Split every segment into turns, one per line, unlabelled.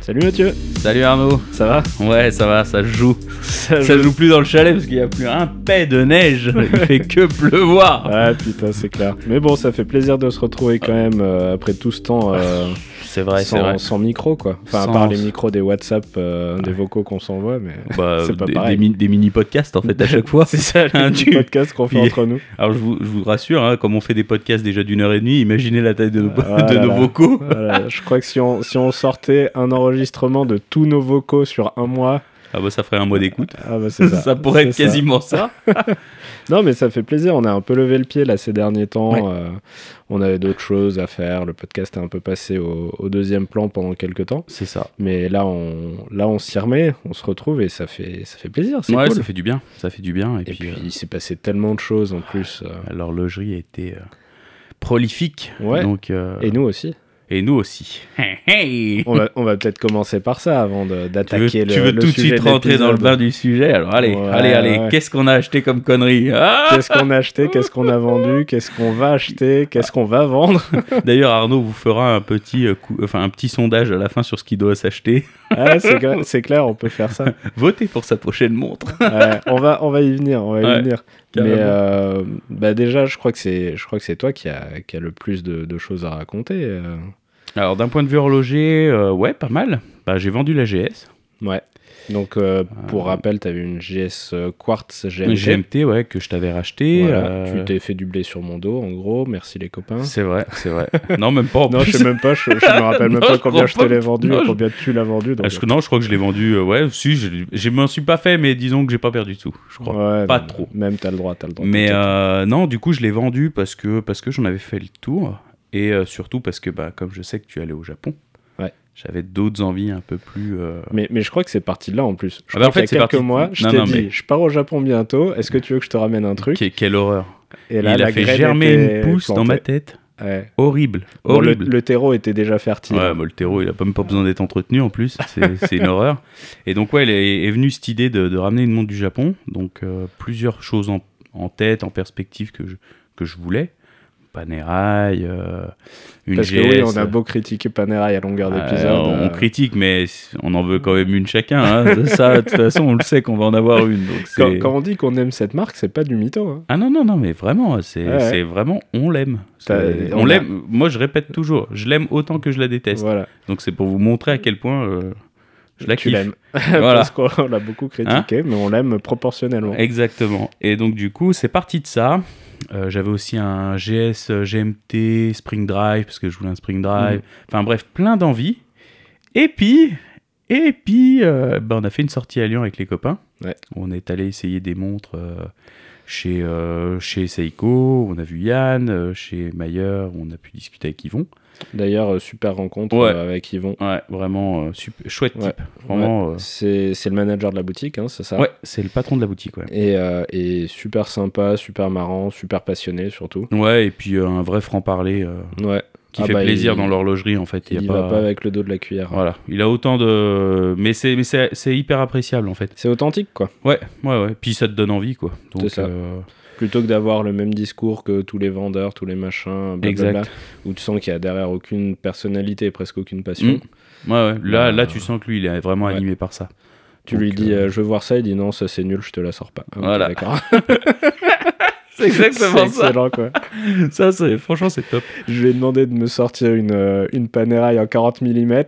Salut Mathieu,
Salut Arnaud.
ça va
Ouais, ça va, ça joue.
Ça
Ça joue plus dans le chalet parce qu'il n'y a plus un paix de neige. Il fait que pleuvoir.
Ah putain, c'est clair. Mais bon, ça fait plaisir de se retrouver quand même euh, après tout ce temps euh,
C'est vrai,
sans, sans micro quoi. Enfin,
Sans-
à part les micros des WhatsApp, euh, des vocaux qu'on s'envoie, mais
Bah,
C'est pas
des,
pareil.
des mi- des mini-podcasts en fait à chaque fois.
c'est ça
Un
le
tu-
podcast qu'on fait
Il-
entre nous.
Alors je vous, je vous rassure, hein, comme on fait des podcasts déjà d'une heure et demie, imaginez la taille de nos,
Ah
de
là
nos
là.
vocaux.
Voilà, je crois que si on, si on sortait un enregistrement de tous nos vocaux sur un mois,
Ah bah ça ferait un mois d'écoute.
ah bah c'est
Ça,
ça.
pourrait
C'est
être
ça.
quasiment ça.
Non, mais ça fait plaisir. On a un peu levé le pied là ces derniers temps.
Ouais.
Euh, on avait d'autres choses à faire. Le podcast est un peu passé au, au deuxième plan pendant quelques temps.
C'est ça.
Mais là, on, là, on s'y remet. On se retrouve et ça fait, ça fait plaisir. C'est
Ouais,
cool.
ça fait du bien. Ça fait du bien. Et,
Et
puis,
puis, il s'est passé tellement de choses en plus. euh,
euh, l'horlogerie a été euh, prolifique.
Ouais.
Donc, euh,
et nous aussi.
et nous aussi. Hey, hey.
On va, on va peut-être commencer par ça avant de-
Tu veux,
d'attaquer le.
tu veux
le
tout de
sujet
suite rentrer dans le
l'épisode.
bain du sujet Alors allez,
Ouais,
allez, allez.
ouais.
Qu'est-ce qu'on a acheté comme conneries Ah
Qu'est-ce qu'on a acheté Qu'est-ce qu'on a vendu Qu'est-ce qu'on va acheter Qu'est-ce qu'on va vendre
D'ailleurs, Arnaud vous fera un petit, euh, coup- enfin, un petit sondage à la fin sur ce qui doit s'acheter.
Ah, C'est gra- c'est clair, on peut faire ça.
Votez pour sa prochaine montre.
Ouais, on va on va y venir on va
Ouais,
y venir
carrément.
mais euh, bah déjà je crois que c'est je crois que c'est toi qui a qui a le plus de, de choses à raconter euh.
Alors d'un point de vue horloger, euh, ouais, pas mal. Bah, j'ai vendu la GS,
ouais donc euh, pour
Euh,
rappel t'avais une GS euh, quartz GMT,
une GMT, ouais, que je t'avais racheté.
Voilà,
euh,
tu t'es fait du blé sur mon dos en gros merci les copains
C'est vrai, c'est vrai. non, même pas. En
non
plus.
je sais même pas je, je me rappelle même
Non,
pas
je
combien je te
comprends
l'ai
pas.
vendu
Non,
et
je-
combien tu l'as vendu donc
Ah, je- non, je crois que je l'ai vendu. euh, ouais, si, je, je m'en suis pas fait, mais disons que j'ai pas perdu de sous, je crois.
ouais,
pas
non,
trop.
même t'as le droit t'as le droit
Mais
t'inquiète.
euh, non, du coup, je l'ai vendu parce que, parce que j'en avais fait le tour. Et euh, surtout parce que, bah, comme je sais que tu allais au Japon,
Ouais.
j'avais d'autres envies un peu plus. euh,
Mais, mais je crois que c'est parti de là en plus. Je
Ah bah, en
crois
fait,
qu'il
c'est
y a
parti
quelques
de-
mois, je
Non,
t'ai
non,
dit,
mais-
je pars au Japon bientôt, est-ce que tu veux que je te ramène un truc
que- quelle horreur.
Et
il a
la
fait
graine
germer
était
une pousse dans ma
plantée.
tête.
Ouais.
Horrible.
Bon, le,
Horrible.
le terreau était déjà fertile.
Ouais, bah, le terreau, il a même pas besoin d'être entretenu en plus. C'est c'est une horreur. Et donc, ouais, il est, est venue cette idée de, de ramener une montre du Japon. Donc, euh, plusieurs choses en, en tête, en perspective que je, que je voulais. Panerai, euh, une
Parce que
GS.
oui, on a beau critiquer Panerai à longueur d'épisode.
Alors, on
euh,
critique, mais on en veut quand même une chacun. hein. Ça, de toute façon, on le sait qu'on va en avoir une. donc c'est-
quand, quand on dit qu'on aime cette marque, c'est pas du mytho. hein.
Ah non, non, non, mais vraiment, c'est
Ouais, ouais.
c'est vraiment, on l'aime.
T'as-
C'est-
on
On
a-
l'aime. Moi, je répète toujours, je l'aime autant que je la déteste.
Voilà,
Donc, c'est pour vous montrer à quel point euh, je la
tu
kiffe.
l'aimes.
Voilà.
Parce qu'on l'a beaucoup critiqué, mais on l'aime proportionnellement.
Exactement. Et donc, du coup, c'est parti de ça. Euh, J'avais aussi un GS euh, GMT Spring Drive, parce que je voulais un Spring Drive.
Mm.
Enfin, bref, plein d'envie. Et puis, et puis euh, bah, on a fait une sortie à Lyon avec les copains.
Ouais.
On est allé essayer des montres euh, chez, euh, chez Seiko, on a vu Yann, euh, chez Mayer, on a pu discuter avec Yvon.
D'ailleurs, euh, super rencontre
Ouais.
euh, avec Yvon.
Ouais, vraiment euh, sup- chouette
Ouais.
type. Vraiment. euh,
C'est c'est le manager de la boutique, hein, c'est ça
Ouais, c'est le patron de la boutique, ouais.
Et, euh, et super sympa, super marrant, super passionné surtout.
Ouais, et puis euh, un vrai franc-parler euh,
Ouais.
qui
Ah
fait
bah,
plaisir
il-
dans l'horlogerie, en fait. Il y a
Il
pas...
va pas avec le dos de la cuillère.
Voilà, il a autant de. Mais c'est, mais c'est, c'est hyper appréciable en fait.
C'est authentique, quoi.
Ouais, ouais, ouais. Puis ça te donne envie quoi. Donc,
C'est ça.
euh,
Plutôt que d'avoir le même discours que tous les vendeurs, tous les machins, blablabla,
Exact.
où tu sens qu'il y a derrière aucune personnalité, presque aucune passion.
Mm. ouais, ouais. Là,
Euh,
là, tu sens que lui, il est vraiment
ouais.
animé par ça.
Tu
Donc,
lui dis,
euh,
euh, je veux voir ça, il dit non, ça c'est nul, je te la sors pas. Ah, ok,
Voilà.
d'accord.
C'est
C'est excellent, quoi.
ça. ça c'est... Franchement, c'est top.
Je lui ai demandé de me sortir une, euh, une Panerai en 40 mm.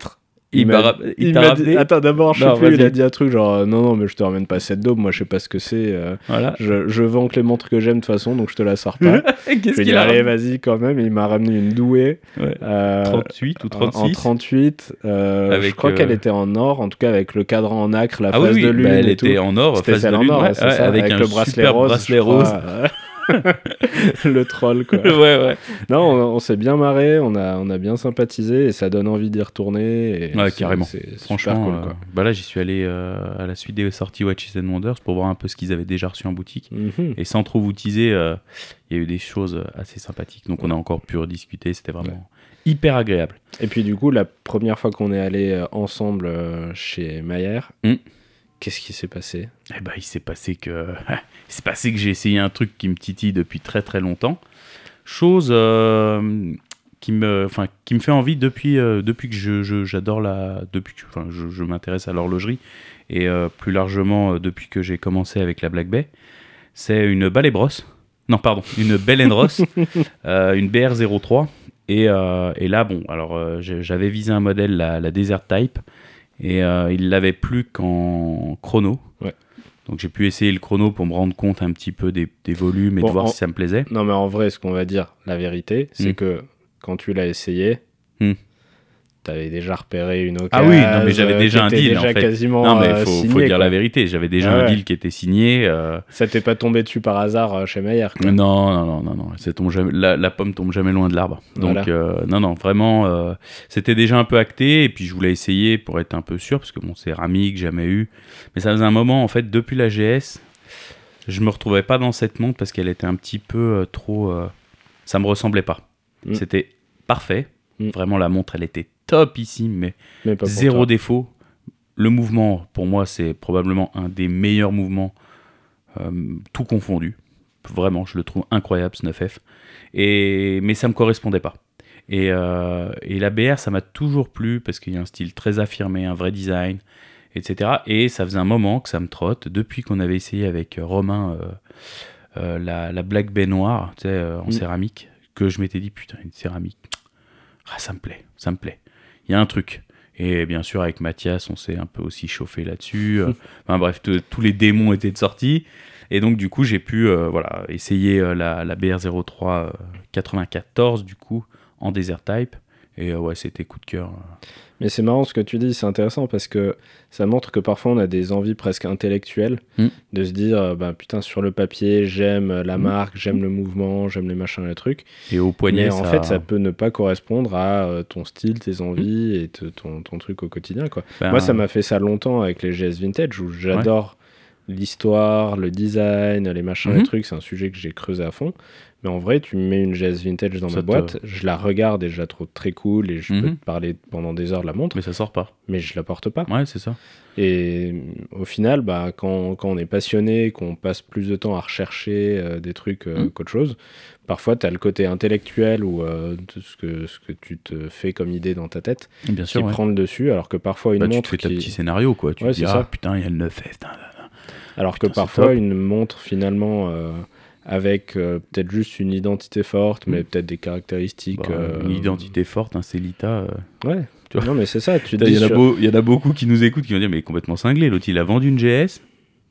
Il,
Il
m'a
m'a-
ra- il
Il
t'a
m'a
ramené.
dit, ah, attends, d'abord, je sais
Non,
plus, il
vas-y.
a dit un truc genre, euh, non, non, mais je te ramène pas cette daube, moi je sais pas ce que c'est. euh,
Voilà.
je, je vends que les montres que j'aime de toute façon, donc je te la sors pas.
Qu'est-ce
Je lui ai
qu'il
dit,
a
allez, vas-y quand même, et il m'a ramené une douée.
Ouais.
euh,
38 ou
En-
36
En 38, euh, je
Avec,
crois
euh,
qu'elle était en or, en tout cas avec le cadran en acre, la
Ah oui,
face
oui.
de
bah,
lune
elle
et tout.
était en or,
C'était
face de
celle
lune.
en or,
ouais,
ouais, c'est
ouais,
ça,
avec, un
le bracelet
super
rose.
bracelet
je
rose.
crois. le troll, quoi.
ouais, ouais.
Non, on, on s'est bien marré, on a, on a bien sympathisé et ça donne envie d'y retourner. et
Ouais,
c'est-
carrément.
c'est super
Franchement,
cool,
euh,
quoi.
bah là, j'y suis allé euh, à la suite des sorties Watches and Wonders pour voir un peu ce qu'ils avaient déjà reçu en boutique.
Mhm.
Et sans trop vous teaser, euh, il y a eu des choses euh, assez sympathiques. Donc on a encore pu rediscuter. C'était vraiment hyper agréable.
Et puis, du coup, la première fois qu'on est allé euh, ensemble euh, chez Mayer,
Mm.
qu'est-ce qui s'est passé
Eh ben, il s'est passé que il s'est passé que j'ai essayé un truc qui me titille depuis très très longtemps. Chose euh, qui me, enfin, qui me fait envie depuis, euh, depuis que je, je- j'adore la, depuis que, enfin, je, je m'intéresse à l'horlogerie et euh, plus largement euh, depuis que j'ai commencé avec la Black Bay, c'est une Ball Brosse. Non, pardon, une Bell Ross, euh, une BR03. Et, euh, et là, bon, alors euh, j'ai- j'avais visé un modèle, la, la Desert Type, et euh, il l'avait plus qu'en chrono.
Ouais.
Donc j'ai pu essayer le chrono pour me rendre compte un petit peu des, des volumes et
Bon,
de voir
en-
si ça me plaisait.
Non, mais en vrai, ce qu'on va dire, la vérité, c'est
Mm.
que quand tu l'as essayé,
Mm.
t'avais déjà repéré une occasion.
Ah oui, non, mais j'avais déjà un deal, en
déjà
fait.
quasiment.
Non, mais
euh,
faut, faut
signé,
dire
quoi.
la vérité. J'avais déjà
Ah
un
ouais.
deal qui était signé. euh,
Ça t'est pas tombé dessus par hasard euh, chez Meyer. quoi.
Non, non, non, non, non. ça tombe jamais- la, la pomme tombe jamais loin de l'arbre. Donc,
Voilà.
euh, non, non, vraiment, euh, c'était déjà un peu acté. Et puis, je voulais essayer pour être un peu sûr, parce que bon, c'est Rami que jamais eu. Mais ça faisait un moment, en fait, depuis la GS, je me retrouvais pas dans cette montre parce qu'elle était un petit peu euh, trop. euh, ça me ressemblait pas.
Mm.
C'était parfait.
Mm.
Vraiment, la montre, elle était top ici, mais
Mais pas pour
zéro
toi.
défaut. Le mouvement, pour moi, c'est probablement un des meilleurs mouvements, euh, tout confondu. Vraiment, je le trouve incroyable, ce 9F. Et, mais ça me correspondait pas. Et, euh, et la BR, ça m'a toujours plu parce qu'il y a un style très affirmé, un vrai design, etc. Et ça faisait un moment que ça me trotte. Depuis qu'on avait essayé avec Romain euh, euh, la, la Black Bay noire, tu sais, euh, en
Mm.
céramique, que je m'étais dit, putain, une céramique, ah, ça me plaît, ça me plaît. Il y a un truc. Et bien sûr, avec Mathias, on s'est un peu aussi chauffé là-dessus. Euh, enfin bref, t- tous les démons étaient de sortie. Et donc, du coup, j'ai pu euh, voilà, essayer euh, la, la BR03 euh, 94, du coup, en Desert Type. Et euh, ouais, c'était coup de cœur.
Mais c'est marrant ce que tu dis, c'est intéressant parce que ça montre que parfois on a des envies presque intellectuelles
Mm.
de se dire euh, bah, putain, sur le papier, j'aime la
Mm.
marque, j'aime le mouvement, j'aime les machins, les trucs.
Et au poignet,
Mais en
ça-
fait, ça peut ne pas correspondre à euh, ton style, tes envies et te- ton, ton truc au quotidien. Quoi.
Mm. ben,
Moi, ça m'a fait ça longtemps avec les GS Vintage où j'adore l'histoire, le design, les machins,
Mhm.
les trucs. C'est un sujet que j'ai creusé à fond. Mais en vrai, tu me mets une GS Vintage dans
Ça
ma
te-
boîte, je la regarde et je la trouve très cool et je peux
Mhm.
te parler pendant des heures de la montre,
Mais ça sort pas.
mais je la porte pas.
Ouais, c'est ça.
Et euh, au final, bah, quand, quand on est passionné, qu'on passe plus de temps à rechercher euh, des trucs euh,
Mm.
qu'autre chose, parfois tu as le côté intellectuel ou euh, de ce, que, ce que tu te fais comme idée dans ta tête
Bien
qui
sûr. ouais.
prend le dessus, alors que parfois une
Bah, tu te
montre.
fais ton
qui-
petit scénario, quoi. Tu
Ouais,
te
c'est
dis,
ça.
ah putain, il y a le 9F. putain.
Alors
Putain,
que
c'est
parfois,
top.
une montre, finalement, euh, avec euh, peut-être juste une identité forte, mais
Mm.
peut-être des caractéristiques.
Bah,
euh,
Une identité forte, un Célita. euh,
Ouais,
Tu vois.
non, mais c'est ça. Tu te
Putain, Il
dis
y, en a
sur-
beau- il y en a beaucoup qui nous écoutent qui vont dire mais il est complètement cinglé l'autre il a vendu une GS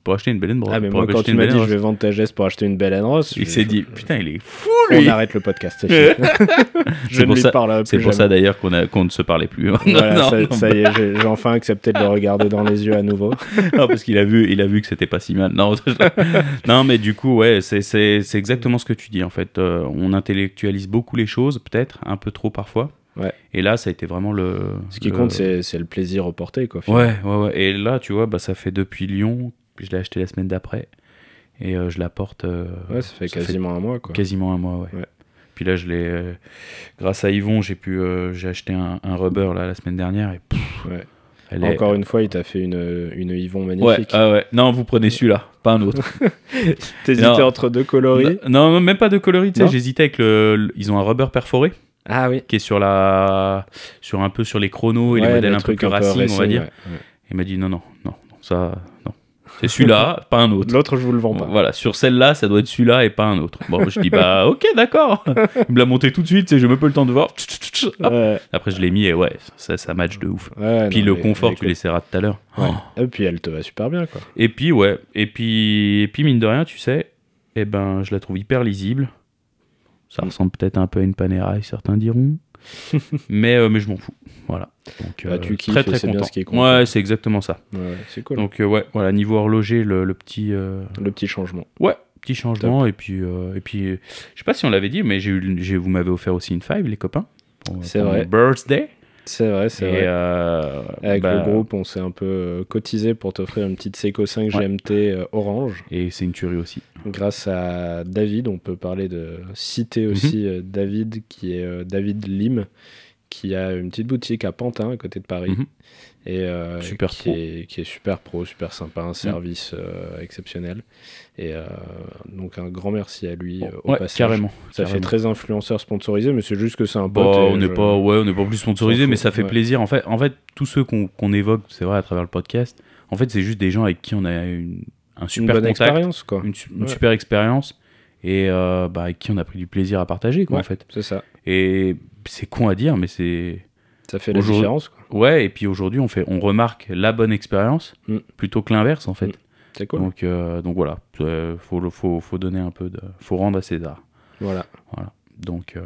pour acheter une Belen Bros.
Ah, mais
pour
moi, quand
acheter
tu
une
m'as
Belen
dit
Ross.
je vais vendre ta geste pour acheter une belle Anne Ross,
il
je-
s'est dit putain il est fou
on
lui
arrête le podcast. c'est fini. je
C'est
ne
pour
lui
ça-
parle
c'est
plus
pour
jamais.
ça d'ailleurs qu'on a- qu'on ne se parlait plus Non,
Voilà,
non,
ça,
non, bah.
ça y est, j'ai j'ai enfin accepté de le regarder dans les yeux à nouveau.
non, parce qu'il a vu il a vu que c'était pas si mal non, je- non, mais du coup ouais c'est- c'est c'est exactement ce que tu dis en fait Euh, on intellectualise beaucoup les choses peut-être un peu trop parfois
Ouais.
et là ça a été vraiment le
Ce qui
le-
compte, c'est c'est le plaisir reporté, quoi. finalement.
Euh, Ouais, ouais, ouais. Et là, tu vois, bah, ça fait depuis Lyon. Je l'ai acheté la semaine d'après. Et euh, je la porte euh,
Ouais, ça fait quasiment un mois, quoi.
quasiment un mois. Ouais.
Ouais.
Puis là, je l'ai. euh, grâce à Yvon, j'ai pu. euh, j'ai acheté un, un rubber là, la semaine dernière. Et pff,
Ouais.
elle est.
Encore une fois, il t'a fait une, une Yvon
Ouais,
magnifique.
ah ouais. Non, vous prenez celui-là, pas un autre.
T'hésitais
non.
entre deux coloris.
non, non, même pas de coloris. Tu sais,
Non.
j'hésitais avec le, le- Ils ont un rubber perforé
Ah oui.
qui est sur la, sur un peu sur les chronos et les
Ouais,
modèles
le
un peu
truc
plus racing, on va
racing,
dire.
ouais, ouais.
Il m'a dit non, non, non, non, ça, non. C'est celui-là, pas un autre.
L'autre, je vous le vends pas.
Voilà, sur celle-là, ça doit être celui-là et pas un autre. Bon, je dis bah ok, d'accord. Il me l'a monté tout de suite, c'est j'ai même pas eu le temps de voir. Hop.
Ouais,
Après, je l'ai mis et ouais, ça, ça match de ouf.
ouais,
Puis
non,
le
mais-
confort,
mais
tu l'essaieras tout à l'heure.
Ouais.
Oh.
Et puis elle te va super bien, quoi.
Et puis ouais, et puis et puis mine de rien, tu sais, eh ben je la trouve hyper lisible. Ça
Mm.
ressemble peut-être un peu à une Panerai, certains diront. mais euh, mais je m'en fous. Voilà. Donc euh,
Bah, tu kiffes
très
et
très
c'est bien
content.
ce qui compte.
ouais, c'est exactement ça.
Ouais, c'est cool.
Donc euh, ouais, voilà niveau horloger, le, le petit. euh,
le petit changement.
Ouais, petit changement. Et puis, euh, et puis euh, je sais pas si on l'avait dit, mais j'ai eu, le- j'ai- vous m'avez offert aussi une five, les copains. pour-
C'est
pour
vrai.
mon birthday.
C'est vrai,
Et,
c'est vrai.
euh,
Avec
bah,
le groupe, on s'est un peu euh, cotisé pour t'offrir une petite Seiko 5
Ouais.
GMT euh, orange.
Et c'est une tuerie aussi.
Grâce à David, on peut parler de
Mhm.
citer aussi euh, David, qui est euh, David Lim, qui a une petite boutique à Pantin, à côté de Paris,
Mhm.
et euh,
Super
qui,
pro. Mhm.
Est, qui est super pro, super sympa, un service euh, exceptionnel. Et euh, donc un grand merci à lui. euh, au
ouais,
passage.
carrément.
Ça fait
carrément.
très influenceur sponsorisé, mais c'est juste que c'est un
Bah,
pote. et
on n'est
je-
pas, ouais, on n'est pas plus sponsorisé,
s'en
mais
fout,
ça fait
ouais.
plaisir. En fait, en fait, tous ceux qu'on qu'on évoque, c'est vrai, à travers le podcast, en fait, c'est juste des gens avec qui on a une, un
une
super
bonne
contact, Mm.
expérience, quoi.
une, su- une
Ouais.
super expérience, et euh, bah, avec qui on a pris du plaisir à partager, quoi,
Ouais.
en fait.
C'est ça.
Et c'est con à dire, mais c'est
Ça fait la
Aujourd'hui-
différence, quoi.
ouais. Et puis aujourd'hui, on fait, on remarque la bonne expérience
Mm.
plutôt que l'inverse, en fait.
Mm. C'est cool.
Donc, euh, donc voilà, Euh, faut, le- faut, faut donner un peu de, faut rendre à César.
Voilà.
Donc, euh,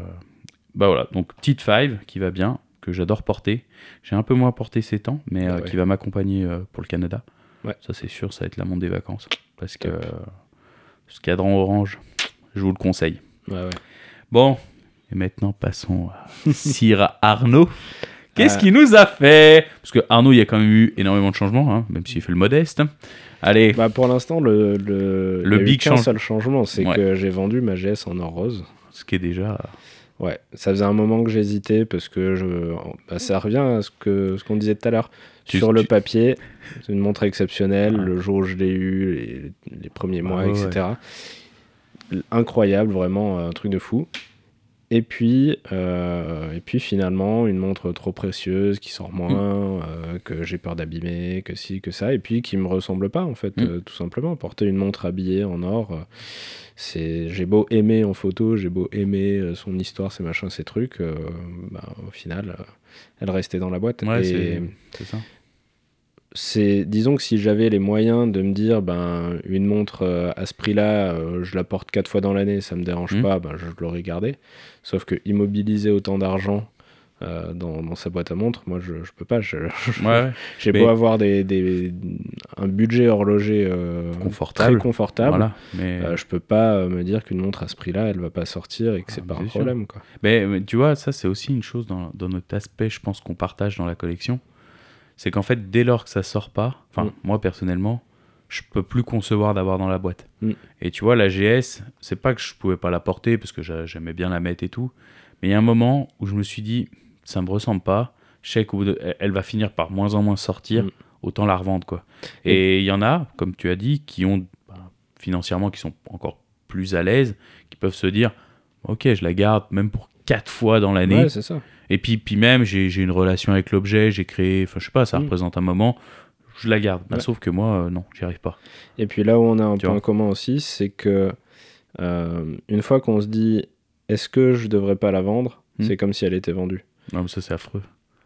bah voilà. Donc, petite five qui va bien, que j'adore porter. J'ai un peu moins porté ces temps, mais
Ah
euh,
ouais.
qui va m'accompagner euh, pour le Canada.
Ouais.
Ça, c'est sûr, ça va être la montre des vacances. Parce que
Top.
euh, ce cadran orange, je vous le conseille.
Ouais, ouais.
Bon, et maintenant passons à Sir Arnaud. Qu'est-ce
Ah.
qu'il nous a fait Parce que Arnaud, il y a quand même eu énormément de changements, hein, même s'il fait le modeste. Allez,
Bah, pour l'instant, le, le,
Le
il y a eu
big
qu'un
change-
seul changement, c'est
Ouais.
que j'ai vendu ma GS en or rose.
ce qui est déjà. euh,
Ouais, ça faisait un moment que j'hésitais parce que je... bah, ça revient à ce que ce qu'on disait tout à l'heure.
Tu-
Sur le
tu-
papier, c'est une montre exceptionnelle.
Ouais. Ah
Le jour où je l'ai eu, les, les premiers mois,
ouais,
etc. L- Incroyable, vraiment un truc de fou. Et puis, euh, et puis finalement, une montre trop précieuse qui sort
Mm.
moins, euh, que j'ai peur d'abîmer, que si, que ça, et puis qui me ressemble pas en fait,
Mm.
euh, tout simplement. Porter une montre habillée en or, euh, c'est j'ai beau aimer en photo, j'ai beau aimer euh, son histoire, ses machins, ses trucs, euh, bah, au final, euh, elle restait dans la boîte.
Ouais,
et
c'est- c'est ça.
c'est disons que si j'avais les moyens de me dire ben une montre euh, à ce prix-là, euh, je la porte quatre fois dans l'année, ça me dérange
Mhm.
pas, ben, je l'aurais gardée. Sauf que immobiliser autant d'argent euh, dans, dans sa boîte à montres, moi je, je peux pas. Je- je-
Ouais, ouais.
J'ai
mais-
beau avoir des, des- un budget horloger euh, très
confortable.
confortable.
Voilà, mais...
euh, je peux pas euh, me dire qu'une montre à ce prix-là, elle va pas sortir et que c'est
Ah,
pas
c'est
un
sûr.
problème. Quoi.
Mais, mais tu vois, ça c'est aussi une chose dans, dans notre aspect, je pense, qu'on partage dans la collection. C'est qu'en fait, dès lors que ça sort pas, enfin,
Mm.
moi personnellement, je peux plus concevoir d'avoir dans la boîte.
Mm.
Et tu vois, la GS, c'est pas que je pouvais pas la porter parce que j'a- j'aimais bien la mettre et tout. Mais il y a un moment où je me suis dit, ça me ressemble pas. Je sais qu'au bout de- elle- elle va finir par moins en moins sortir.
Mm.
Autant la revendre, quoi. Et il y en a, comme tu as dit, qui ont bah, financièrement, qui sont encore plus à l'aise, qui peuvent se dire, ok, je la garde même pour quatre fois dans l'année.
Ouais, c'est ça.
Et puis, puis même, j'ai j'ai une relation avec l'objet, j'ai créé, enfin, je sais pas, ça
Mm.
représente un moment, je la garde. Bah,
Ouais.
Sauf que moi, euh, non, j'y arrive pas.
Et puis là où on a un
Tu
point
vois.
commun aussi, c'est que euh, une fois qu'on se dit est-ce que je devrais pas la vendre,
Hmm.
c'est comme si elle était vendue.
Non, mais ça, c'est affreux.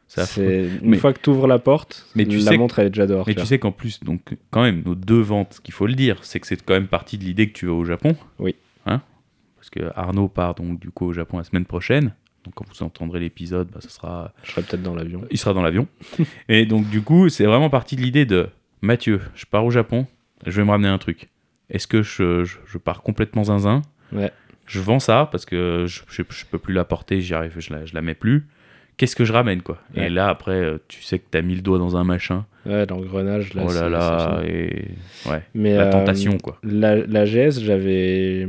C'est affreux.
C'est une
Mais-
fois que tu ouvres la porte,
Mais tu
la
sais que-
montre elle est déjà dehors.
Mais
tu
tu
vois.
sais qu'en plus, donc, quand même, nos deux ventes, ce qu'il faut le dire, c'est que c'est quand même partie de l'idée que tu vas au Japon.
Oui.
Hein Parce que Arnaud part donc, du coup, au Japon la semaine prochaine. Donc, quand vous entendrez l'épisode, bah, ça sera
Je serais peut-être dans l'avion.
Il sera dans l'avion. et donc, du coup, c'est vraiment parti de l'idée de Mathieu, je pars au Japon, je vais me ramener un truc. Est-ce que je, je- je pars complètement zinzin
Ouais.
Je vends ça parce que je, je, je peux plus la porter, j'y arrive, je la, je la mets plus. Qu'est-ce que je ramène, quoi Et
Ouais.
là, après, euh, tu sais que t'as mis le doigt dans un machin.
Ouais, l'engrenage là.
oh là
c'est- c'est
là,
fini.
et. Ouais.
Mais,
la
euh,
tentation, quoi.
La, la GS, j'avais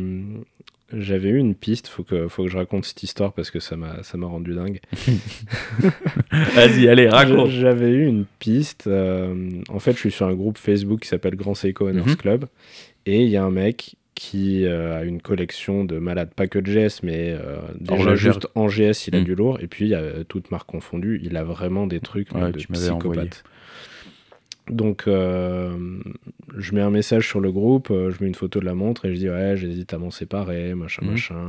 j'avais eu une piste. Faut que faut que je raconte cette histoire parce que ça m'a ça m'a rendu dingue.
Vas-y, allez, raconte.
Je- J'avais eu une piste. euh, en fait, je suis sur un groupe Facebook qui s'appelle Grand Seiko Owners
Mhm.
Club. Et il y a un mec qui euh, a une collection de malades, pas que de GS, mais euh, déjà
Horlogère.
juste en GS, il a
Mhm.
du lourd. Et puis, il y a euh, toutes marques confondues. Il a vraiment des trucs mais
Ouais,
de
tu m'avais envoyé.
psychopathe. Donc, euh, je mets un message sur le groupe, euh, je mets une photo de la montre et je dis ouais, j'hésite à m'en séparer, machin,
Mhm.
machin.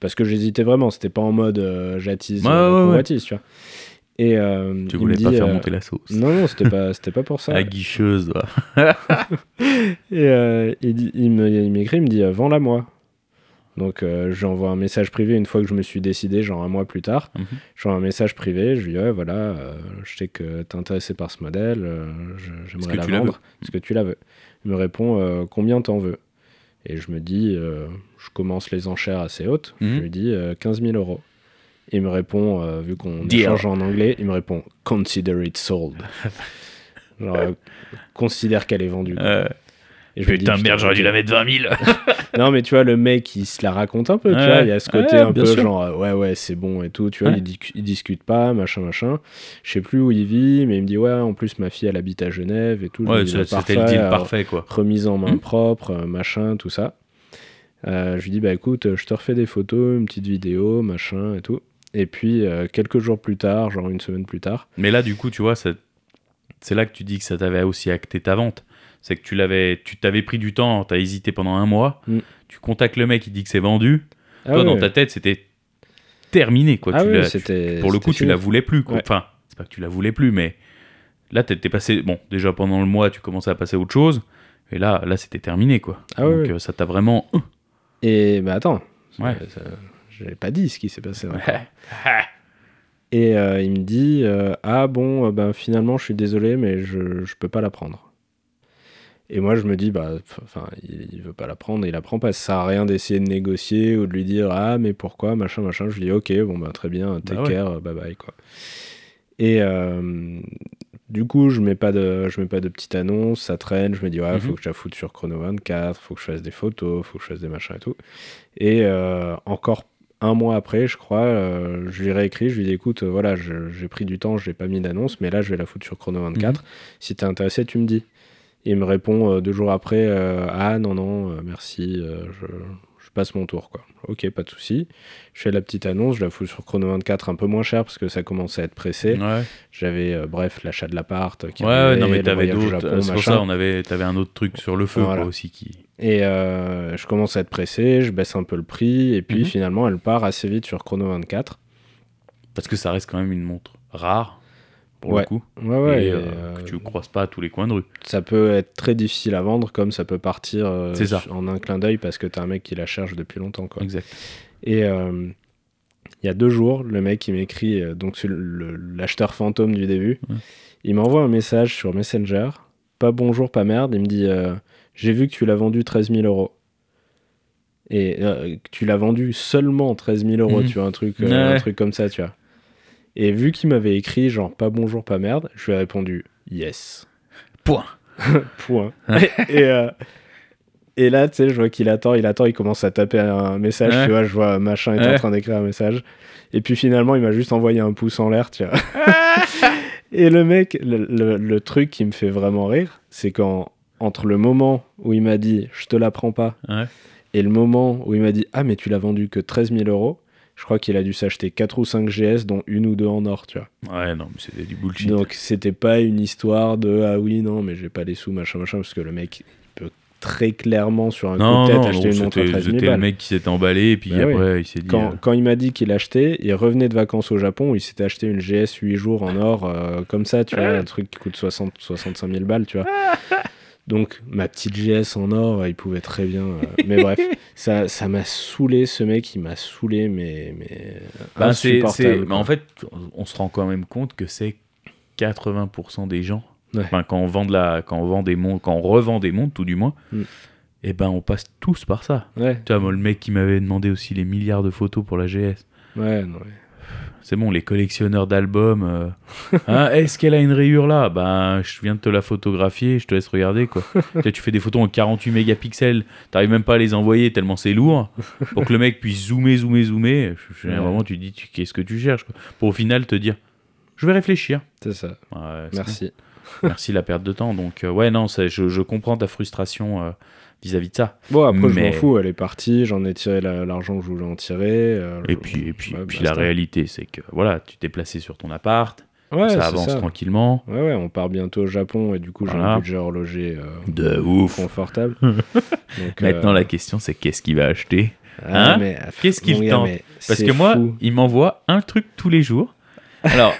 Parce que j'hésitais vraiment, c'était pas en mode euh, j'attise
Ouais,
euh,
ouais, ouais.
convoitise, tu vois. Et euh, il
Tu
me
voulais
dit,
pas faire
euh,
monter la sauce.
Non, non, c'était pas, c'était pas pour ça.
La
Et
guicheuse, quoi.
euh, il, dit- il me- il m'écrit, il me dit, euh, vends-la moi. Donc, euh, je lui envoie un message privé une fois que je me suis décidé, genre un mois plus tard.
Mhm.
Je lui envoie un message privé, je lui dis, ouais, voilà, euh, je sais que t'es intéressé par ce modèle, euh, je- j'aimerais
que
la
tu la veux
vendre. Est-ce que tu la veux Il me répond, euh, combien t'en veux Et je me dis, euh, je commence les enchères assez hautes, je
Mhm.
Hmm.
lui dis euh, 15 000 euros. Il me répond, euh, vu qu'on
Deal.
échange en anglais, il me répond Consider it sold. Genre, euh, considère qu'elle est vendue. quoi.
Euh,
Et je me dis,
Putain, merde, j'aurais dû
ok.
la mettre 20 000.
Non, mais tu vois, le mec, il se la raconte un peu, tu
Ouais,
vois. Il y a ce côté
ouais,
un
bien
peu
sûr.
genre, euh, ouais, ouais, c'est bon et tout, tu vois.
Ouais.
Il, dis- il discute pas, machin, machin. Je sais plus où il vit, mais il me dit, ouais, en plus, ma fille, elle habite à Genève et tout. Je me
Ouais,
dis,
ça-
bah,
c'était le deal
alors,
parfait, quoi.
Remise en main
Mhm.
propre, euh, machin, tout ça. Euh, je lui dis, bah écoute, euh, je te refais des photos, une petite vidéo, machin et tout. Et puis, euh, quelques jours plus tard, genre une semaine plus tard,
Mais là, du coup, tu vois, ça- c'est là que tu dis que ça t'avait aussi acté ta vente. C'est que tu l'avais, tu t'avais pris du temps, t'as hésité pendant un mois,
Mm.
tu contactes le mec, il dit que c'est vendu.
Ah
Toi,
ouais.
dans ta tête, c'était terminé, quoi.
Ah
Tu
ouais,
l'as- tu-
c'était-
pour le coup,
c'était
tu
fini.
la voulais plus, quoi.
Ouais.
Enfin, c'est pas que tu la voulais plus, mais là, t'es t'es passé. Bon, déjà pendant le mois, tu commençais à passer à autre chose. Et là, là, c'était terminé, quoi.
Ah
Donc,
ouais.
euh, ça t'a vraiment.
Et bah attends,
Ouais.
ça- ça- j'avais pas dit ce qui s'est passé. hein.
Ouais.
Et euh, il me dit euh, Ah bon, euh, ben, finalement, je suis désolé, mais je, je peux pas la prendre. Et moi, je me dis Bah, pff, enfin, il, il veut pas la prendre, il la prend pas. Ça sert à rien d'essayer de négocier ou de lui dire Ah, mais pourquoi, machin, machin. Je lui dis Ok, bon, bah, très bien, take
ouais.
care, euh, bye bye, quoi. Et euh, du coup, je mets pas de, je mets pas de petite annonce, ça traîne. Je me dis Ouais, faut
Mhm.
que je la foute sur Chrono 24, faut que je fasse des photos, faut que je fasse des machins et tout. Et euh, encore un mois après, je crois, euh, je lui ai réécrit, je lui ai dit écoute, euh, voilà, je- j'ai pris du temps, je n'ai pas mis d'annonce, mais là, je vais la foutre sur Chrono 24. Si t'es intéressé, tu me dis. Et il me répond euh, deux jours après euh, ah non, non, euh, merci, euh, je, je passe mon tour, quoi. Ok, pas de souci. Je fais la petite annonce, je la fous sur Chrono 24 un peu moins cher parce que ça commençait à être pressé.
Ouais,
J'avais, euh, bref, l'achat de l'appart. euh, qui
Ouais,
arrivait,
non, mais
le
t'avais
voyage au
d'autres.
Japon,
euh, C'est pour
machin.
ça, on avait, t'avais un autre truc sur le feu,
Voilà.
quoi, aussi qui.
Et euh, je commence à être pressé, je baisse un peu le prix, et puis
Mhm.
finalement, elle part assez vite sur Chrono 24.
Parce que ça reste quand même une montre rare, pour
Ouais.
le coup.
Ouais, ouais.
et,
et,
euh,
euh,
que tu croises pas à tous les coins de rue.
Ça peut être très difficile à vendre, comme ça peut partir euh,
C'est ça.
su- en un clin d'œil parce que t'as un mec qui la cherche depuis longtemps. Quoi.
Exact.
Et euh, il y a deux jours, le mec il m'écrit, euh, donc c'est le- le- l'acheteur fantôme du début,
Ouais.
il m'envoie un message sur Messenger, pas bonjour, pas merde, il me dit euh, J'ai vu que tu l'as vendu 13 000 euros. Et euh, que tu l'as vendu seulement 13 000 euros,
Mhm.
tu vois, un truc, euh,
Ouais,
un
ouais.
truc comme ça, tu vois. Et vu qu'il m'avait écrit, genre, pas bonjour, pas merde, je lui ai répondu Yes.
Point.
Point. et, euh, et là, tu sais, je vois qu'il attend, il attend, il commence à taper un message,
Ouais.
tu vois, je vois machin est en
Ouais.
train d'écrire un message. Et puis finalement, il m'a juste envoyé un pouce en l'air, tu vois. et le mec, le, le- le truc qui me fait vraiment rire, c'est quand, entre le moment où il m'a dit je te la prends pas
Ouais.
et le moment où il m'a dit ah, mais tu l'as vendu que 13 000 euros, je crois qu'il a dû s'acheter 4 ou 5 GS, dont une ou deux en or, tu vois.
Ouais, non, mais c'était du bullshit.
Donc c'était pas une histoire de ah oui non mais j'ai pas les sous machin machin parce que le mec il peut très clairement sur un
non,
coup de tête
non,
acheter
non,
une montre à
c'était
13 000
c'était le
balles.
mec qui s'était emballé, et puis
Bah oui.
après, il s'est dit.
Quand,
euh,
quand il m'a dit qu'il achetait, il revenait de vacances au Japon, il s'était acheté une GS 8 jours en or euh, comme ça, tu vois, un truc qui coûte 60 65 000 balles, tu vois. Donc ma petite GS en or, euh, il pouvait très bien. euh, mais bref, ça ça m'a saoulé, ce mec, il m'a saoulé, mais mais
bah, c'est- c'est-
insupportable.
bah, en fait, on se rend quand même compte que c'est 80% des gens.
Ouais.
Enfin, quand on vend de la, quand on vend des montres, quand on revend des montres, tout du moins,
Mm.
et ben on passe tous par ça.
quoi. ouais,
Tu vois, moi, le mec qui m'avait demandé aussi les milliards de photos pour la GS.
ouais, non, mais-
C'est bon, les collectionneurs d'albums. euh, hein, Est-ce qu'elle a une rayure là Ben, je viens de te la photographier, je te laisse regarder quoi. tu, sais, tu fais des photos en 48 mégapixels, t'arrives même pas à les envoyer tellement c'est lourd. Pour que le mec puisse zoomer, zoomer, zoomer. Je- je- À un
Ouais.
moment, tu te dis, tu- qu'est-ce que tu cherches quoi Pour au final te dire, je vais réfléchir.
c'est ça.
Ouais, c'est
Merci.
bon. Merci la perte de temps. Donc, euh, ouais, non, ça, je, je comprends ta frustration euh, vis-à-vis de ça.
Bon, après, je
Mais-
m'en fous, elle est partie, j'en ai tiré la- l'argent que je voulais en tirer. euh,
Et
je-
puis, et puis,
ouais, bah,
puis
basta.
la réalité, c'est que voilà, tu t'es placé sur ton appart,
Ouais, c'est
ça avance tranquillement.
Ouais, ouais, on part bientôt au Japon et du coup, j'ai
Voilà.
un budget horloger euh,
De ouf.
confortable. Donc,
Maintenant,
euh,
la question, c'est qu'est-ce qu'il va acheter
ah,
hein
mais,
Qu'est-ce qu'il
mon gars,
tente
mais
Parce
c'est
que moi,
fou.
il m'envoie un truc tous les jours. Alors,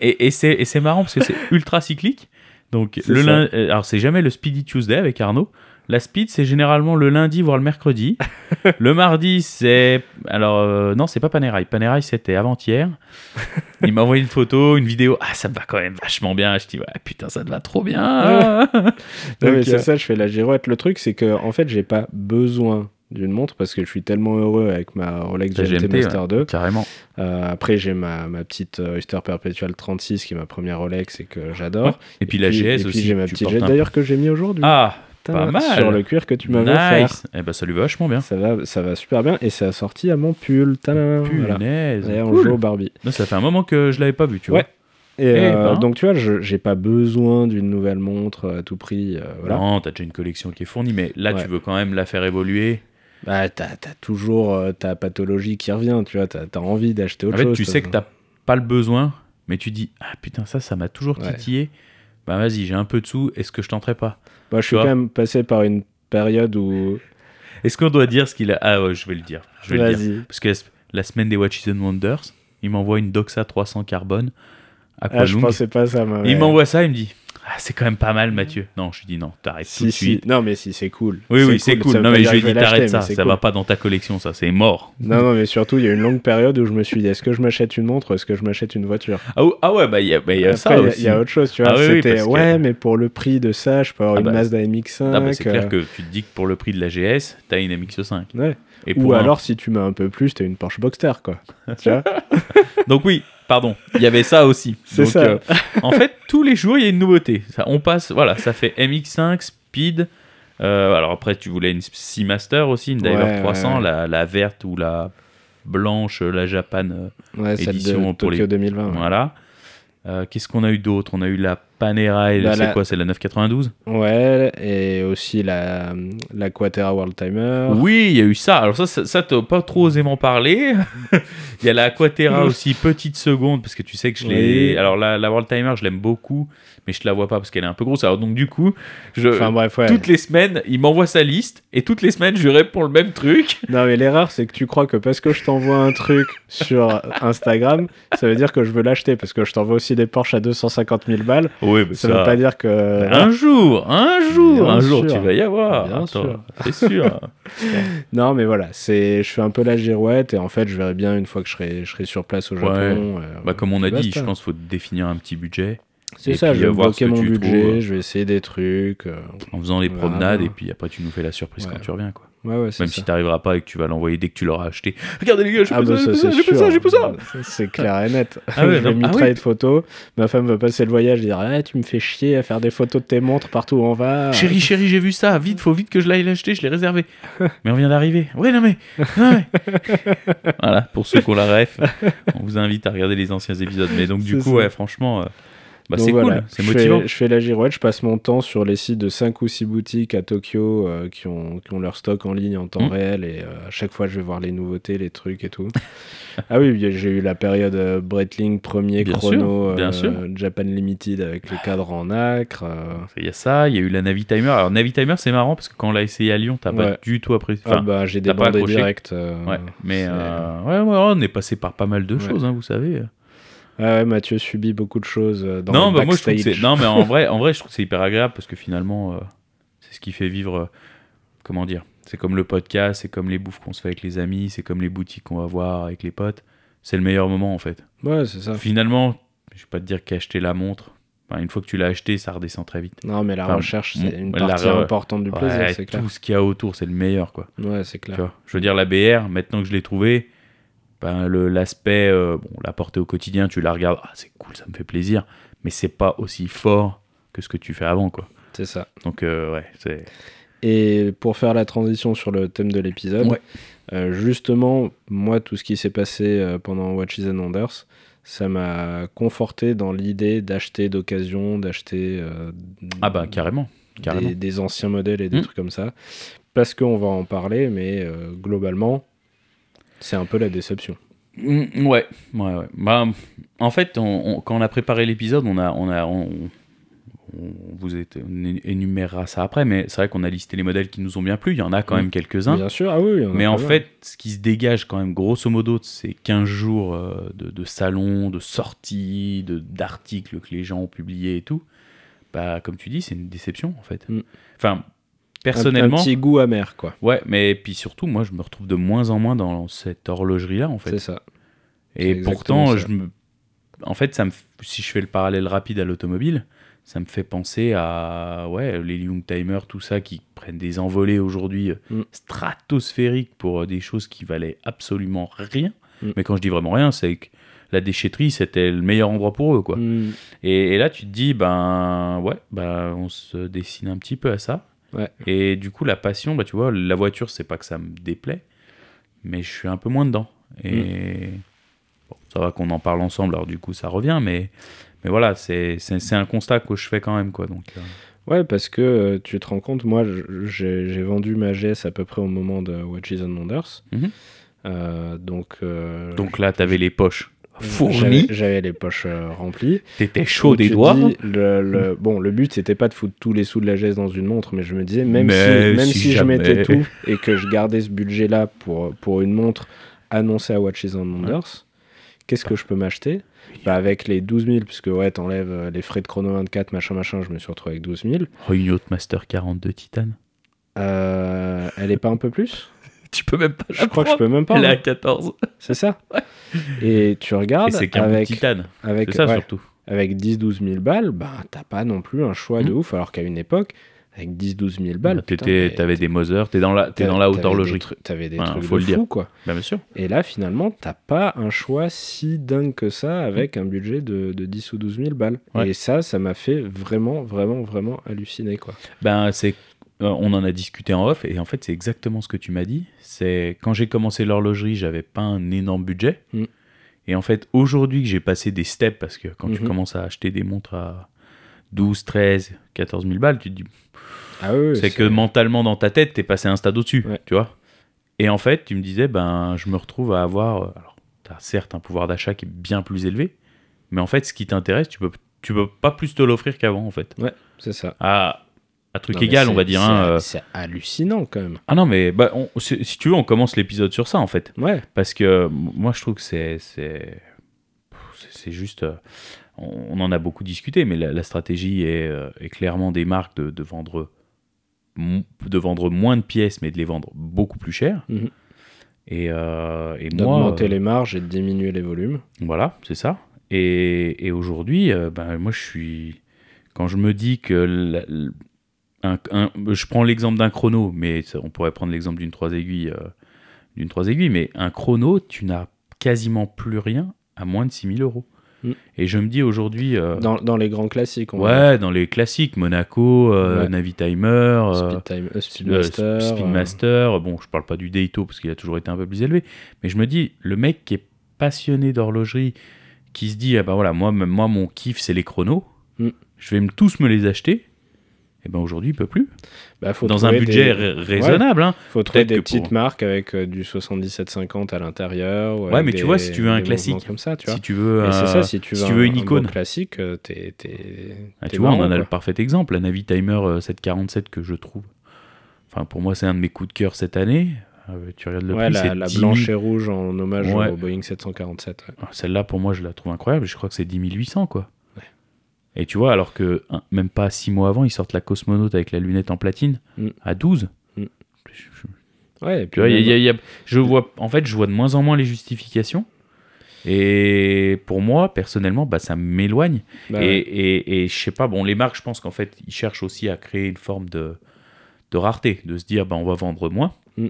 et, et c'est et c'est marrant parce que c'est ultra cyclique. Donc,
C'est
le
ça.
lin- euh, alors c'est jamais le Speedy Tuesday avec Arnaud. La speed, c'est généralement le lundi, voire le mercredi. le mardi, c'est. Alors, euh, non, c'est pas Panerai. Panerai, c'était avant-hier. Il m'a envoyé une photo, une vidéo. Ah, ça me va quand même vachement bien. Je dis, ouais, putain, ça te va trop bien.
Non, mais
Donc,
c'est
euh,
ça, je fais la girouette. Le truc, c'est que, en fait, j'ai pas besoin d'une montre parce que je suis tellement heureux avec ma Rolex
Ta
GMT,
GMT,
Master 2.
Carrément.
Euh, après, j'ai ma, ma petite euh, Oyster Perpetual 36 qui est ma première Rolex et que j'adore.
Et puis la
Et
GS
puis,
aussi.
j'ai ma
tu
petite
portes
GS
un-
d'ailleurs que j'ai mis aujourd'hui.
Ah, Pas mal.
sur le cuir que tu m'avais
nice. Eh ben, ça lui va vachement bien.
fait. Ça va, ça va super bien et c'est assorti à mon pull. Tadam, voilà.
Punaise.
D'ailleurs, on
Cool.
joue au Barbie.
Non, ça fait un moment que je l'avais pas vu, tu
Ouais, Et
Eh
euh,
ben.
donc, tu vois, je- j'ai pas besoin d'une nouvelle montre à tout prix. euh,
vois.
voilà.
Non, t'as déjà une collection qui est fournie, mais là,
Ouais.
tu veux quand même la faire évoluer.
Bah, t'as t'as toujours euh, ta pathologie qui revient, tu vois. T'as t'as envie d'acheter autre
en fait,
chose.
tu sais que t'as pas le besoin, mais tu dis Ah putain, ça, ça m'a toujours
Ouais.
titillé. Bah vas-y, j'ai un peu de sous, est-ce que je tenterai pas
Bah, je suis
tu
quand
vois.
même passé par une période où.
Est-ce qu'on doit dire ce qu'il a Ah ouais, je vais le dire. Je vais le dire.
Vas-y.
Parce que la, la semaine des Watches and Wonders, il m'envoie une Doxa 300 carbone à
Ah, je pensais pas ça, ma
Il
mère.
m'envoie ça, il me dit Ah, c'est quand même pas mal, Mathieu. Non, je lui dis Non, t'arrêtes tout
Si,
de
si.
suite.
Non, mais si, c'est cool.
Oui, oui, c'est cool.
ça veut
Non,
pas
mais
dire
je lui
que vais
dis
l'acheter,
T'arrêtes
mais
ça,
c'est
ça
cool.
va pas dans ta collection, ça, c'est mort.
Non, non, mais surtout, il y a une longue période où je me suis dit est-ce que je m'achète une montre ou est-ce que je m'achète une voiture
Ah, ou- ah ouais, bah il y a, bah, il y a
Après,
ça
il y a-
aussi.
Il y a autre chose, tu vois.
Ah oui, oui,
C'était
parce que-
ouais, mais pour le prix de ça, je peux avoir
Ah
une
bah,
Mazda MX5.
Ah bah, c'est
euh,
clair que tu te dis que pour le prix de la GS, t'as une MX5.
ouais.
Et
Ou
un-
alors, si tu mets un peu plus, t'as une Porsche Boxster, quoi. tu vois
Donc oui, pardon, il y avait ça aussi.
C'est
Donc, euh,
ça.
en fait, tous les jours, il y a une nouveauté. Ça, on passe, voilà, ça fait MX5, Speed. euh, alors après, tu voulais une Seamaster aussi, une Diver
Ouais, ouais,
300,
ouais.
La, la verte ou la blanche, la Japan. euh,
Ouais, celle de
Édition pour
Tokyo
les-
2020. ouais.
Voilà. Euh, Qu'est-ce qu'on a eu d'autre On a eu la Panera, et
Bah,
c'est
la-
quoi C'est la 992
Ouais, et aussi la, la Quatera World Timer.
Oui, il y a eu ça. Alors ça, ça, ça, t'as pas trop osé m'en parler. Il y a la Aquaterra aussi, petite seconde, parce que tu sais que je l'ai...
Oui.
Alors la, la World Timer, je l'aime beaucoup, mais je la vois pas parce qu'elle est un peu grosse. Alors donc du coup, je...
Enfin bref, ouais.
euh, toutes les semaines, il m'envoie sa liste, et toutes les semaines, je lui réponds le même truc.
Non, mais l'erreur, c'est que tu crois que parce que je t'envoie un truc sur Instagram, ça veut dire que je veux l'acheter, parce que je t'envoie aussi des Porsche à 250 000 balles.
Oui,
Ça, veut pas dire que.
Un jour, un jour,
Bien
un jour,
sûr.
tu vas y avoir.
Bien
Attends,
sûr.
C'est sûr.
Non, mais voilà, c'est, je fais un peu la girouette et en fait, je verrai bien une fois que je serai, je serai sur place au Japon.
Ouais.
euh,
bah, comme on a dit,
Basta.
je pense qu'il faut définir un petit budget
c'est
et
ça,
puis,
je
euh,
vais
voir
bloquer
ce que
mon
tu
budget,
trouves.
je vais essayer des trucs. euh,
en faisant les
Ouais,
promenades,
ouais.
et puis après, tu nous fais la surprise
Ouais.
quand tu reviens, quoi.
Ouais, ouais, c'est
Même
ça.
si t'arriveras pas et que tu vas l'envoyer dès que tu l'auras acheté. Regardez les gars, j'ai
Ah
pas
bah
ça,
ça,
j'ai
c'est
pas ça, j'ai
sûr. Ah,
pas ça, j'ai pas ça.
C'est clair et net.
Ah ouais,
je
non,
vais
ah
mitrailler
oui.
de photos. Ma femme va passer le voyage et dire Ah, Tu me fais chier à faire des photos de tes montres partout où on va.
Chérie, chérie, j'ai vu ça. Vite, faut vite que je l'aille l'acheter. Je l'ai réservé. Mais on vient d'arriver. Ouais, non mais. non, mais. voilà, pour ceux qui ont la ref, on vous invite à regarder les anciens épisodes. Mais donc du
C'est
coup,
ça.
ouais, franchement, euh, bah,
Donc
c'est
voilà,
cool, c'est
je
motivant.
Fais, je fais la girouette, je passe mon temps sur les sites de 5 ou 6 boutiques à Tokyo euh, qui, ont, qui ont leur stock en ligne en temps
Mm.
réel et euh, à chaque fois je vais voir les nouveautés, les trucs et tout. ah oui, bien, j'ai eu la période euh, Breitling premier
Bien
chrono
sûr, bien
euh,
sûr.
Japan Limited avec les cadres en acre. euh,
Il y a ça, il y a eu la Navi Timer. Alors Navi Timer, c'est marrant parce que quand on l'a essayé à Lyon, t'as
Ouais.
pas du tout apprécié.
ah
Enfin,
bah j'ai des
t'as pas
bandés
accroché.
directs. euh,
ouais, mais
c'est-
euh, ouais, ouais, ouais, on est passé par pas mal de
Ouais.
choses, hein, vous savez.
Ah ouais, Mathieu subit beaucoup de choses euh, dans
non,
le
bah, moi, je trouve
backstage.
que c'est- non, mais en vrai, en vrai, je trouve que c'est hyper agréable parce que finalement, euh, c'est ce qui fait vivre. euh, comment dire C'est comme le podcast, c'est comme les bouffes qu'on se fait avec les amis, c'est comme les boutiques qu'on va voir avec les potes. C'est le meilleur moment en fait.
Ouais, c'est ça.
Finalement, je vais pas te dire qu'acheter la montre. enfin, une fois que tu l'as acheté, ça redescend très vite.
Non, mais la
Enfin,
recherche, c'est
bon,
une
la
partie
re-
importante du
Ouais,
plaisir, c'est clair.
tout ce qu'il y a autour, c'est le meilleur quoi.
Ouais, c'est clair.
Tu vois, je veux dire, la BR, maintenant que je l'ai trouvée, ben, le- l'aspect, euh, bon, la portée au quotidien, tu la regardes, ah, c'est cool, ça me fait plaisir, mais c'est pas aussi fort que ce que tu fais avant, quoi.
C'est ça.
Donc, euh, ouais, c'est.
Et pour faire la transition sur le thème de l'épisode,
Ouais.
euh, justement, moi, tout ce qui s'est passé euh, pendant Watches and Wonders, ça m'a conforté dans l'idée d'acheter d'occasion, d'acheter euh,
Ah, bah, carrément. carrément.
des, des anciens modèles et des
Mm.
trucs comme ça. Parce qu'on va en parler, mais euh, globalement, c'est un peu la déception.
Mm, ouais, ouais, ouais. Bah, en fait, on- on- quand on a préparé l'épisode, on a, on a, on, on vous est- on énumérera ça après, mais c'est vrai qu'on a listé les modèles qui nous ont bien plu. Il y en a quand
Mm.
même quelques-uns.
Bien sûr, ah oui, il y a
Hein Mais
pas
en
mal.
fait, ce qui se dégage quand même, grosso modo, de ces 15 jours euh, de, de salon, de sorties, de- d'articles que les gens ont publiés et tout, bah, comme tu dis, c'est une déception en fait.
Mm.
Enfin,
Un-
personnellement,
un, petit goût amer, quoi.
ouais, mais puis surtout, moi, je me retrouve de moins en moins dans cette horlogerie-là en
C'est
fait.
ça.
Et
c'est
pourtant,
exactement
je
ça.
me... en fait, ça me... f- si je fais le parallèle rapide à l'automobile, ça me fait penser à ouais, les Young Timers, tout ça, qui prennent des envolées aujourd'hui euh,
Mm.
stratosphériques pour euh, des choses qui valaient absolument rien.
Mm.
Mais quand je dis vraiment rien, c'est que la déchetterie, c'était le meilleur endroit pour eux. Quoi.
Hmm.
Et, et là, tu te dis, ben ouais, ben, on se dessine un petit peu à ça.
Ouais.
Et du coup, la passion, bah, tu vois, la voiture, c'est pas que ça me déplaît, mais je suis un peu moins dedans. Et bon, ça va qu'on en parle ensemble, alors du coup, ça revient, mais, mais voilà, c'est c'est- c'est un constat que je fais quand même, quoi. Donc, euh,
Ouais, parce que euh, tu te rends compte, moi je- j'ai j'ai vendu ma GS à peu près au moment de Watches and Wonders.
Mhm.
Euh, donc euh,
donc là, t'avais les poches
j'avais-
fournies,
J'avais les poches euh, remplies.
t'étais chaud
Où tu
des
te
doigts. hein. Mm.
dis, le, le- bon, le but c'était pas de foutre tous les sous de la GS dans une montre, mais je me disais, même
Mais
si, même
si
si je
jamais.
mettais tout et que je gardais ce budget là pour, pour une montre annoncée à Watches and Wonders, qu'est-ce que je peux m'acheter bah, Avec les 12 000, puisque ouais, t'enlèves euh, les frais de chrono 24, machin machin, je me suis retrouvé avec 12 000.
Oh, une autre Master 42 Titan.
Euh, elle est pas un peu plus
Tu peux même pas la
Je crois que je
prendre.
peux même pas.
Elle est à
hein.
14.
C'est ça. Et tu
Et
regardes
c'est qu'un bon
avec,
Titan. C'est
avec,
ça
ouais,
surtout.
avec 10-12 000 balles, bah, t'as pas non plus un choix de ouf. Alors qu'à une époque, avec 10-12 000 balles, putain,
Hmm. T'étais-
mais
T'avais des Mother, t'es dans la, t'es dans la haute
t'avais
horlogerie.
des trucs- T'avais des
Enfin,
trucs
faut
de
le dire.
fou, quoi.
Bah, bien sûr.
Et là, finalement, t'as pas un choix si dingue que ça avec un budget de, de 10 ou 12 000 balles.
Hmm. Ouais.
Et ça, ça m'a fait vraiment, vraiment, vraiment halluciner, quoi.
Ben, c'est, euh, on en a discuté en off, et en fait, c'est exactement ce que tu m'as dit. C'est quand j'ai commencé l'horlogerie, j'avais pas un énorme budget.
Mm.
Et en fait, aujourd'hui que j'ai passé des steps, parce que quand tu
Mhm.
commences à acheter des montres à 12, 13, 14 000 balles, tu te dis,
Ah oui,
c'est que mentalement dans ta tête, t'es passé un stade au-dessus,
Ouais.
tu vois. Et en fait, tu me disais, ben, je me retrouve à avoir, euh, alors, t'as certes un pouvoir d'achat qui est bien plus élevé, mais en fait, ce qui t'intéresse, tu peux, tu peux pas plus te l'offrir qu'avant, en fait.
c'est ça.
À, à truc
Non, mais
égal, on
c'est-
va dire. hein,
c'est-
euh,
C'est hallucinant, quand même.
ah non, mais bah, on- si si tu veux, on commence l'épisode sur ça, en fait.
Ouais.
Parce que euh, moi, je trouve que c'est. C'est pff, c'est- c'est juste. euh, On on en a beaucoup discuté, mais la, la stratégie est, euh, est clairement des marques de, de vendre, m- de vendre moins de pièces, mais de les vendre beaucoup plus cher.
Mhm.
Et, euh, et moi.
d'augmenter les marges et de diminuer les volumes.
Voilà, c'est ça. Et, et aujourd'hui, euh, ben, moi, je suis. Quand je me dis que. la- l- un- un- je prends l'exemple d'un chrono, mais ça, on pourrait prendre l'exemple d'une trois aiguilles. euh, d'une trois aiguilles, mais un chrono, tu n'as quasiment plus rien à moins de 6000 euros.
Mm.
Et je me dis aujourd'hui. euh,
Dans, dans les grands classiques, on va dire.
ouais, dans les classiques, Monaco, euh,
Ouais.
Navitimer. euh,
Speed, Time- euh,
euh,
Speedmaster.
Sp-
euh,
Speedmaster, bon, je parle pas du Daito parce qu'il a toujours été un peu plus élevé, mais je me dis, le mec qui est passionné d'horlogerie, qui se dit, ah bah voilà, moi, m- moi mon kiff c'est les chronos,
Mm.
je vais me, tous me les acheter, et ben aujourd'hui il peut plus.
bah, faut
Dans un
trouver
budget
Des,
ra- raisonnable, hein.
faut trouver
peut-être
des
que pour-
petites marques avec euh, du 77-50 à l'intérieur. ou
Ouais,
avec
mais tu
des-
vois, si tu veux un
des mouvements
classique,
Comme ça, tu vois.
si tu veux.
Mais c'est
euh,
ça, si tu veux,
si
un-
tu veux une
un
icône.
bon classique, euh, t'es. t'es-
ah,
t'es
tu vois, on en
marrant,
a le
quoi.
parfait exemple, la Navi Timer euh, 747 que je trouve. Enfin, pour moi, c'est un de mes coups de cœur cette année. Euh, tu regardes le
Ouais,
prix,
la,
c'est
la
10 000.
blanche et rouge en hommage
Ouais.
au Boeing 747. ouais.
Ah, Celle-là, pour moi, je la trouve incroyable. Je crois que c'est 10 800, quoi. Et tu vois, alors que hein, même pas six mois avant, ils sortent la cosmonaute avec la lunette en platine
Mm.
à 12.
Mm.
Je- je-
Ouais. et
Tu
puis
vois, il y a-
même-
il y a- il y a- je vois, en fait, je vois de moins en moins les justifications. Et pour moi, personnellement, bah, ça m'éloigne.
bah,
et,
ouais.
et- et je sais pas, bon, les marques, je pense qu'en fait, ils cherchent aussi à créer une forme de, de rareté, de se dire, bah, on va vendre moins.
Mm.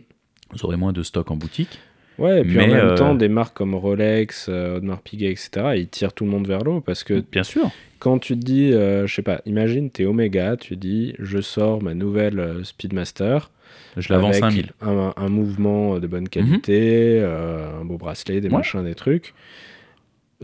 Vous aurez moins de stock en boutique.
Ouais, et puis en
mais,
même
euh,
temps, des marques comme Rolex, euh, Audemars Piguet, etc., ils tirent tout le monde vers le haut parce que
Bien sûr.
Quand tu te dis, euh, je sais pas, imagine t'es Omega, tu dis, je sors ma nouvelle euh, Speedmaster.
Je la vends
avec
5000.
Un, un mouvement de bonne qualité, euh, un beau bracelet, des
Mhm. Ouais.
machins, des trucs.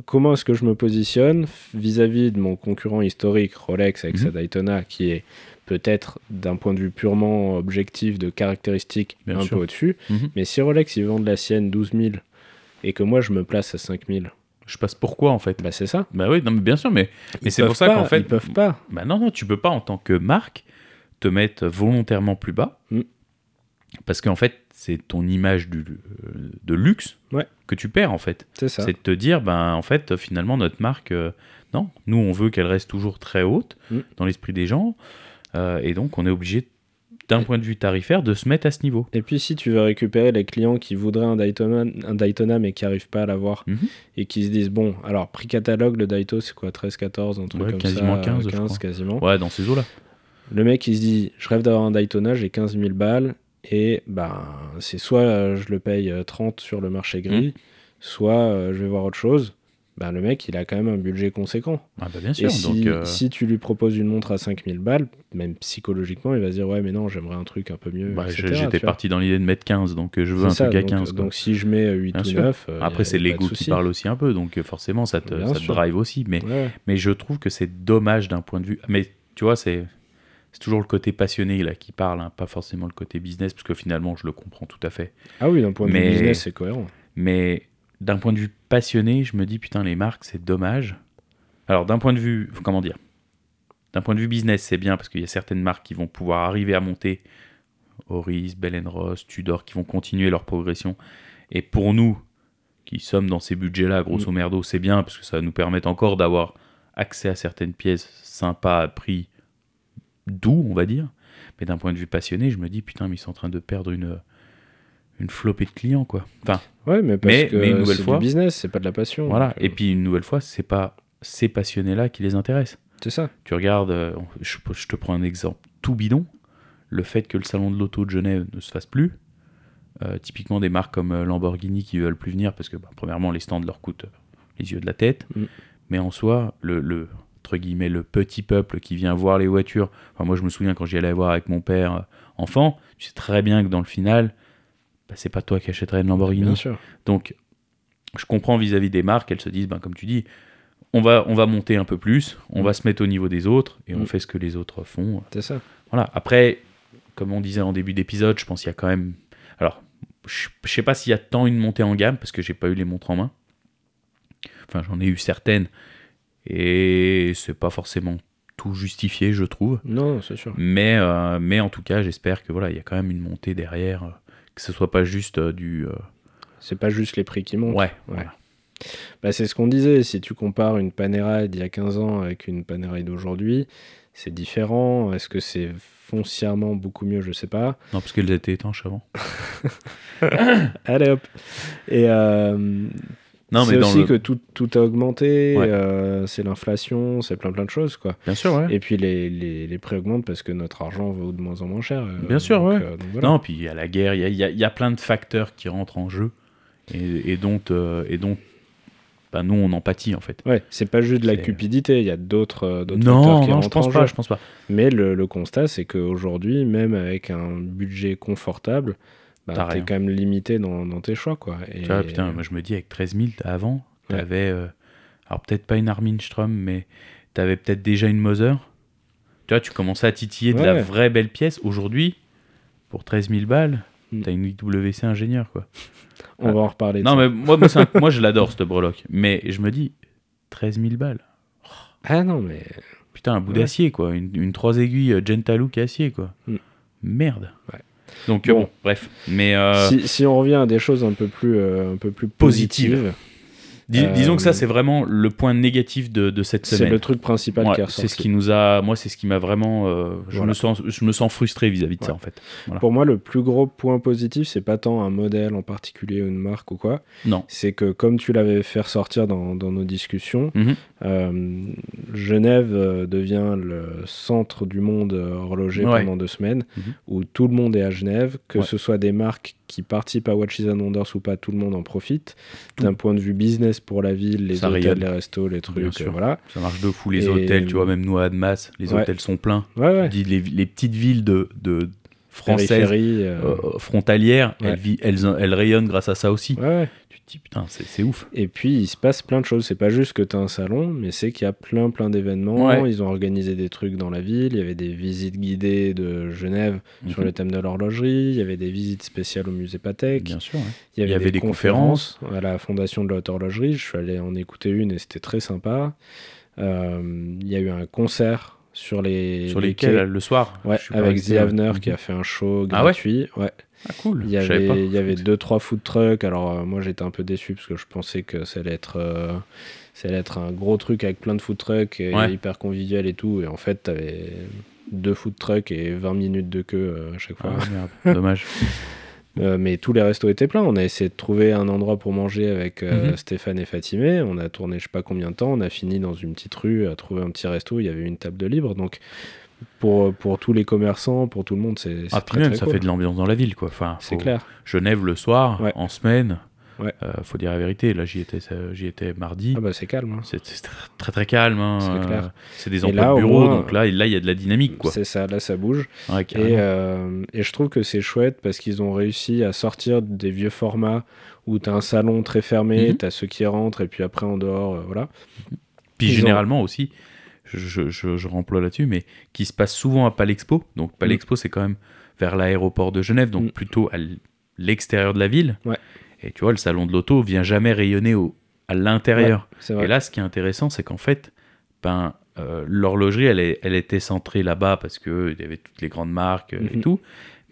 Comment est-ce que je me positionne vis-à-vis de mon concurrent historique Rolex avec sa
Mhm.
Daytona qui est peut-être d'un point de vue purement objectif de caractéristiques
Bien
un
sûr.
peu au-dessus
Mhm.
Mais si Rolex ils vendent la sienne 12 000 et que moi je me place à 5 000,
Je passe pourquoi en fait
bah c'est ça.
Bah oui, non, mais bien sûr, mais, mais
Ils
c'est pour
peuvent
ça
pas,
qu'en fait.
Ils peuvent pas.
Bah non, non, tu peux pas en tant que marque te mettre volontairement plus bas.
Mm.
Parce qu'en fait, c'est ton image du, euh, de luxe
Ouais.
que tu perds en fait.
C'est ça.
C'est de te dire, ben en fait, finalement, notre marque, euh, non, nous on veut qu'elle reste toujours très haute
Mm.
dans l'esprit des gens. euh, et donc, on est obligé, d'un point de vue tarifaire, de se mettre à ce niveau.
Et puis si tu veux récupérer les clients qui voudraient un Daytona, un Daytona mais qui n'arrivent pas à l'avoir
Mhm.
et qui se disent bon alors prix catalogue le Dayto c'est quoi 13 14 un truc
Ouais,
comme
quasiment
ça
15, je crois.
quasiment.
Ouais, dans ces eaux-là.
Le mec il se dit je rêve d'avoir un Daytona j'ai 15 000 balles et ben
Mhm.
c'est soit euh, je le paye euh, 30 sur le marché gris soit euh, je vais voir autre chose. bah, le mec, il a quand même un budget conséquent.
Ah bah bien sûr.
Et si,
donc, euh,
si tu lui proposes une montre à 5000 balles, même psychologiquement, il va se dire Ouais, mais non, j'aimerais un truc un peu mieux.
bah,
etc.,
j'ai-
tu
j'étais
vois.
parti dans l'idée de mettre 15, donc euh, je
C'est
veux un
ça,
truc à
donc,
15. quoi.
Donc si je mets euh, 8
Bien
ou
sûr.
9.
Après, c'est l'ego qui parle aussi un peu, donc euh, forcément, ça te,
Bien
ça te
sûr.
drive aussi. Mais, mais je trouve que c'est dommage d'un point de vue. Mais tu vois, c'est. C'est toujours le côté passionné là qui parle, hein, pas forcément le côté business, parce que finalement je le comprends tout à fait.
Ah oui, d'un point de vue
Mais-
business, c'est cohérent.
Mais d'un point de vue passionné, je me dis putain, les marques, c'est dommage. Alors, d'un point de vue, comment dire D'un point de vue business, c'est bien parce qu'il y a certaines marques qui vont pouvoir arriver à monter. Oris, Bell Ross, Tudor, qui vont continuer leur progression. Et pour nous, qui sommes dans ces budgets-là, grosso merdo, c'est bien parce que ça va nous permettre encore d'avoir accès à certaines pièces sympas à prix doux, on va dire. Mais d'un point de vue passionné, je me dis putain, mais ils sont en train de perdre une, une flopée de clients, quoi. Enfin,
Ouais, mais parce
Mais-
que
mais une nouvelle
c'est
fois-
du business, c'est pas de la passion.
Voilà.
Donc, euh,
Et puis une nouvelle fois, c'est pas ces passionnés-là qui les intéressent.
C'est ça.
Tu regardes, euh, je, je te prends un exemple tout bidon, le fait que le salon de l'auto de Genève ne se fasse plus. euh, typiquement des marques comme euh, Lamborghini qui veulent plus venir parce que bah, premièrement les stands leur coûtent euh, les yeux de la tête,
Mm.
mais en soi le, le- entre guillemets le petit peuple qui vient voir les voitures. Enfin, moi je me souviens quand j'y allais voir avec mon père euh, enfant, tu sais très bien que dans le final, bah, c'est pas toi qui achèterais une Lamborghini.
Bien sûr.
Donc, je comprends vis-à-vis des marques, elles se disent, ben, comme tu dis, on va, on va monter un peu plus, on va se mettre au niveau des autres, et on
Mm.
fait ce que les autres font.
C'est ça.
Voilà. Après, comme on disait en début d'épisode, je pense qu'il y a quand même. Alors, je je sais pas s'il y a tant une montée en gamme, parce que j'ai pas eu les montres en main. Enfin, j'en ai eu certaines, et c'est pas forcément tout justifié, je trouve.
Non, c'est sûr.
Mais, euh, mais en tout cas, j'espère que voilà, il y a quand même une montée derrière, euh, que ce soit pas juste euh, du. euh,
C'est pas juste les prix qui montent.
Ouais, voilà.
Bah, c'est ce qu'on disait, si tu compares une Panerai d'il y a 15 ans avec une Panerai d'aujourd'hui, c'est différent. Est-ce que c'est foncièrement beaucoup mieux Je sais pas.
Non, parce qu'elles étaient étanches avant.
Allez hop Et euh,
Non, mais
c'est
dans
aussi
le...
que tout, tout a augmenté,
Ouais.
euh, c'est l'inflation, c'est plein plein de choses. quoi.
Bien sûr, ouais.
Et puis les, les, les prix augmentent parce que notre argent vaut de moins en moins cher. euh,
Bien sûr,
donc,
ouais.
euh, donc voilà.
Non, puis il y a la guerre, il y a, il y a- il y a plein de facteurs qui rentrent en jeu et, et dont, euh, et dont bah, nous, on en pâtit, en fait.
Ouais, c'est pas juste de la
C'est-
cupidité, il y a d'autres euh, d'autres facteurs
Non,
qui
non, je
rentrent en
pense
jeu.
pas, je pense pas.
Mais le, le constat, c'est qu'aujourd'hui, même avec un budget confortable, bah,
T'as
t'es
rien.
quand même limité dans, dans tes choix. Quoi. Et,
Tu vois, putain, moi, je me dis, avec 13 000, t'as- avant,
Ouais.
t'avais... euh, alors, peut-être pas une Armin Strom, mais t'avais peut-être déjà une Moser. Tu vois, tu commençais à titiller de
Ouais.
la vraie belle pièce. Aujourd'hui, pour 13 000 balles,
Mm.
t'as une IWC ingénieur, quoi.
on va en reparler. de
Non,
ça.
mais moi, moi, c'est un- moi, je l'adore, cette breloque. Mais je me dis, 13 000 balles
Ah non, mais
Putain, un bout
Ouais.
d'acier, quoi. Une, une trois aiguilles euh, Gentalook acier, quoi.
Hmm.
Merde.
Ouais.
Donc, euh,
Bon.
bon, bref. Mais euh,
si, si on revient à des choses un peu plus, euh, un peu plus positives,
dis-
euh,
disons que ça, c'est vraiment le point négatif de, de cette
c'est
semaine.
le truc principal
Ouais,
qui est
c'est ce
ressorti.
qui nous a. Moi, c'est ce qui m'a vraiment. euh, je,
Voilà.
me sens, je me sens frustré vis-à-vis de ça,
Ouais.
en fait.
Pour moi, le plus gros point positif, c'est pas tant un modèle en particulier ou une marque ou quoi.
Non.
C'est que, comme tu l'avais fait ressortir dans, dans nos discussions,
Mhm.
euh, Genève euh, devient le centre du monde euh, horloger
Ouais.
pendant deux semaines,
Mhm.
où tout le monde est à Genève, que
Ouais.
ce soit des marques qui participent à Watches and Wonders ou pas, tout le monde en profite.
Tout.
D'un point de vue business pour la ville, les
Ça
hôtels,
rayonne.
les restos, les trucs,
Bien sûr.
euh, voilà.
Ça marche de fou, les
Et-
hôtels, tu vois, même nous à Admas, les
Ouais.
hôtels sont pleins.
Ouais, ouais.
Dis, Les, les petites villes de, de françaises
Périphérie, euh,
euh, frontalières,
Ouais.
elles, vi- elles, elles rayonnent grâce à ça aussi.
ouais, ouais.
Tu te dis, putain, c'est c'est ouf.
Et puis, il se passe plein de choses. C'est pas juste que tu as un salon, mais c'est qu'il y a plein, plein d'événements.
Ouais.
Ils ont organisé des trucs dans la ville. Il y avait des visites guidées de Genève sur
Mhm.
le thème de l'horlogerie. Il y avait des visites spéciales au musée Patek.
Bien sûr, hein. ouais.
Il y avait,
Il y avait
des,
des
conférences, à la fondation de la haute horlogerie. Je suis allé en écouter une et c'était très sympa. Euh, il y a eu un concert sur les,
sur
les
lesquels
quais.
le soir
Ouais,
je suis pas
avec The
resté, ouais.
Avener qui
Mhm.
a fait un show
Ah ouais
gratuit. ouais.
ah, cool
Il y
Je savais pas.
avait, il y avait deux trois food trucks. Alors euh, moi j'étais un peu déçu parce que je pensais que ça allait être, euh, ça allait être un gros truc avec plein de food trucks et
Ouais.
hyper convivial et tout. Et en fait t'avais deux food trucks et 20 minutes de queue euh, à chaque
Ah,
fois.
merde. dommage
Euh, mais tous les restos étaient pleins. On a essayé de trouver un endroit pour manger avec euh,
Mhm.
Stéphane et Fatimé. On a tourné je sais pas combien de temps. On a fini dans une petite rue à trouver un petit resto. où Il y avait une table de libre. Donc pour, pour tous les commerçants, pour tout le monde, c'est c'est
ah puis
très,
même
très
ça
cool.
fait de l'ambiance dans la ville quoi enfin
C'est
faut-
clair.
Genève le soir
Ouais.
en semaine
Ouais.
Euh, faut dire la vérité, là j'y étais, ça- j'y étais mardi.
Ah bah c'est calme. hein.
C'est c'est tr- très très calme. hein.
C'est clair.
Euh, C'est
Et
des emplois
là,
de
au
bureau,
moins,
donc là il là, il y a de la dynamique. Quoi.
C'est ça, là ça bouge.
Ouais,
Et,
carrément.
euh, et je trouve que c'est chouette parce qu'ils ont réussi à sortir des vieux formats où t'as un salon très fermé,
Mhm.
t'as ceux qui rentrent et puis après en dehors, euh, voilà.
Puis
ils ont-
généralement aussi, je, je, je, je remploie là-dessus, mais qui se passe souvent à Palexpo. Donc Palexpo c'est quand même vers l'aéroport de Genève, donc
Mm.
plutôt à l- l'extérieur de la ville.
Ouais.
Et tu vois, le salon de l'auto vient jamais rayonner au, à l'intérieur.
C'est vrai.
Et là, ce qui est intéressant, c'est qu'en fait, ben, euh, l'horlogerie, elle, est- elle était centrée là-bas parce qu'il y avait toutes les grandes marques euh,
Mhm.
et tout.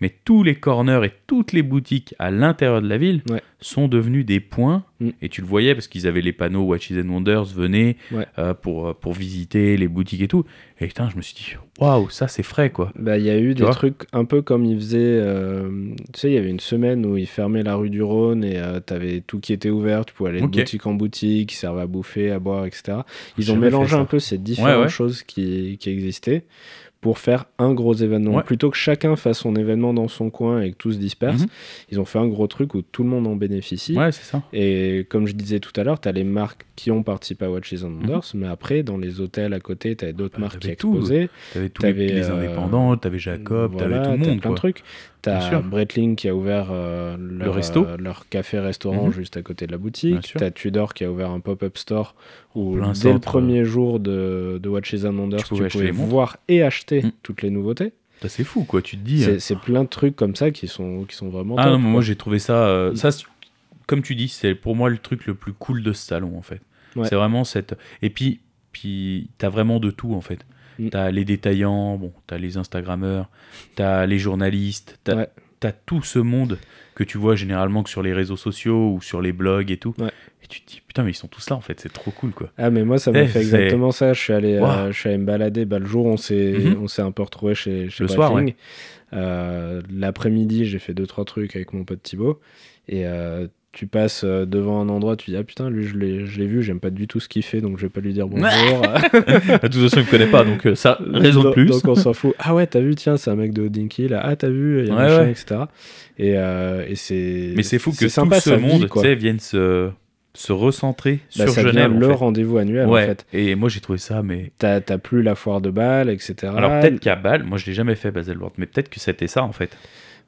Mais tous les corners et toutes les boutiques à l'intérieur de la ville
Ouais.
sont devenus des points.
Mm.
Et tu le voyais parce qu'ils avaient les panneaux Watches and Wonders, venez
Ouais.
euh, pour, euh, pour visiter les boutiques et tout. Et putain, je me suis dit, waouh, ça c'est frais quoi.
Bah, il y a eu des
vois
trucs un peu comme ils faisaient. euh, tu sais, il y avait une semaine où ils fermaient la rue du Rhône et euh, t'avais tout qui était ouvert. Tu pouvais aller
Ok. Ah,
de boutique en boutique, ils servaient à bouffer, à boire, etc. Ils
J'ai
ont
jamais fait
mélangé
ça.
un peu ces différentes
ouais.
choses qui, qui existaient pour faire un gros événement.
Ouais.
Plutôt que chacun fasse son événement dans son coin et que tout se disperse,
Mhm.
ils ont fait un gros truc où tout le monde en bénéficie.
Ouais, c'est ça.
Et comme je disais tout à l'heure, t'as les marques qui ont participé à Watches and Wonders, mais après, dans les hôtels à côté, t'as d'autres
Bah,
marques qui
t'avais tout.
exposaient.
T'avais tous les-
T'avais,
les,
euh,
indépendants, t'avais Jacob,
Voilà,
t'avais tout le monde.
plein de
quoi.
trucs. T'as
sûr.
Breitling qui a ouvert euh, leur,
resto.
euh, leur café-restaurant
Mhm.
juste à côté de la
Bien
boutique.
sûr.
T'as Tudor qui a ouvert un pop-up store où
plein
dès le
centre, euh,
premier jour de, de Watches and Wonders, tu pouvais,
pouvais acheter les montres.
voir et acheter
Mhm.
toutes les nouveautés.
Putain, C'est fou quoi, tu te dis. euh,
C'est c'est plein de trucs comme ça qui sont, qui sont vraiment.
Ah
top,
non, mais moi
quoi.
j'ai trouvé ça. euh,
Mm.
ça, c'est- comme tu dis, c'est pour moi le truc le plus cool de ce salon en fait.
Ouais.
C'est vraiment cette. Et puis, puis t'as vraiment de tout en fait.
Mm.
T'as les détaillants, bon, t'as les Instagrammeurs, t'as les journalistes, t'as
Ouais.
t'as tout ce monde que tu vois généralement que sur les réseaux sociaux ou sur les blogs et tout.
Ouais.
Et tu te dis putain, mais ils sont tous là en fait, c'est trop cool quoi.
Ah mais moi ça m'a
Eh,
fait
c'est-
exactement ça. Je suis allé, euh,
Waouh.
je suis allé me balader. Bah, le jour on s'est,
Mhm.
on s'est un peu retrouvé chez, chez
Le soir,
Breitling. Euh, L'après-midi j'ai fait deux trois trucs avec mon pote Thibaut et euh, tu passes euh, devant un endroit, tu dis ah putain lui je l'ai, je l'ai vu, j'aime pas du tout ce qu'il fait donc je vais pas lui dire bonjour.
De toute façon, ils me connaissent pas, donc euh, ça, raison de
Donc-
plus.
Donc on s'en fout. Ah ouais t'as vu tiens c'est un mec de Dinky là. Ah t'as vu il y a
Ouais,
machin,
ouais.
etc. Et, euh, et c'est
Mais c'est fou que
sympa,
tout ce
ça vit,
monde, tu
quoi.
sais, vienne se, se recentrer
Bah,
sur
ça devient
Genève. en
leur
fait.
rendez-vous annuel
ouais.
en fait.
Et moi j'ai trouvé ça, mais
T'as t'as plus la foire de Bâle etc.
Alors peut-être qu'à Bâle, moi je l'ai jamais fait Baselworld, mais peut-être que c'était ça en fait.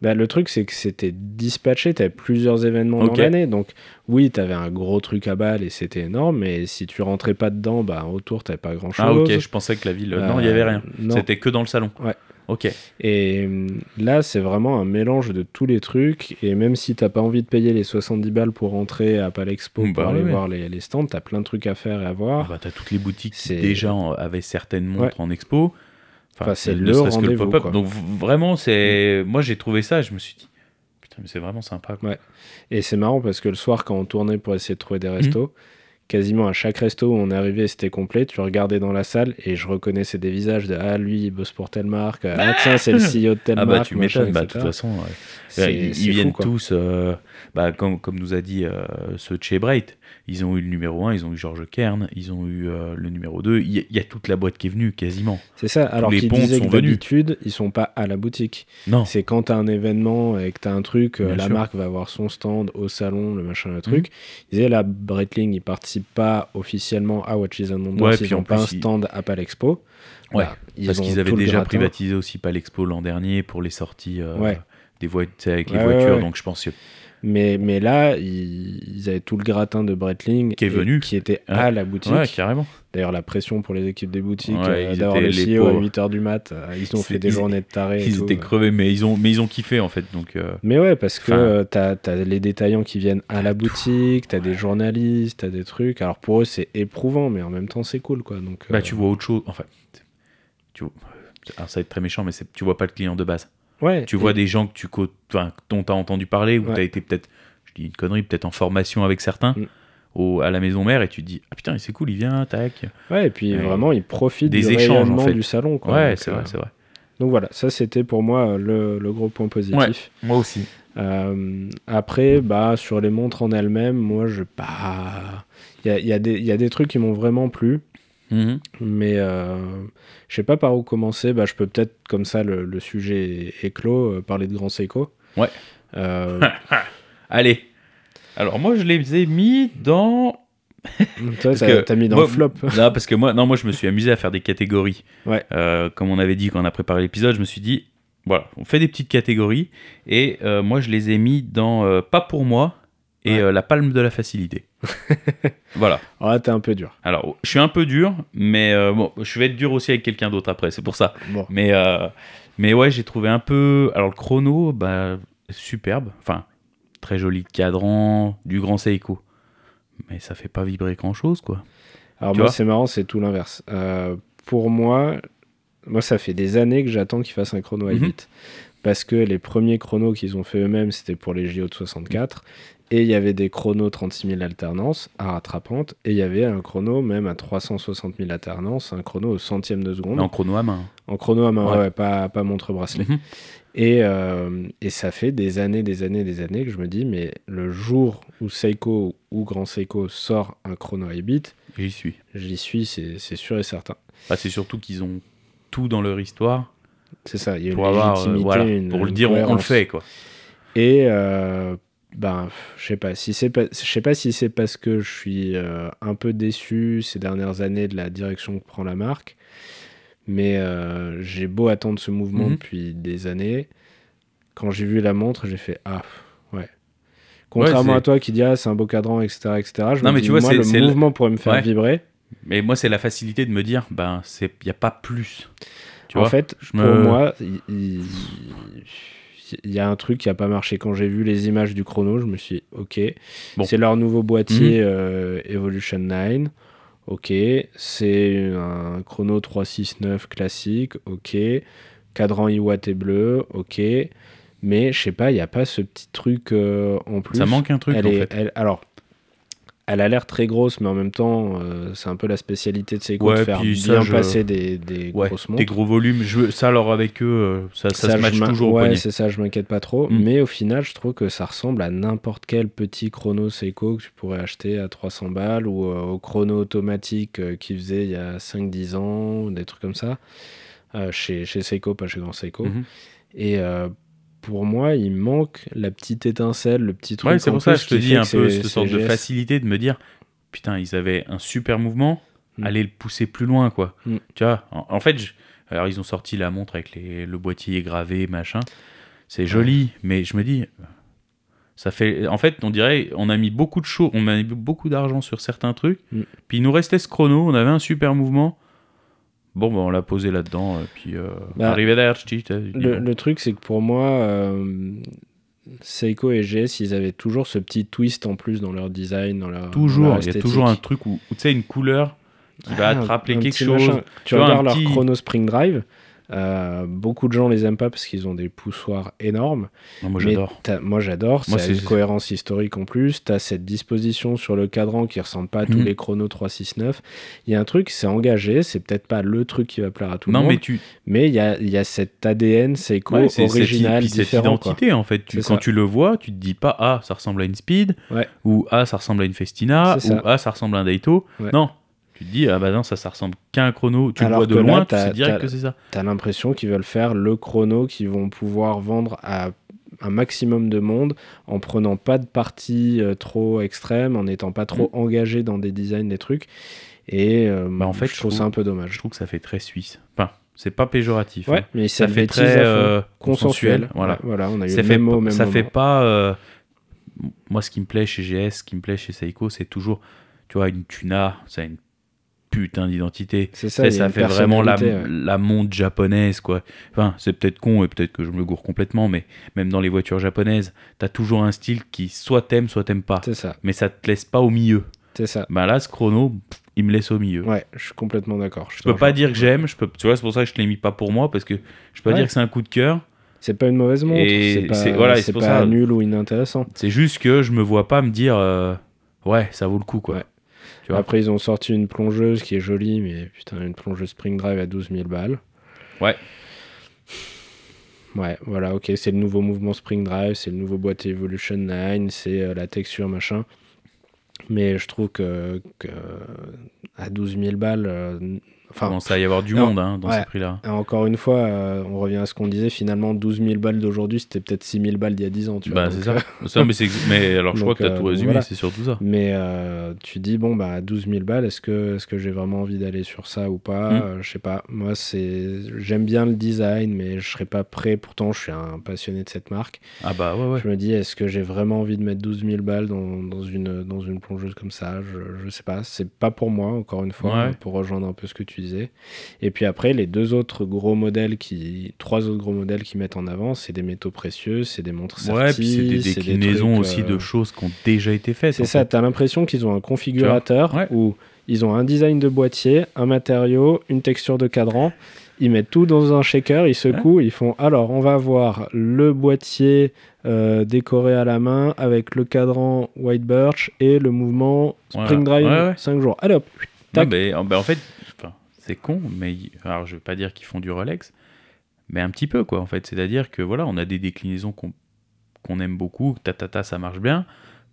Bah, le truc, c'est que c'était dispatché, t'avais plusieurs événements
Ok.
dans l'année. Donc, oui, t'avais un gros truc à balle et c'était énorme, mais si tu rentrais pas dedans, bah, autour, t'avais pas grand chose. Euh,
Ah ok, je pensais que la ville... non, il y avait rien. C'était que dans le salon.
Ouais. Ah.
Ok.
Et hum, là, c'est vraiment un mélange de tous les trucs. Et même si t'as pas envie de payer les 70 balles pour rentrer à Palexpo
Bah
pour aller
ouais.
voir les, les stands, t'as plein de trucs à faire et à voir.
Ah bah, t'as toutes les boutiques qui
C'est-
déjà en- avaient certaines montres en expo.
Enfin, c'est
ne
le
serait-ce que
rendez-vous,
pop-up.
quoi. Mm.
Donc v- vraiment, c'est... Moi j'ai trouvé ça, je me suis dit... Putain, mais c'est vraiment sympa. quoi.
Ouais. Et c'est marrant parce que le soir, quand on tournait pour essayer de trouver des restos, quasiment à chaque resto où on arrivait, c'était complet. Tu regardais dans la salle et je reconnaissais des visages de Ah, lui, il bosse pour telle marque. Ah, tiens, c'est le CEO de telle
Bah. Ah
marque.
bah tu
machin,
m'étonnes, bah, de
etc.
toute façon, ouais.
C'est-
ils, ils
c'est fou,
viennent
quoi.
tous, euh, bah, comme, comme nous a dit euh, ce Che Bright, ils ont eu le numéro 1, ils ont eu Georges Kern, ils ont eu euh, le numéro 2, il y, a- il y a toute la boîte qui est venue quasiment.
C'est ça. Alors
les
qu'ils
ponts
disaient
sont
que
venus.
d'habitude, ils sont pas à la boutique.
Non,
C'est quand t'as un événement et que t'as un truc, euh,
Bien
la
sûr. Mmh.
marque va avoir son stand au salon, le machin, le truc. Ils disaient là, Breitling, il participe pas officiellement à Watches and Wonders.
Ouais,
ils
puis
n'ont
en
pas un
plus, ils-
stand à Palexpo. Bah,
Ouais,
ils
parce
ont
qu'ils avaient
tout le
déjà
gratin.
privatisé aussi Palexpo l'an dernier pour les sorties euh,
Ouais.
des voit- tu sais, avec les
Ouais, ouais,
voitures,
ouais.
donc je pense que
Mais, mais là, ils, ils avaient tout le gratin de Breitling
Qui est
et-
venu.
Qui était
Ouais.
à la boutique.
Ouais, carrément.
D'ailleurs, la pression pour les équipes des boutiques,
Ouais,
euh,
ils
d'avoir
étaient
le
les
CEO à
pauvres.
8h du mat, euh, ils ont
Ils-
fait des
ils-
journées de tarés. et
Ils
tout,
étaient
euh.
crevés, mais ils ont, mais ils ont kiffé en fait. Donc, euh,
Mais ouais, parce que
Enfin,
euh, t'as as les détaillants qui viennent à la boutique, t'as des journalistes, t'as des trucs. Alors pour eux, c'est éprouvant, mais en même temps, c'est cool quoi. Donc,
bah,
euh,
tu vois autre chose. Enfin, tu vois, alors, ça va être très méchant, mais c'est- tu vois pas le client de base.
ouais,
Tu
et-
vois des gens que tu co- enfin, dont tu as entendu parler ou
Ouais.
tu as été peut-être, je dis une connerie, peut-être en formation avec certains
Mm.
au- à la maison mère et tu te dis Ah putain, c'est cool, il vient, tac.
ouais, et puis
Ouais.
vraiment, ils profitent
Des
du
échanges, en
rayonnement
fait.
du salon quoi.
ouais,
Donc,
c'est
euh,
vrai, c'est vrai.
Donc voilà, ça c'était pour moi euh, le, le gros point positif.
Ouais. Moi aussi.
Euh, après, bah, sur les montres en elles-mêmes, moi, je pas. Il y a, il y a des- il y a des trucs qui m'ont vraiment plu,
Mhm.
mais euh, je sais pas par où commencer. Bah, je peux peut-être, comme ça, le, le sujet est clos, euh, parler de Grand Seiko.
Ouais.
Euh,
Allez, Alors moi, je les ai mis dans
Toi,
Parce
t'as
que
t'as mis dans
moi-
le flop.
Non, parce que moi, non, moi, je me suis amusé à faire des catégories.
Ouais.
Euh, comme on avait dit quand on a préparé l'épisode, je me suis dit, voilà, on fait des petites catégories. Et euh, moi, je les ai mis dans euh, Pas pour moi et
Ouais.
euh, La palme de la facilité. voilà.
Ah, t'es un peu dur.
Alors, je suis un peu dur, mais euh, bon, je vais être dur aussi avec quelqu'un d'autre après, c'est pour ça.
Bon.
Mais, euh, mais ouais, j'ai trouvé un peu. Alors, le chrono, bah, superbe. Enfin, très joli cadran, du grand Seiko. Mais ça fait pas vibrer grand chose, quoi.
Alors
Tu
moi,
vois
c'est marrant, c'est tout l'inverse. Euh, pour moi, moi, ça fait des années que j'attends qu'ils fassent un chrono à
Mhm.
8. Parce que les premiers chronos qu'ils ont fait eux-mêmes, c'était pour les JO de 64.
Mhm.
Et il y avait des chronos 36 000 alternances à rattrapante. Et il y avait un chrono même à 360 000 alternances, un chrono au centième de seconde.
Mais en chrono à main.
En chrono à main,
Ouais.
ouais, pas, pas montre-bracelet.
Mhm.
Et, euh, et ça fait des années, des années, des années que je me dis, mais le jour où Seiko ou Grand Seiko sort un chrono à 8 bits,
J'y suis.
j'y suis, c'est c'est sûr et certain.
Bah, c'est surtout qu'ils ont tout dans leur histoire
C'est ça, il y a
pour
une
avoir, euh,
légitimité,
voilà,
une-
pour le
une
dire, on- on, le
cohérence.
fait quoi.
Et euh, ben, pff, je sais pas si c'est pas, je sais pas si c'est parce que je suis euh, un peu déçu ces dernières années de la direction que prend la marque, mais euh, j'ai beau attendre ce mouvement
Mhm.
depuis des années. Quand j'ai vu la montre, j'ai fait ah ouais. Contrairement
c'est-
à toi qui dis ah c'est un beau cadran etc etc. Je
Non,
me
mais
dis,
tu vois,
moi
c'est-
le
c'est le-
mouvement pourrait me faire
Ouais.
vibrer.
Mais moi, c'est la facilité de me dire, ben, c'est, il y a pas plus. Tu
en
vois
fait,
je
pour
me-
moi, il il- il y, a un truc qui a pas marché. Quand j'ai vu les images du chrono, je me suis dit, ok,
Bon. Mhm.
c'est leur nouveau boîtier euh, Evolution 9. Ok, c'est un chrono 369 classique. Ok, cadran Iwate bleu. Ok, mais je sais pas, il n'y a pas ce petit truc euh, en plus.
ça manque un truc
Elle
en
est-
fait.
elle- alors, elle a l'air très grosse, mais en même temps, euh, c'est un peu la spécialité de Seiko
Ouais,
de faire
puis
bien
ça, je-
passer des, des
Ouais,
grosses
des
montres.
gros volumes. Je, veux- ça, alors avec eux, euh, ça, ça, se
je
match
m'in-
toujours au
ouais,
poignet.
c'est ça, je m'inquiète pas trop.
Mm.
Mais au final, je trouve que ça ressemble à n'importe quel petit chrono Seiko que tu pourrais acheter à 300 balles ou euh, au chrono automatique euh, qu'ils faisaient il y a 5-10 ans, ou des trucs comme ça. Euh, chez, chez Seiko, pas chez Grand Seiko.
Mhm.
Et euh, pour moi, il manque la petite étincelle, le petit truc.
Ouais, c'est
en
pour ça que
plus
je te
qui
dis
fait
un
que
peu
c'est-
cette
c'est
sorte de
GS.
facilité de me dire putain, ils avaient un super mouvement,
Mm.
allez le pousser plus loin quoi.
Mm.
Tu vois, en, en fait, je- alors ils ont sorti la montre avec les, le boîtier gravé, machin. C'est joli, mais je me dis ça fait en fait, on dirait on a mis beaucoup de choses, on a mis beaucoup d'argent sur certains trucs,
Mm.
puis il nous restait ce chrono, on avait un super mouvement. Bon, ben on l'a posé là-dedans, et puis euh,
Bah,
arrivederci, tu vois, tu dis,
Le,
bon.
le truc, c'est que pour moi, euh, Seiko et GS, ils avaient toujours ce petit twist en plus dans leur design, dans leur. dans leur
Toujours, il y a
esthétique.
toujours un truc où, où tu sais, une couleur qui va
Ah,
attraper
un
quelque
petit
chose.
machin. Tu,
Tu vois,
regardes
un
leur
petit-
chrono Spring Drive. euh, beaucoup de gens les aiment pas parce qu'ils ont des poussoirs énormes.
Non, moi
Mais
j'adore.
t'as- Moi j'adore.
Moi,
Ça a
c'est-
une cohérence historique en plus. Tu as cette disposition sur le cadran qui ressemble pas à tous
Mhm.
les chronos 369. Il y a un truc, c'est engagé. C'est peut-être pas le truc qui va plaire à tout
Non,
le monde.
mais tu.
Mais il y a, il y a cet ADN Seiko
ouais, c'est cette,
original,
puis cette
différent. quoi.
identité en fait. Tu-
C'est
quand
ça.
tu le vois, tu te dis pas Ah, ça ressemble à une Speed,
Ouais.
ou Ah, ça ressemble à une Festina,
C'est
ou
ça.
Ah, ça ressemble à un Daito.
Ouais.
Non. Tu te dis Ah, bah non, ça, ça ressemble qu'à un chrono. Tu
Alors
le vois de
que là,
loin, tu
t'as-
sais direct
t'as-
que c'est ça.
T'as l'impression qu'ils veulent faire le chrono qu'ils vont pouvoir vendre à un maximum de monde en prenant pas de partie euh, trop extrême, en n'étant pas trop engagé dans des designs, des trucs. Et euh,
Mm. Bah, en fait,
je
je
trouve ça
trouve-
un peu
Je
dommage.
trouve que ça fait très suisse. Enfin, c'est pas péjoratif.
Ouais,
hein.
mais
Ça
ça
fait très euh,
consensuel.
Voilà.
Ouais, voilà, on a eu
ça
le
fait
même mot,
pas-
au même
ça
moment.
fait pas euh, m- moi ce qui me plaît chez GS ce qui me plaît chez Seiko c'est toujours tu vois une Tuna ça a une putain d'identité
C'est ça,
ça,
il y a
ça
une
fait vraiment la,
personnalité, ouais.
la montre japonaise quoi enfin c'est peut-être con et peut-être que je me gourre complètement mais même dans les voitures japonaises t'as toujours un style qui soit t'aimes soit t'aimes pas
C'est ça,
mais ça te laisse pas au milieu
c'est ça.
bah là ce chrono pff, il me laisse au milieu
Ouais, je suis complètement d'accord.
je peux pas dire que j'aime je peux tu vois c'est pour ça que je l'ai mis pas pour moi parce que je peux pas
Ouais.
dire que c'est un coup de cœur
C'est pas une mauvaise montre.
Et
C'est
c'est-
pas,
voilà, et
c'est
c'est pour
pas
ça-
nul ou inintéressant.
C'est juste que je me vois pas me dire euh, ouais, ça vaut le coup quoi.
Ouais.
Tu vois.
Après, ils ont sorti une plongeuse qui est jolie, mais putain, une plongeuse Spring Drive à 12 000 balles.
Ouais.
Ouais, voilà, ok, c'est le nouveau mouvement Spring Drive, c'est le nouveau boîtier Evolution 9, c'est euh, la texture, machin. Mais je trouve que, que à 12 000 balles, euh,
Il
Enfin,
commence à y avoir du
non,
monde hein, dans
ouais.
ces prix-là.
encore une fois, euh, on revient à ce qu'on disait, finalement, 12 000 balles d'aujourd'hui, c'était peut-être 6 000 balles d'il y a 10 ans. Tu vois,
Bah,
donc, euh,
c'est ça. Ça, mais, c'est ex- mais alors, je
Donc,
crois que
euh,
t'as tout
donc,
résumé,
voilà.
c'est surtout ça.
Mais euh, tu dis, bon, bah, 12 000 balles, est-ce que, est que j'ai vraiment envie d'aller sur ça ou pas
Mm.
Euh, Je sais pas. Moi, c'est j'aime bien le design, mais je serais pas prêt. Pourtant, je suis un passionné de cette marque.
Ah bah ouais, ouais.
Je me dis, est-ce que j'ai vraiment envie de mettre 12 000 balles dans, dans une, dans une plongeuse comme ça je, je sais pas. C'est pas pour moi, encore une fois,
Ouais.
pour rejoindre un peu ce que tu disais. Et puis après, les deux autres gros modèles qui. Trois autres gros modèles qui mettent en avant, c'est des métaux précieux, c'est des montres
Ouais, puis c'est des
serties, c'est des
déclinaisons
trucs,
aussi
euh,
de choses qui ont déjà été faites.
c'est
en
ça,
fait.
t'as l'impression qu'ils ont un configurateur
Tu vois, ouais.
où ils ont un design de boîtier, un matériau, une texture de cadran. Ils mettent tout dans un shaker, ils secouent, ils font alors on va avoir le boîtier euh, décoré à la main avec le cadran White Birch et le mouvement
Voilà.
Spring Drive
Ouais, ouais.
5 jours. Allez hop
Non,
Tac.
mais, euh, bah, en fait, enfin, c'est con, mais ils- alors je vais pas dire qu'ils font du Rolex, mais un petit peu quoi en fait. C'est-à-dire que voilà, on a des déclinaisons qu'on qu'on aime beaucoup, que ta, ta, ta, ça marche bien,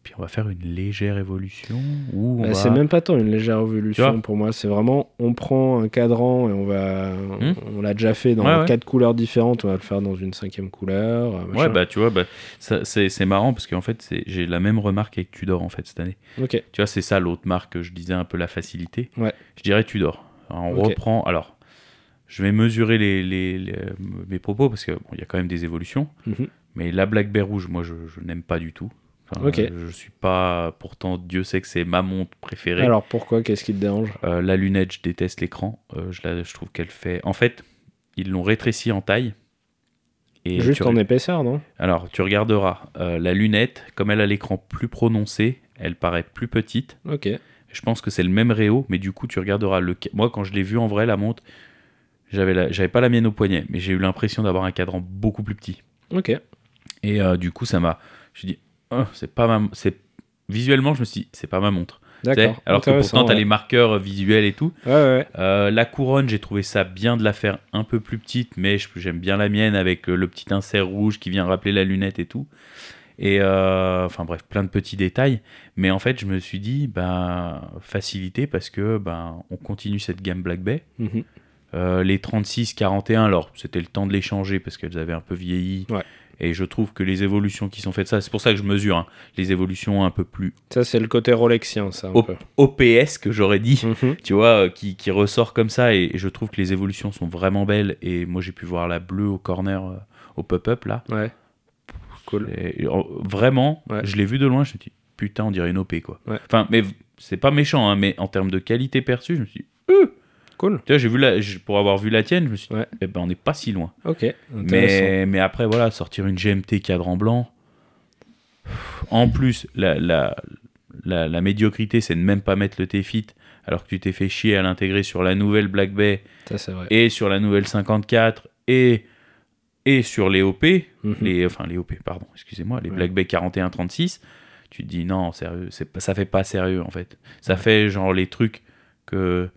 puis on va faire une légère évolution ou on
Bah,
va-
C'est même pas tant une légère
Tu
évolution
vois
pour moi, c'est vraiment on prend un cadran et on va.
Hmm.
On l'a déjà fait dans
Ouais, ouais.
quatre couleurs différentes, on va le faire dans une cinquième couleur. euh, machin.
Ouais, bah tu vois, bah, ça, c'est c'est marrant parce qu'en fait, c'est- j'ai la même remarque avec Tudor en fait cette année.
Ok.
Tu vois, c'est ça l'autre marque que je disais un peu la facilité.
Ouais.
Je dirais Tudor. Alors, on
Ok.
reprend. Alors, je vais mesurer les, les- les- mes propos parce qu'il y a quand même des évolutions.
Mhm.
Mais la Black Bear rouge, moi, je, je n'aime pas du tout. Enfin,
Ok.
euh, Je suis pas. Pourtant, Dieu sait que c'est ma montre préférée.
Alors pourquoi Qu'est-ce qui te dérange
Euh, la lunette, je déteste l'écran. Euh, je, la- je trouve qu'elle fait. En fait, ils l'ont rétrécie en taille. Et
Juste
tu
en épaisseur, non
Alors, tu regarderas. euh, la lunette, comme elle a l'écran plus prononcé, elle paraît plus petite.
Ok.
Je pense que c'est le même réo, mais du coup, tu regarderas le. ca- Moi, quand je l'ai vu en vrai, la montre, j'avais la... j'avais pas la mienne au poignet, mais j'ai eu l'impression d'avoir un cadran beaucoup plus petit.
Ok.
Et euh, du coup, ça m'a. Je me suis dit, Oh, c'est pas ma. c'est- Visuellement, je me suis dit, c'est pas ma montre. Tu
D'accord.
sais, Alors que pourtant, t'as
ouais.
les marqueurs euh, visuels et tout.
Ouais, ouais, ouais.
Euh, la couronne, j'ai trouvé ça bien de la faire un peu plus petite, mais je- j'aime bien la mienne avec euh, le petit insert rouge qui vient rappeler la lunette et tout. Et euh, enfin bref, plein de petits détails. Mais en fait, je me suis dit, ben, facilité parce que ben, on continue cette gamme Black Bay.
Mhm.
Euh, les 36-41, alors c'était le temps de les changer parce qu'elles avaient un peu vieilli.
Ouais.
Et je trouve que les évolutions qui sont faites, ça, c'est pour ça que je mesure hein, les évolutions un peu plus
Ça, c'est le côté Rolexien, ça, un
Oh.
peu.
OPS que j'aurais dit
Mhm.
tu vois, euh, qui, qui ressort comme ça. Et, et je trouve que les évolutions sont vraiment belles. Et moi, j'ai pu voir la bleue au corner, euh, au pop-up, là.
Ouais. Cool.
Et, euh, vraiment,
Ouais.
je l'ai vu de loin, je me suis dit, putain, on dirait une OP, quoi.
Ouais.
Enfin, mais v- c'est pas méchant, hein, mais en termes de qualité perçue, je me suis dit, Euh
Cool.
tu vois, j'ai vu la, je- pour avoir vu la tienne, je me suis dit,
Ouais.
eh ben, on n'est pas si loin.
Ok. Intéressant.
Mais, mais après, voilà, sortir une GMT cadran blanc. Pff, En plus, la, la, la, la médiocrité, c'est de même pas mettre le T-Fit, alors que tu t'es fait chier à l'intégrer sur la nouvelle Black Bay
Ça, c'est vrai.
et sur la nouvelle 54 et, et sur les OP,
Mhm.
les, enfin les OP, pardon, excusez-moi, les
Ouais.
Black Bay 41-36, tu te dis non, sérieux, c'est pas- ça fait pas sérieux en fait. Ça fait genre les trucs que.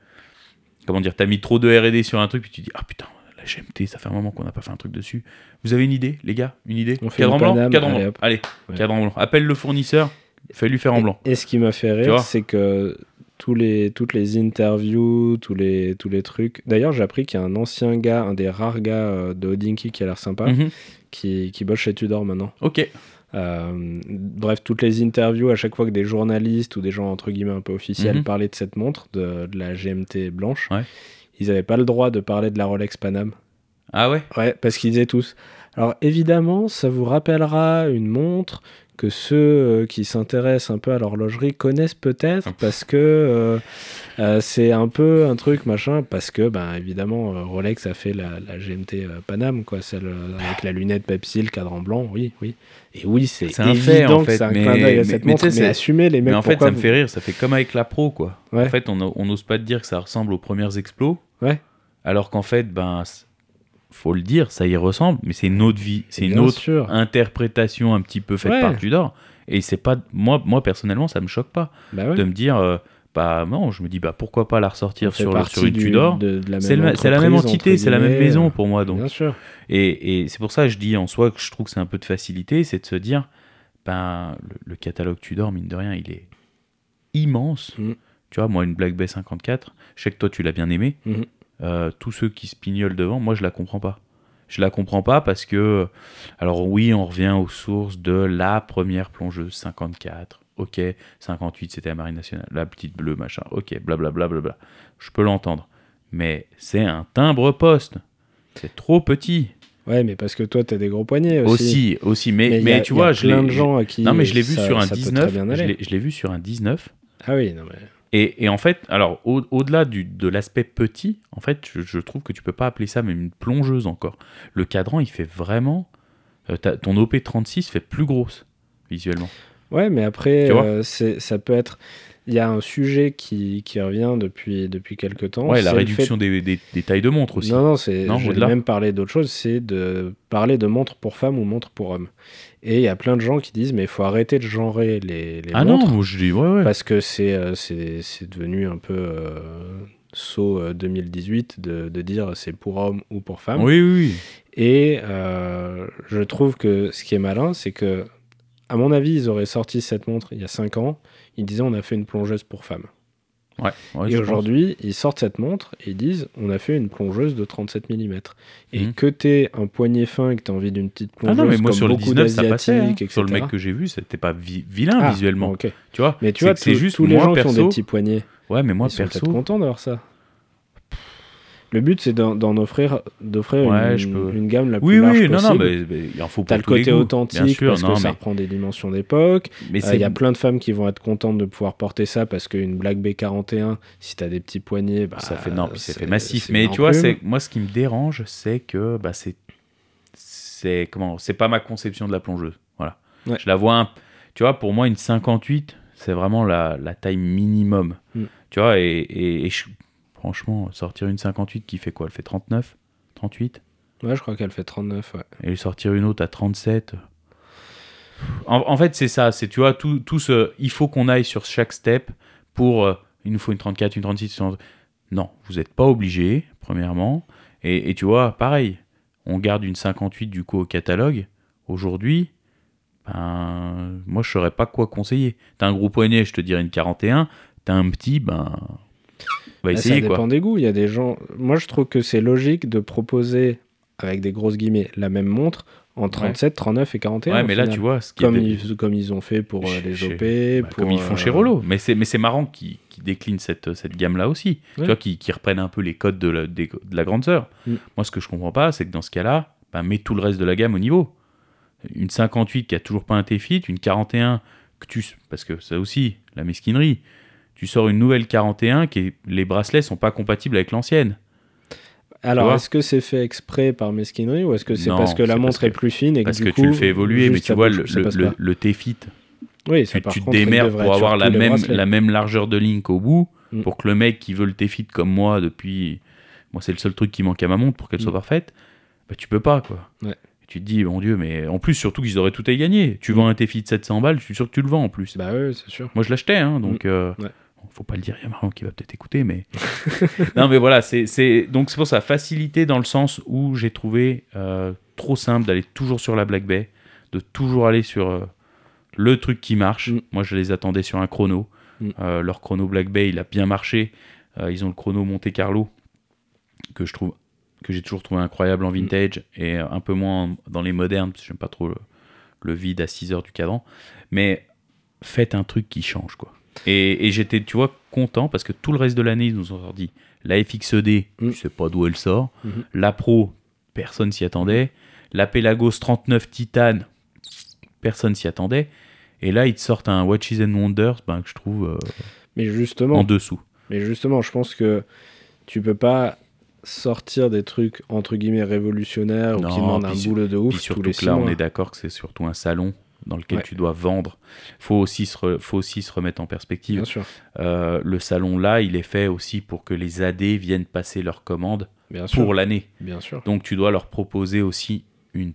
Comment dire, t'as mis trop de RD sur un truc, puis tu dis ah putain, la GMT, ça fait un moment qu'on n'a pas fait un truc dessus. Vous avez une idée, les gars Une idée
On fait une paname,
Cadran
allez,
blanc
hop.
Allez,
Ouais.
cadran blanc. Appelle le fournisseur, fais-lui faire en blanc.
Et ce qui m'a fait
Tu vois
rire, c'est que tous les, toutes les interviews, tous les, tous les trucs. D'ailleurs, j'ai appris qu'il y a un ancien gars, un des rares gars euh, de Odinky qui a l'air sympa,
Mhm.
qui, qui bosse chez Tudor maintenant.
Ok,
Euh, bref, toutes les interviews, à chaque fois que des journalistes ou des gens entre guillemets un peu officiels
Mhm.
parlaient de cette montre, de, de la GMT blanche,
Ouais.
ils n'avaient pas le droit de parler de la Rolex Panam.
ah ouais
Ouais, parce qu'ils disaient tous. Alors évidemment, ça vous rappellera une montre que ceux euh, qui s'intéressent un peu à l'horlogerie connaissent peut-être parce que euh, euh, c'est un peu un truc machin parce que ben évidemment euh, Rolex a fait la, la GMT euh, Panam quoi celle euh,
Ah.
avec la lunette Pepsi le cadran blanc oui oui et oui c'est
C'est
évident
un fait, en
que
fait,
c'est un
mais-
clin d'œil à
mais-
cette
mais tu
montre
sais,
mais
c'est-
assumez les mecs
Mais en fait,
pourquoi
ça me
vous-
fait rire, ça fait comme avec la pro, quoi.
Ouais.
En fait, on on n'ose pas te dire que ça ressemble aux premières explos.
Ouais.
Alors qu'en fait, ben, c- faut le dire, ça y ressemble, mais c'est une autre vie, c'est une
Bien
autre
sûr.
interprétation un petit peu faite
Ouais.
par Tudor. Et c'est pas, moi, moi personnellement, ça me choque pas
Bah ouais.
de me dire, euh, bah non, je me dis, bah pourquoi pas la
On
ressortir
fait
sur, le-
partie
sur une
du-
Tudor.
de- de la
C'est
même
le- c'est la même
entreprise,
entité,
entre
c'est la même
guillemets,
maison
euh,
pour moi, donc.
bien sûr
Et, et c'est pour ça que je dis en soi que je trouve que c'est un peu de facilité, c'est de se dire, ben, le, le catalogue Tudor, mine de rien, il est immense.
Mm.
Tu vois, moi, une Black Bay 54, je sais que toi, tu l'as bien aimé.
Mhm.
Euh, tous ceux qui se pignolent devant, moi, je la comprends pas. Je la comprends pas parce que, alors oui, on revient aux sources de la première plongeuse 54. Ok, 58, c'était la Marine nationale, la petite bleue, machin. Ok, blablabla, blablabla. Je peux l'entendre. Mais c'est un timbre poste. C'est trop petit.
Ouais, mais parce que toi, t'as des gros poignets aussi.
Aussi, aussi. Mais, mais,
il y a-
tu
il y a
vois, je
plein
l'ai-
de gens à qui.
Non, mais je l'ai vu
ça-
sur un
ça peut très
19.
bien
Je
aller.
l'ai- je l'ai vu sur un 19.
Ah oui, non, mais.
Et, et en fait, alors au- au-delà du- de l'aspect petit, en fait, je, je trouve que tu peux pas appeler ça même une plongeuse encore. Le cadran, il fait vraiment. euh, ta- ton OP36 fait plus grosse visuellement.
Ouais, mais après,
Tu vois
euh, c'est- ça peut être. Il y a un sujet qui, qui revient depuis, depuis quelques temps.
ouais, la
c'est le
réduction des, des- des tailles de montre
fait-
aussi.
Non, non, c'est.
Non,
je vais
au-delà.
même parler d'autre chose, c'est de parler de montre pour femme ou montre pour homme. Et il y a plein de gens qui disent, mais il faut arrêter de genrer les, les
ah
montres.
non, moi, je dis ouais, ouais.
Parce que c'est euh, c'est c'est devenu un peu euh, saut euh, 2018 de, de dire c'est pour homme ou pour femme.
oui, oui, oui.
Et euh, je trouve que ce qui est malin, c'est que, à mon avis, ils auraient sorti cette montre il y a 5 ans. Ils disaient on a fait une plongeuse pour femme.
Ouais, ouais, je
et
pense.
aujourd'hui, ils sortent cette montre et ils disent on a fait une plongeuse de 37 mm. Et
Mhm.
que t'es un poignet fin et que t'as envie d'une petite
Ah
plongeuse
non, mais moi
comme
sur le
beaucoup
19, ça passait. hein.
d'asiatiques,
Sur le
etc.
mec que j'ai vu, c'était pas vi- vilain
Ah,
visuellement.
ok.
Tu vois
Mais tu
C'est
vois,
que c'est
tous-
juste
tous les
moi,
gens qui ont
perso-
des petits poignets.
Ouais, mais moi
Ils sont
perso.
peut-être contents d'avoir ça. Le but, c'est d'en d'en offrir, d'offrir
Ouais, je
une,
peux.
une gamme la plus
Oui,
large
oui, non,
possible.
non, mais mais il en faut
T'as
pour
le
tous les
côté
goûts,
authentique
bien sûr,
parce que
non,
ça
mais-
reprend des dimensions d'époque.
mais
Euh, Il
c'est
y a plein de femmes qui vont être contentes de pouvoir porter ça parce qu'une Black B41, si t'as des petits poignets, bah,
ça fait non, puis ça
c'est-
fait massif.
c'est
Mais
une
tu vois,
enclume.
c'est moi ce qui me dérange, c'est que bah c'est c'est comment, c'est pas ma conception de la plongeuse. Voilà.
Ouais.
Je la vois un, tu vois, pour moi une 58, c'est vraiment la, la taille minimum.
Mm.
Tu vois et, et- et je- franchement sortir une 58 qui fait quoi Elle fait 39, 38
Ouais, je crois qu'elle fait 39. Ouais.
et sortir une autre à 37. En, en fait, c'est ça, c'est tu vois tout, tout ce il faut qu'on aille sur chaque step pour euh, il nous faut une 34, une 36, une 30. Non, vous n'êtes pas obligé, premièrement. Et, et tu vois, pareil, on garde une 58 du coup au catalogue. Aujourd'hui, ben, moi je saurais pas quoi conseiller. T'as un gros poignet, je te dirais une 41. T'as un petit, ben, on
Bah,
va essayer
ça
quoi.
dépend des goûts. Il y a des gens. Moi, je trouve que c'est logique de proposer, avec des grosses guillemets, la même montre en 37, 39 et 41.
Ouais,
au
mais là
final.
tu vois, ce qui
comme
est-
ils, comme ils ont fait pour euh, les
Chez-
OP,
Bah,
pour,
comme ils font
euh,
chez Rollo. Mais c'est, mais c'est marrant qu'ils, qu'ils déclinent cette, cette gamme-là aussi.
Ouais.
Tu vois, qu'ils, qu'ils reprennent un peu les codes de la, des- de la grande sœur.
Mm.
Moi, ce que je comprends pas, c'est que dans ce cas-là, bah, mets tout le reste de la gamme au niveau. Une 58 qui a toujours pas un T-Fit, une 41 que tu. Parce que ça aussi, la mesquinerie. Tu sors une nouvelle 41 qui est- les bracelets sont pas compatibles avec l'ancienne. Tu
Alors,
vois
est-ce que c'est fait exprès par mesquinerie ou est-ce que c'est
Non,
parce que la
c'est
montre
parce
est
que-
plus fine et que
Parce
du
que
coup,
tu le fais évoluer,
juste,
mais tu
ça
vois,
peut-
le,
ça
le-
passe
le-
pas.
le T-Fit,
oui, ça,
tu,
par
tu te
contre, il
démerdes
devrait
pour
être
avoir
sur
la
tous les
même,
bracelets.
la même largeur de ligne qu'au bout,
Mm.
pour que le mec qui veut le T-fit comme moi depuis... Moi, c'est le seul truc qui manque à ma montre pour qu'elle soit
Mm.
parfaite. Bah, tu peux pas, quoi.
Ouais.
Et tu te dis, mon Dieu, mais en plus, surtout qu'ils auraient tout à y gagner. Tu vends un T-fit de 700 balles, je suis sûr que tu le vends en plus.
Bah oui, c'est sûr.
Moi, je l'achetais, hein, donc... euh,
Mm. Ouais.
bon, Faut pas le dire, il y a Marion qui va peut-être écouter, mais. non, mais voilà, c'est c'est- donc c'est pour ça, facilité dans le sens où j'ai trouvé euh, trop simple d'aller toujours sur la Black Bay, de toujours aller sur euh, le truc qui marche.
Mm.
Moi, je les attendais sur un chrono.
Mm.
Euh, leur chrono Black Bay, il a bien marché. Euh, ils ont le chrono Monte Carlo que je trouve que j'ai toujours trouvé incroyable
Mm.
en vintage et euh, un peu moins en- dans les modernes parce que j'aime pas trop le, le vide à 6 heures du cadran. Mais faites un truc qui change quoi. Et, et j'étais, tu vois, content parce que tout le reste de l'année, ils nous ont sorti la FXED,
Mm.
je sais pas d'où elle sort,
Mhm.
la Pro, personne s'y attendait, la Pelagos 39 Titan, personne s'y attendait. Et là, ils te sortent un Watches and Wonders ben, que je trouve euh,
Mais
en
justement,
dessous.
mais justement, je pense que tu peux pas sortir des trucs entre guillemets révolutionnaires ou
Non,
qui demandent
puis
un
sur-
boulot de
Puis
ouf tous
surtout
les
que
six
là, on
mois.
est d'accord que c'est surtout un salon dans lequel
Ouais.
tu dois vendre. Faut aussi se, re- faut aussi se remettre en perspective.
Bien sûr,
Euh, le salon là, il est fait aussi pour que les AD viennent passer leurs commandes
bien sûr,
pour l'année.
bien sûr.
Donc tu dois leur proposer aussi une.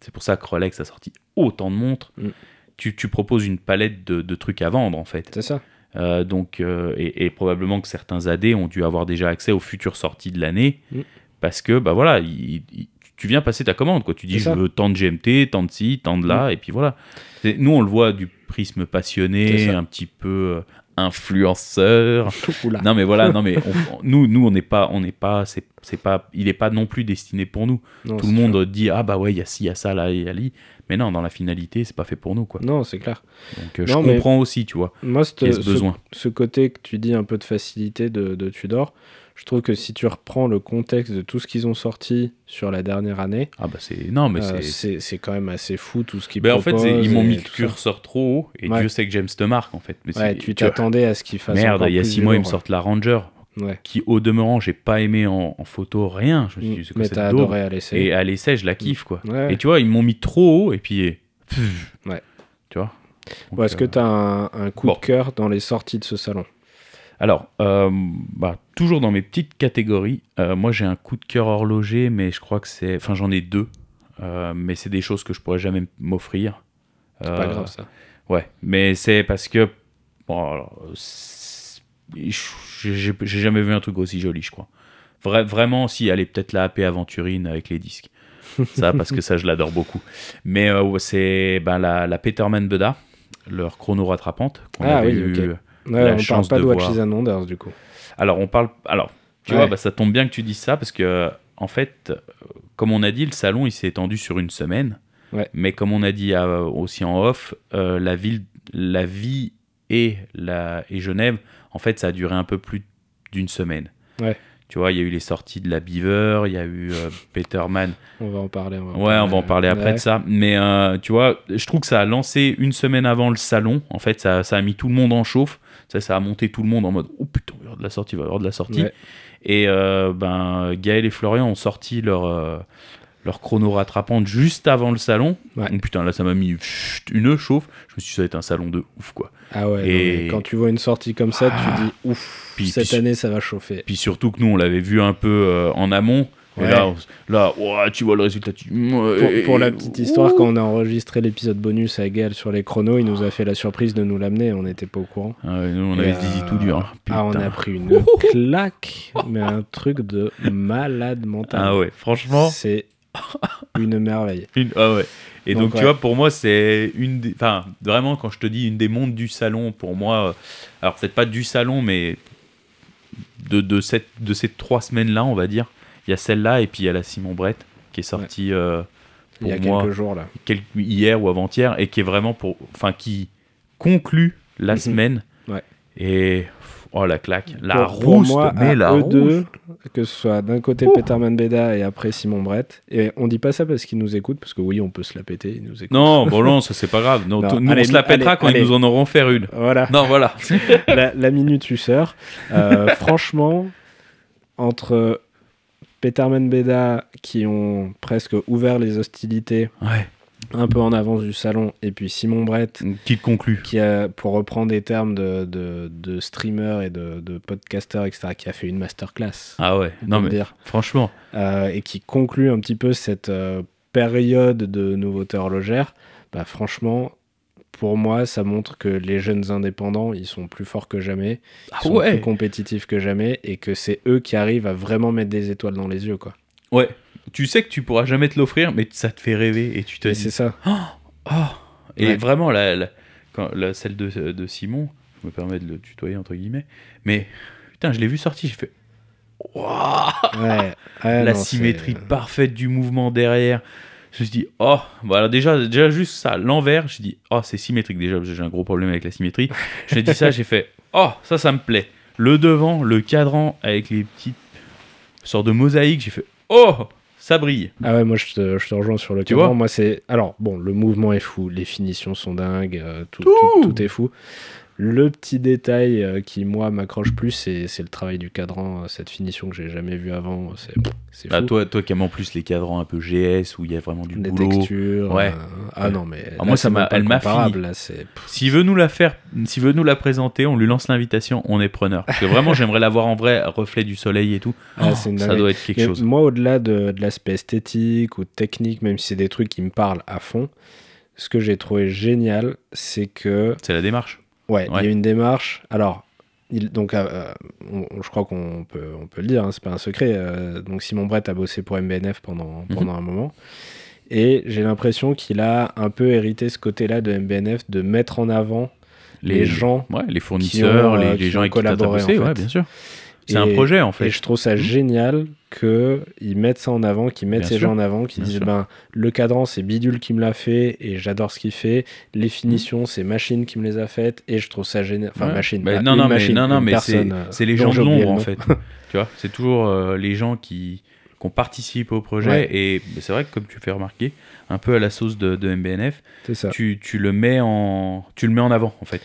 C'est pour ça que Rolex a sorti autant de montres.
Mm.
Tu, tu proposes une palette de, de trucs à vendre en fait.
C'est ça.
Euh, donc, euh, et, et probablement que certains AD ont dû avoir déjà accès aux futures sorties de l'année
Mm.
parce que bah voilà, il- il- tu viens passer ta commande quoi. Tu dis
C'est
je
ça. Mm.
veux tant de GMT, tant de ci, tant de là, et puis voilà. C'est- Nous on le voit du prisme
C'est
passionné,
ça.
un petit peu euh, influenceur.
Oula.
Non mais voilà, non mais on- on- nous, nous on n'est pas, on n'est pas, c'est c'est pas, il est pas non plus destiné pour nous.
Non,
Tout le
c'est
monde dit ah bah ouais, il y a ci, il y a ça là, il y a li. Mais non, dans la finalité, c'est pas fait pour nous quoi.
clair. Non, c'est clair.
Donc euh,
Mm. Non,
je
mais-
comprends aussi, tu vois,
Moi, cette-
qu'il y a ce
ce
besoin.
ce côté que tu dis un peu de facilité de, de Tudor, je trouve que si tu reprends le contexte de tout ce qu'ils ont sorti sur la dernière année,
Ah bah c'est, non mais
euh,
c'est- c'est.
c'est c'est quand même assez fou tout ce qu'ils
Ben, en fait,
proposent.
c'est- ils m'ont
et
mis le
tout ça.
curseur trop haut et
Ouais.
Dieu sait que James te marque en fait. Mais
Ouais,
c'est-
tu
vois,
t'attendais à ce qu'ils fassent
Merde,
encore
il y a
plus
six mois, ils me
velours.
sortent la Ranger
Ouais.
qui au demeurant j'ai pas aimé en, en photo rien. Je me suis dit c'est quoi
Mm. Mais
cette
t'as
daube
adoré à l'essayer.
Et à l'essai, je la kiffe quoi.
Ouais, ouais.
Et tu vois, ils m'ont mis trop haut et puis. pff,
Ouais.
Tu vois Donc,
Bon, Est-ce que
euh,
t'as un, un coup
bon.
de cœur dans les sorties de ce salon
Alors, euh, bah, toujours dans mes petites catégories, euh, moi j'ai un coup de cœur horloger, mais je crois que c'est. Enfin, j'en ai deux. Euh, mais c'est des choses que je pourrais jamais m'offrir.
C'est
Euh,
pas grave ça.
Ouais, mais c'est parce que. Bon, alors, c'est- j'ai j'ai- j'ai jamais vu un truc aussi joli, je crois. Vra- vraiment, si, allez, peut-être la AP Aventurine avec les disques. Ça, parce que ça, je l'adore beaucoup. Mais euh, ouais, c'est ben, la, la Peterman Beda, leur chrono rattrapante, qu'on
Ah
avait
oui,
eu.
ok. Ouais,
la
on parle
chance
pas
de
de Watches
voir.
and Wonders du coup.
Alors, on parle. Alors, tu
Ouais.
vois, bah, ça tombe bien que tu dises ça parce que, en fait, euh, comme on a dit, le salon il s'est étendu sur une semaine.
Ouais.
Mais comme on a dit euh, aussi en off, euh, la ville, la vie et la et Genève, en fait, ça a duré un peu plus d'une semaine.
Ouais.
Tu vois, il y a eu les sorties de la Beaver, il y a eu euh, Peterman.
On va en parler.
Ouais, on va en parler après de
Ouais.
ça. Mais euh, tu vois, je trouve que ça a lancé une semaine avant le salon. En fait, ça, ça a mis tout le monde en chauffe. Ça, ça a monté tout le monde en mode Oh putain, il va y avoir de la sortie, il va y avoir de la sortie.
Ouais.
Et euh, ben, Gaël et Florian ont sorti leur, euh, leur chrono rattrapante juste avant le salon.
Ouais.
Donc, putain, là, ça m'a mis chut, une chauffe. Je me suis dit, ça va être un salon de ouf, quoi.
Ah ouais, non,
Et- Ah,
mais quand tu vois une sortie comme ça, tu dis ouf,
Puis-
cette
puis-
année ça va chauffer.
Puis surtout que nous, on l'avait vu un peu euh, en amont. Et
Ouais.
là, on- là ouah, tu vois le résultat. Tu...
Pour, pour la petite histoire, quand on a enregistré l'épisode bonus à Gaël sur les chronos, il nous a fait la surprise de nous l'amener, on n'était pas au courant.
Ah ouais, nous, on
Et,
avait dit
euh,
tout dur. hein.
Ah, on
Putain.
a pris une claque, mais un truc de malade mental.
Ah ouais, franchement.
C'est une merveille.
Une- ah ouais. Et donc,
Donc,
tu
ouais.
vois, pour moi, c'est une des. Enfin, vraiment, quand je te dis une des montres du salon, pour moi. euh, Alors, peut-être pas du salon, mais de, de, cette, de ces trois semaines-là, on va dire. Il y a celle-là, et puis il y a la Simon Brett, qui est sortie euh,
Il y a
Pour moi,
quelques jours là.
quel- hier ou avant-hier, et qui est vraiment pour. Enfin, qui conclut la
Mhm.
semaine.
Ouais.
Et. Oh, la claque. La
Pour- pour
rousse,
moi,
mais
à
la
eux
rousse.
deux, que ce soit d'un côté
Ouh.
Peterman Beda et après Simon Brett. Et on dit pas ça parce qu'ils nous écoutent, parce que oui, on peut se la péter, ils nous écoutent.
Non, bon, non, ça, c'est pas grave. Non,
Non,
t- nous,
allez,
on se la
allez,
pètera quand
allez.
ils nous en auront faire une.
Voilà,
Non, voilà.
la, la minute husseur. Euh, franchement, entre Peterman Beda qui ont presque ouvert les hostilités
ouais.
un peu en avance du salon, et puis Simon Brett
Qui le conclut.
qui a, pour reprendre des termes de, de, de streamer et de, de podcaster, etc., qui a fait une masterclass.
Ah ouais,
on
non
peut le
mais
dire.
franchement,
euh, et qui conclut un petit peu cette euh, période de nouveauté horlogère, bah franchement, pour moi, ça montre que les jeunes indépendants, ils sont plus forts que jamais, ils sont plus compétitifs que jamais, et que c'est eux qui arrivent à vraiment mettre des étoiles dans les yeux, quoi.
ouais. Tu sais que tu pourras jamais te l'offrir, mais ça te fait rêver et tu te
Et
dis.
c'est ça.
Oh Et
Ouais.
vraiment, la, la- quand, la- celle de, de Simon, je me permets de le tutoyer entre guillemets, mais putain, je l'ai vu sortir, j'ai fait. Waouh
Ouais. Ouais,
La
non,
symétrie
c'est-
parfaite du mouvement derrière. Je me suis dit, oh, voilà, déjà, déjà juste ça, l'envers, je dit, oh, c'est symétrique déjà, parce que j'ai un gros problème avec la symétrie. J'ai dit ça, j'ai fait, oh, ça, ça me plaît. Le devant, le cadran, avec les petites sortes de mosaïques, j'ai fait, oh, ça brille.
Ah ouais, moi je te, je te rejoins sur le
Tu
cadran.
vois
Moi c'est. Alors, bon, le mouvement est fou, les finitions sont dingues, euh, tout,
Tout
tout- tout est fou. Le petit détail euh, qui, moi, m'accroche plus, c'est c'est le travail du cadran, euh, cette finition que j'ai jamais vue avant. euh, C'est c'est
Bah,
fou.
toi, toi qui aimes en plus les cadrans un peu GS, où il y a vraiment du
Les
boulot.
textures.
Ouais.
euh, ah non, mais.
moi, ça
c'est
m'a-
même pas
elle m'a
comparable,
fini.
Là, c'est. pff,
S'il veut nous la faire, s'il veut nous la présenter, on lui lance l'invitation, on est preneur. Parce que vraiment, j'aimerais la voir en vrai, reflet du soleil et tout.
ah,
Oh,
c'est une
ça
dinguerie.
doit être quelque
Mais
chose.
Moi, au-delà de, de l'aspect esthétique ou technique, même si c'est des trucs qui me parlent à fond, ce que j'ai trouvé génial, c'est que
C'est la démarche.
Ouais,
Ouais.
il y a une démarche. Alors, il, donc, euh, euh, on- on- je crois qu'on peut, on peut le dire, hein, c'est pas un secret. euh, donc, Simon Brett a bossé pour MBNF pendant,
Mhm.
pendant un moment. Et j'ai l'impression qu'il a un peu hérité ce côté-là de MBNF de mettre en avant les gens
ouais, les fournisseurs,
qui ont, euh,
les, les
qui ont
gens avec qui t'as
collaboré,
bossé,
en fait.
ouais, bien sûr. C'est
Et-
un projet en
Et
fait.
je trouve ça génial qu'ils mettent ça en avant, qu'ils mettent
Hmm. Bien
ces
sûr,
gens en avant, qu'ils
bien
disent
sûr.
ben, le cadran, c'est Bidule qui me l'a fait et j'adore ce qu'il fait. Les finitions, c'est Machine qui me les a faites et je trouve ça génial. Enfin,
Hmm. Ouais.
Machine.
Bah,
pas
non,
une
non, mais,
machine,
non, non,
une
mais c'est
personne, euh,
c'est les
dont
gens
j'ai
de
oublié
l'ombre
le
en
nom.
fait. tu vois, c'est toujours euh, les gens qui, qui ont participé au projet.
Ouais.
Et bah, c'est vrai que, comme tu fais remarquer, un peu à la sauce de, de MBNF,
C'est ça.
tu, tu le mets en, tu le mets en avant en fait.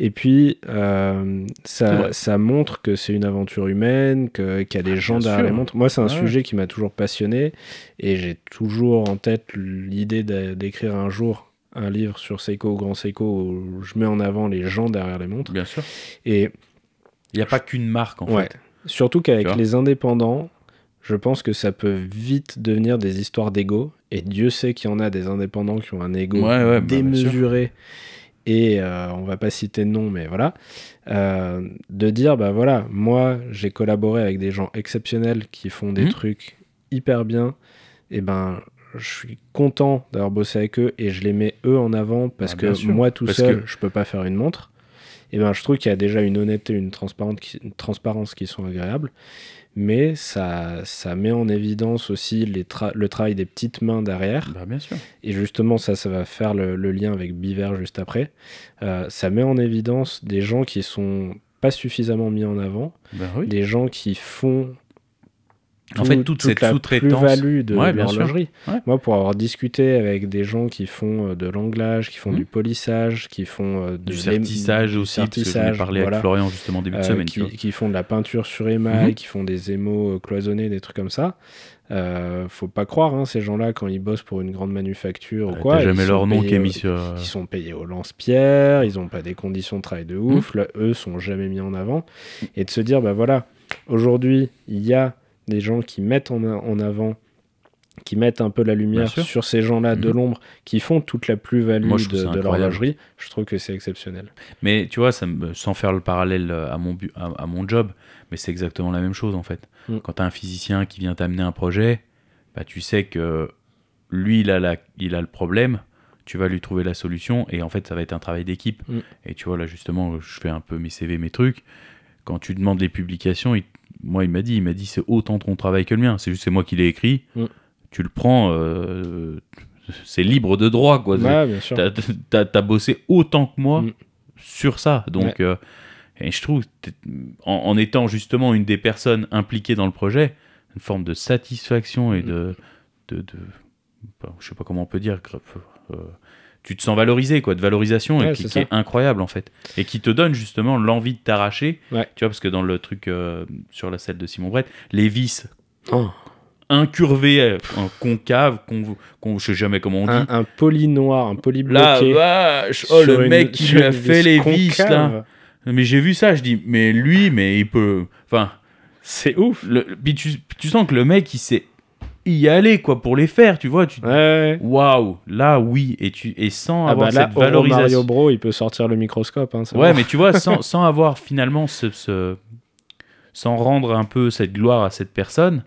Et puis, euh,
C'est
ça,
vrai.
ça montre que c'est une aventure humaine, que- qu'il y a des
Ah,
gens
bien
derrière
sûr.
les montres. Moi, c'est un
Ouais.
sujet qui m'a toujours passionné et j'ai toujours en tête l'idée d'a- d'écrire un jour un livre sur Seiko ou Grand Seiko où je mets en avant les gens derrière les montres.
Bien sûr.
Et
Il n'y a pas qu'une marque en
ouais,
fait.
surtout
Tu
qu'avec
vois.
les indépendants, je pense que ça peut vite devenir des histoires d'ego. Et Dieu sait qu'il y en a des indépendants qui ont un ego
Ouais, ouais, bah, bien sûr.
démesuré. et euh, on va pas citer de nom, mais voilà, Euh, de dire bah voilà, moi j'ai collaboré avec des gens exceptionnels qui font des
Mhm.
trucs hyper bien. Et ben, je suis content d'avoir bossé avec eux et je les mets eux en avant parce
Ah, bien
que
sûr.
moi tout
Parce
seul,
que-
je peux pas faire une montre. Et ben, je trouve qu'il y a déjà une honnêteté, une, transparente qui- une transparence qui sont agréables, mais ça, ça met en évidence aussi les tra- le travail des petites mains derrière.
Bah, bien sûr.
Et justement, ça, ça va faire le, le lien avec Biver juste après. Euh, ça met en évidence des gens qui sont pas suffisamment mis en avant,
Bah, oui.
des gens qui font.
En fait, toute cette
la
sous-traitance.
plus-value de
Ouais, bien sûr.
l'horlogerie.
Ouais.
Moi, pour avoir discuté avec des gens qui font euh, de l'anglage, qui font
Mhm.
du polissage, qui font euh, de
Du
l'ém-
certissage
du
aussi, parce que j'en ai
certissage,
parlé
voilà.
avec Florian justement début de
Euh,
semaine. tu
qui,
vois.
qui font de la peinture sur émail,
Mhm.
qui font des émaux euh, cloisonnés, des trucs comme ça. Euh, faut pas croire, hein, ces gens-là, quand ils bossent pour une grande manufacture ou
Euh,
quoi.
T'as
ils
jamais
sont
leur nom
payés
qui est
au-
mis sur. euh,
Ils sont payés au lance-pierre, ils n'ont pas des conditions de travail
Mmh.
de ouf, là, eux sont jamais mis en avant. Et de se dire, bah voilà, aujourd'hui, il y a des gens qui mettent en, en avant, qui mettent un peu la lumière
sûr.
sur ces gens-là de
Mhm.
l'ombre, qui font toute la plus-value
Moi, je trouve
de,
ça
de
incroyable.
l'horlogerie, je trouve que c'est exceptionnel.
Mais tu vois, ça me- sans faire le parallèle euh, à mon, bu- à, à mon job, mais c'est exactement la même chose en fait.
Mm.
Quand tu as un physicien qui vient t'amener un projet, bah, tu sais que lui, il a, la, il a le problème, tu vas lui trouver la solution et en fait, ça va être un travail d'équipe.
Mm.
Et tu vois, là justement, je fais un peu mes CV, mes trucs. Quand tu demandes les publications, il- moi, il m'a dit, il m'a dit, c'est autant ton travail que le mien. C'est juste, c'est moi qui l'ai écrit.
Mm.
Tu le prends, euh, c'est libre de droit quoi.
Ouais, Bah, bien sûr.
T'as- T'as t'as bossé autant que moi
Mm.
sur ça. Donc,
Ouais.
euh, et je trouve, que t'es- en, en étant justement une des personnes impliquées dans le projet, une forme de satisfaction
Mm.
et de. de, de- bah, je sais pas comment on peut dire. gr- euh, tu te sens valorisé, quoi, de valorisation,
Ouais,
et qui,
c'est
qui est incroyable en fait. Et qui te donne justement l'envie de t'arracher.
Ouais.
Tu vois, parce que dans le truc euh, sur la selle de Simon Brett, les vis
Oh,
incurvées, euh, en concave, qu'on qu'on- je sais jamais comment on dit.
un, un poli noir, un poli
Là,
bloqué.
vache, oh,
sur
le
une-
mec qui
sur
lui a
une vis
fait les vis, là.
concave.
Mais j'ai vu ça, je dis, mais lui, mais il peut. Enfin,
C'est ouf.
le, le- puis tu, tu sens que le mec, il sait y aller, quoi, pour les faire, tu vois. Tu,
Ouais, ouais.
Waouh, là, oui, et, tu, et sans
Ah
avoir
bah là,
cette
Oro Mario
valorisation.
Bros, il peut sortir le microscope. Hein, c'est
Ouais,
bon.
mais tu vois, sans, sans avoir finalement ce, ce- Sans rendre un peu cette gloire à cette personne,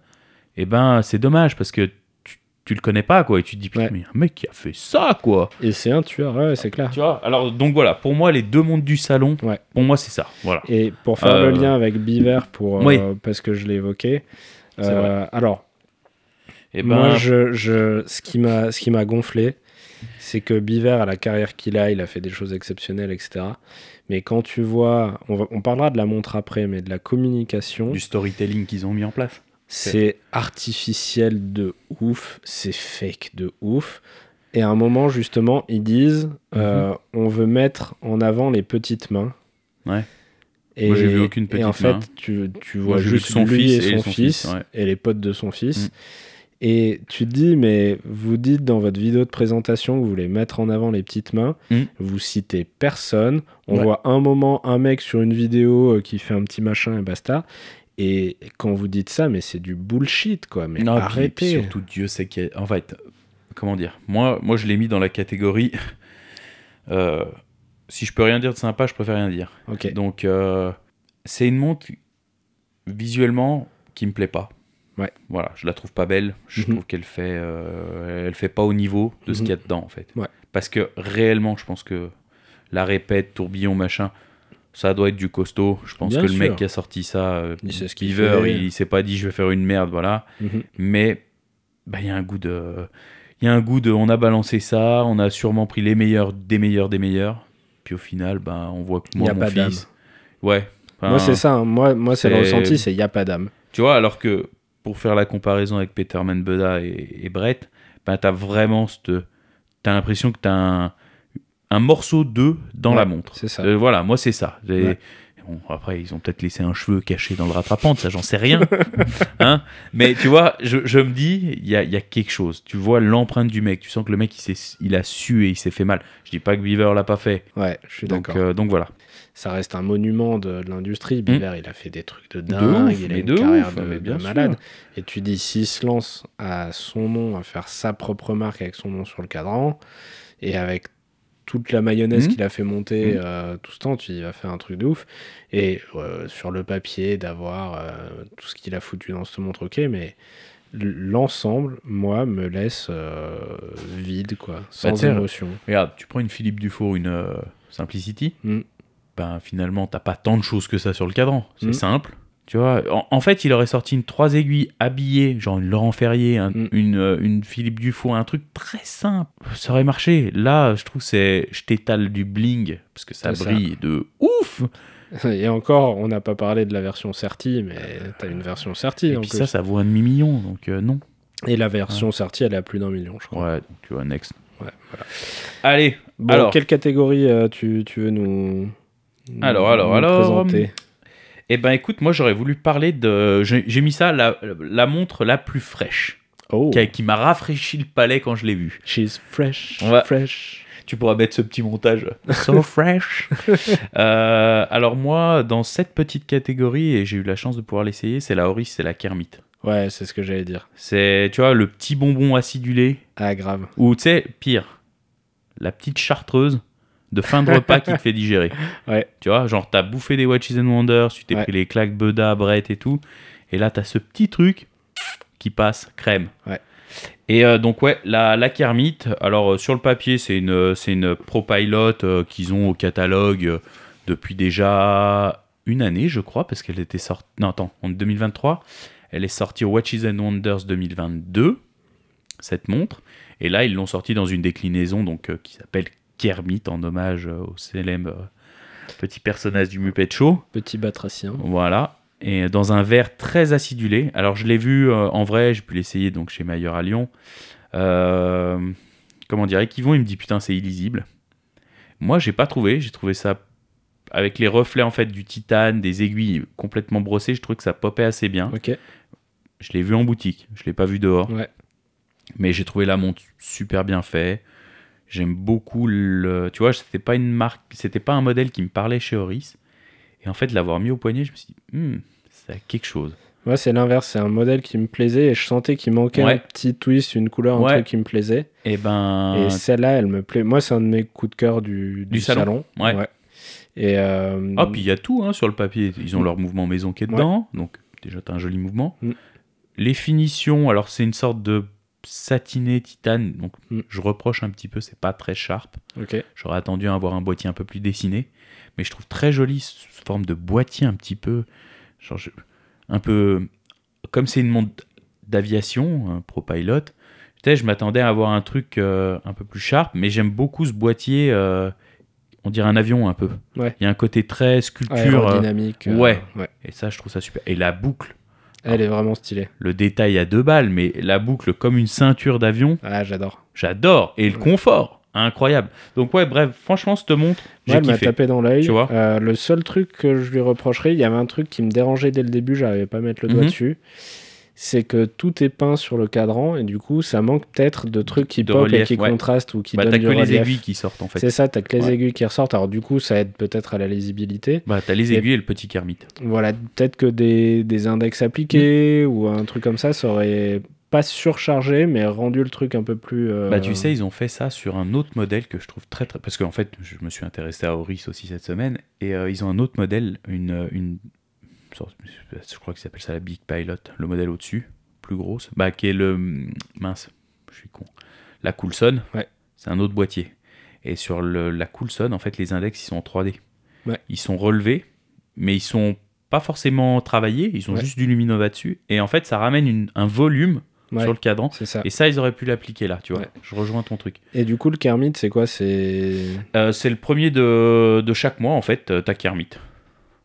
eh ben, c'est dommage parce que tu, tu le connais pas, quoi, et tu te dis, putain,
Ouais.
mais un mec qui a fait ça, quoi.
Et c'est un tueur, ouais, c'est clair.
Tu vois, alors donc voilà, pour moi les deux mondes du salon,
Ouais.
pour moi c'est ça, voilà.
Et pour faire
Euh,
le lien avec Beaver, pour, euh,
oui.
parce que je l'ai évoqué,
C'est Eh ben,
euh, alors,
Et
moi, je, je- ce qui m'a ce qui m'a gonflé, c'est que Biver a la carrière qu'il a, il a fait des choses exceptionnelles, etc. Mais quand tu vois, on, va- on parlera de la montre après, mais de la communication,
du storytelling qu'ils ont mis en place.
c'est artificiel de ouf, c'est fake de ouf. Et à un moment, justement, ils disent
Mhm.
euh, on veut mettre en avant les petites mains.
Ouais.
Et,
Moi, j'ai vu aucune
et en
petite
fait,
main.
tu, tu
Moi,
vois
j'ai vu
juste
que son
lui
fils
et son, fils,
ouais. Mm.
et les potes de son fils. Et tu te dis, mais vous dites dans votre vidéo de présentation que vous voulez mettre en avant les petites mains,
Mm.
vous citez personne. On
Ouais.
voit un moment un mec sur une vidéo euh, qui fait un petit machin et basta. Et quand vous dites ça, mais c'est du bullshit, quoi. Mais
Non, puis- puis
arrêtez.
surtout Dieu sait qu'il y a- En fait, comment dire Moi, moi je l'ai mis dans la catégorie. euh, si je peux rien dire de sympa, je préfère rien dire.
ok.
Donc euh, c'est une montre visuellement qui me plaît pas.
Ouais.
Voilà, je la trouve pas belle. Je
Mhm.
trouve qu'elle fait, euh, elle fait pas au niveau de ce
Mhm.
qu'il y a dedans en fait.
Ouais.
Parce que réellement, je pense que la répète, tourbillon, machin. Ça doit être du costaud. Je pense
Bien
que
sûr.
le mec qui a sorti ça, euh,
Il sait ce qu'il
Beaver,
fait.
il, il s'est pas dit je vais faire une merde, voilà.
Mhm.
Mais bah, il y a un goût de. Il y a un goût de. On a balancé ça, on a sûrement pris les meilleurs, des meilleurs, des meilleurs. Puis au final, bah, on voit que
Il y
moi,
a
mon
pas d'âme.
fils. Ouais.
Moi,
Enfin,
c'est ça. hein. Moi, moi c'est le
c'est-
ressenti, c'est il n'y a pas d'âme.
tu vois, alors que pour faire la comparaison avec Peterman Beda et, et Brett, ben t'as vraiment cette. T'as l'impression que t'as un, un morceau d'eux dans
Ouais,
la montre.
c'est ça.
Euh, voilà, moi c'est ça. Et-
Ouais.
bon, après, ils ont peut-être laissé un cheveu caché dans le rattrapante, ça j'en sais rien. Hein Mais tu vois, je, je me dis, il y a, il y a quelque chose. Tu vois l'empreinte du mec, tu sens que le mec il, s'est- il a sué, il s'est fait mal. Je dis pas que Beaver l'a pas fait.
Ouais, je suis
Donc,
d'accord.
euh, donc voilà.
Ça reste un monument de, de l'industrie. Beaver, il a fait des trucs de dingue.
ouf,
il a
mais
une
Mm. de
carrière
ouf,
de,
mais
de
bien sûr.
malade. Et tu dis, s'il se lance à son nom, à faire sa propre marque avec son nom sur le cadran, et avec toute la mayonnaise
Mhm.
qu'il a fait monter
Mhm.
euh, tout ce temps, tu dis, il va faire un truc de ouf. Et euh, sur le papier, d'avoir euh, tout ce qu'il a foutu dans ce montre, ok, mais l- l'ensemble, moi, me laisse euh, vide, quoi, sans
tu sais,
émotion.
Regarde, tu prends une Philippe Dufour, une euh, Simplicity,
Mm.
ben finalement, t'as pas tant de choses que ça sur le cadran. C'est
Mm.
simple. Tu vois, en, en fait, il aurait sorti une trois aiguilles habillée, genre une Laurent Ferrier, un-
Mm.
une, euh, une Philippe Dufour, un truc très simple. Ça aurait marché. Là, je trouve que c'est je t'étale du bling, parce que ça
C'est ça.
brille de ouf.
Et encore, on n'a pas parlé de la version Certi, mais t'as une version Certi.
Et
en
puis
plus.
ça, ça vaut un demi-million, donc euh, non.
Et la version Certi, elle est à plus d'un million, je crois.
Ouais, donc tu vois, next.
Ouais,
Allez,
Bon,
Alors.
quelle catégorie euh, tu, tu veux nous, nous-
Alors, alors,
nous
alors,
présenter
eh ben écoute, moi j'aurais voulu parler de. J'ai j'ai mis ça la- la montre la plus fraîche.
Oh,
qui, qui m'a rafraîchi le palais quand je l'ai vu.
she's fresh,
On va-
fresh.
Tu pourras mettre ce petit montage. So fresh. Euh, alors moi, dans cette petite catégorie, et j'ai eu la chance de pouvoir l'essayer, c'est la Horis, c'est la Kermite.
Ouais, c'est ce que j'allais dire.
C'est, tu vois, le petit bonbon acidulé,
Ah, grave.
ou tu sais, pire, la petite chartreuse de fin de repas qui te fait digérer.
Ouais.
Tu vois, genre t'as bouffé des Watches and Wonders, tu t'es
Ouais.
pris les claques Beda, Brett et tout, et là t'as ce petit truc qui passe crème.
Ouais.
Et euh, donc ouais, la, la Kermite, alors euh, sur le papier c'est une, euh, c'est une ProPilot euh, qu'ils ont au catalogue euh, depuis déjà une année je crois, parce qu'elle était sortie, non attends, en 2023, elle est sortie au Watches and Wonders 2022, cette montre, et là ils l'ont sortie dans une déclinaison donc euh, qui s'appelle Kermite en hommage euh, au célèbre euh, petit personnage du Muppet Show.
Petit batracien.
Voilà. Et euh, dans un verre très acidulé. Alors, je l'ai vu euh, en vrai, j'ai pu l'essayer donc chez Mailleur à Lyon. Euh, comment dire Yvon, il me dit Putain, c'est illisible. Moi, j'ai pas trouvé. J'ai trouvé ça avec les reflets en fait du titane, des aiguilles complètement brossées. Je trouvais que ça popait assez bien.
Ok.
Je l'ai vu en boutique, je l'ai pas vu dehors.
Ouais.
Mais j'ai trouvé la montre super bien faite. J'aime beaucoup le. Tu vois, c'était pas une marque, c'était pas un modèle qui me parlait chez Horis. Et en fait, l'avoir mis au poignet, je me suis dit, Hmm, ça a quelque chose.
Moi, c'est l'inverse. C'est un modèle qui me plaisait et je sentais qu'il manquait
Ouais.
un petit twist, une couleur, un
Ouais.
truc qui me plaisait.
Et ben.
Et celle-là, elle me plaît. Moi, c'est un de mes coups de cœur du, du,
salon.
salon.
Ouais.
Et euh,
Ah, puis il y a tout hein, sur le papier. Ils ont leur mouvement maison qui est dedans. Donc, déjà, t'as un joli mouvement.
Mm.
Les finitions, alors, c'est une sorte de satiné titane. Donc,
Mm.
je reproche un petit peu, c'est pas très sharp.
ok.
J'aurais attendu à avoir un boîtier un peu plus dessiné, mais je trouve très joli sous forme de boîtier un petit peu, genre je- un peu comme c'est une montre d'aviation, un ProPilot. tu sais, Je m'attendais à avoir un truc euh, un peu plus sharp, mais j'aime beaucoup ce boîtier. euh, on dirait un avion un peu.
Ouais.
Il y a un côté très sculpture. euh,
Aérodynamique. euh,
ouais.
ouais.
et ça, je trouve ça super. Et la boucle,
Elle est vraiment stylée.
le détail à deux balles, mais la boucle comme une ceinture d'avion,
Ah, j'adore.
j'adore. Et le confort, incroyable. Donc ouais, bref, franchement, cette montre,
Moi,
j'ai
elle m'a
kiffé.
tapé dans l'œil.
Tu vois
Euh, le seul truc que je lui reprocherais, il y avait un truc qui me dérangeait dès le début, j'arrivais pas à mettre le doigt
Mhm.
dessus. C'est que tout est peint sur le cadran et du coup, ça manque peut-être de trucs qui
De
pop et
relief,
qui
ouais.
contrastent ou qui
bah, t'as
donnent du
que les
relief.
aiguilles qui sortent en fait.
C'est ça, t'as que les
Ouais.
aiguilles qui ressortent. Alors du coup, ça aide peut-être à la lisibilité.
Bah, t'as les
Et-
aiguilles et le petit kermite.
Voilà, peut-être que des, des index appliqués
Mm.
ou un truc comme ça, ça aurait pas surchargé, mais rendu le truc un peu plus. euh,
Bah, tu sais, ils ont fait ça sur un autre modèle que je trouve très très. Parce qu'en fait, je me suis intéressé à Horis aussi cette semaine, et euh, ils ont un autre modèle, une, euh, une sorte- Je crois qu'ils appellent ça la Big Pilot, le modèle au-dessus, plus grosse, bah, qui est le. Mince, je suis con. La Coulson.
Ouais.
C'est un autre boîtier. Et sur le- la Coulson, en fait, les index, ils sont en 3D.
Ouais.
Ils sont relevés, mais ils sont pas forcément travaillés, ils ont
Ouais.
juste du luminova dessus. Et en fait, ça ramène une- un volume
Ouais,
sur le cadran.
c'est ça.
Et ça, ils auraient pu l'appliquer là, tu vois.
Ouais.
Je rejoins ton truc.
Et du coup, le Kermit, c'est quoi C'est
Euh, c'est le premier de, de chaque mois, en fait, euh, ta Kermit.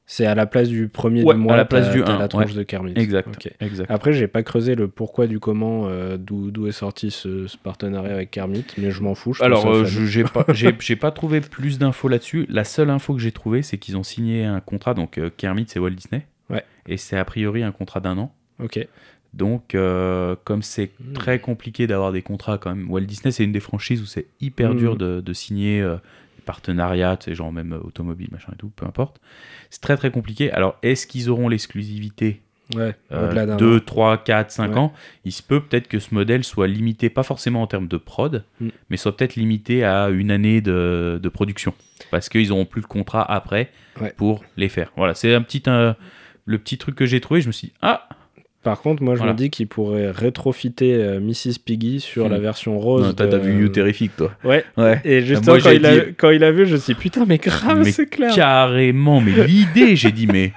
c'est à la place du premier
Ouais,
du mois,
à la place
t'as-
du
t'as
un,
la tranche de Kermit.
Exact.
Ok.
exact.
Après, j'ai pas creusé le pourquoi du comment, euh, d'où d'où est sorti ce, ce partenariat avec Kermit, mais je m'en fous. je trouve
Alors,
ça
euh,
fun.
je- j'ai pas, j'ai- j'ai pas trouvé plus d'infos là-dessus. La seule info que j'ai trouvée, c'est qu'ils ont signé un contrat. Donc, euh, Kermit, c'est Walt Disney.
Ouais.
Et c'est a priori un contrat d'un an.
Ok.
Donc, euh, comme c'est
Mmh.
très compliqué d'avoir des contrats quand même, Walt Disney, c'est une des franchises où c'est hyper
Mmh.
dur de, de signer euh, des partenariats, tu sais, genre même euh, automobile, machin et tout, peu importe. C'est très très compliqué. Alors, est-ce qu'ils auront l'exclusivité
Ouais,
euh,
au-delà d'un.
2, 3, 4, 5
Ouais.
ans, il se peut peut-être que ce modèle soit limité, pas forcément en termes de prod,
Mm.
mais soit peut-être limité à une année de, de production. Parce qu'ils n'auront plus le contrat après
Ouais.
pour les faire. Voilà, c'est un petit, euh, le petit truc que j'ai trouvé. Je me suis dit, ah,
Par contre, moi, je
Voilà.
me dis qu'il pourrait rétrofiter euh, Mrs. Piggy sur
Hmm.
la version rose.
t'as
de-
t'as vu You Terrific, toi.
Ouais.
Ouais.
Et justement,
Moi,
quand,
j'ai
il a,
dit-
quand il a vu, je me suis dit, putain, mais grave,
Mais
c'est clair.
Carrément, mais l'idée, j'ai dit, mais.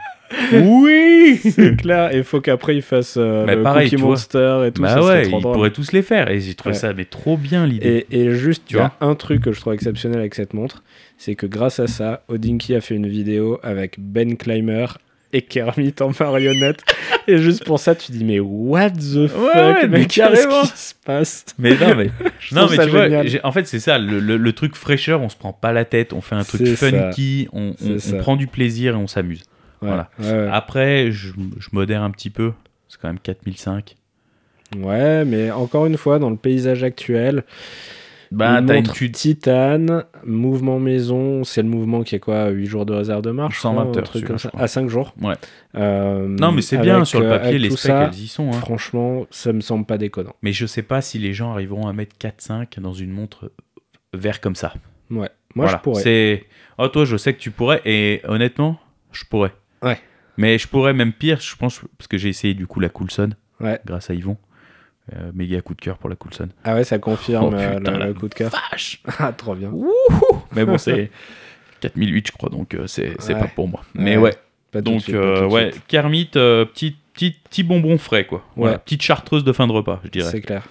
Oui, c'est clair. Et faut qu'après il fasse euh,
Bah,
le
pareil,
Cookie
tu vois.
Monster et tout ça.
bah
serait
ouais,
trop
ils
drôle.
pourraient tous les faire. Et j'ai trouvé
Ouais.
ça, mais trop bien l'idée.
Et, et juste, tu
Tu
vois, un truc que je trouve exceptionnel avec cette montre, c'est que grâce à ça, Odinky a fait une vidéo avec Ben Clymer et Kermit en marionnette. et juste pour ça, tu dis, mais what the fuck,
ouais, mais
mais qu'est-ce
carrément.
qui se passe
Mais non, mais,
Je
non,
trouve
mais
ça
tu vois,
génial.
j'ai- en fait, c'est ça, le, le- le truc fraîcheur, on se prend pas la tête, on fait un truc
C'est ça.
funky, on, on-
C'est
on
ça.
prend du plaisir et on s'amuse.
Ouais,
Voilà. Ah.
ouais, ouais.
Après, je, je modère un petit peu, c'est quand même 4005.
Ouais, mais encore une fois, dans le paysage actuel,
Bah,
une
t'as une
montre
tu
titane, mouvement maison, c'est le mouvement qui est quoi 8 jours de réserve de marche je crois,
120
un
heures,
truc
celui-là,
comme
je
ça.
crois.
À 5 jours
Ouais.
Euh,
Non, mais c'est bien,
avec,
sur le
euh,
papier,
avec
les
tout
specs,
ça,
elles y sont. hein.
Franchement, ça me semble pas déconnant.
Mais je sais pas si les gens arriveront à mettre 4-5 dans une montre vert comme ça.
Ouais. Moi,
Voilà.
je pourrais.
C'est... Oh, toi, je sais que tu pourrais, et honnêtement, je pourrais.
Ouais.
Mais je pourrais même pire, je pense, parce que j'ai essayé du coup la Coulson,
Ouais.
grâce à Yvon. Euh, méga coup de cœur pour la Coulson.
Ah ouais, ça confirme
Oh,
euh,
putain,
le-
la
le coup de cœur.
Vache
Ah, trop bien.
Mais bon, c'est 4008, je crois, donc euh, c'est, c'est
Ouais.
pas pour moi. Mais
Ouais,
ouais,
Pas tout de
donc
suite, pas
euh,
tout de
ouais,
suite.
Kermit, euh, petit, petit, petit bonbon frais, quoi. Voilà,
Ouais.
petite chartreuse de fin de repas, je dirais.
C'est clair.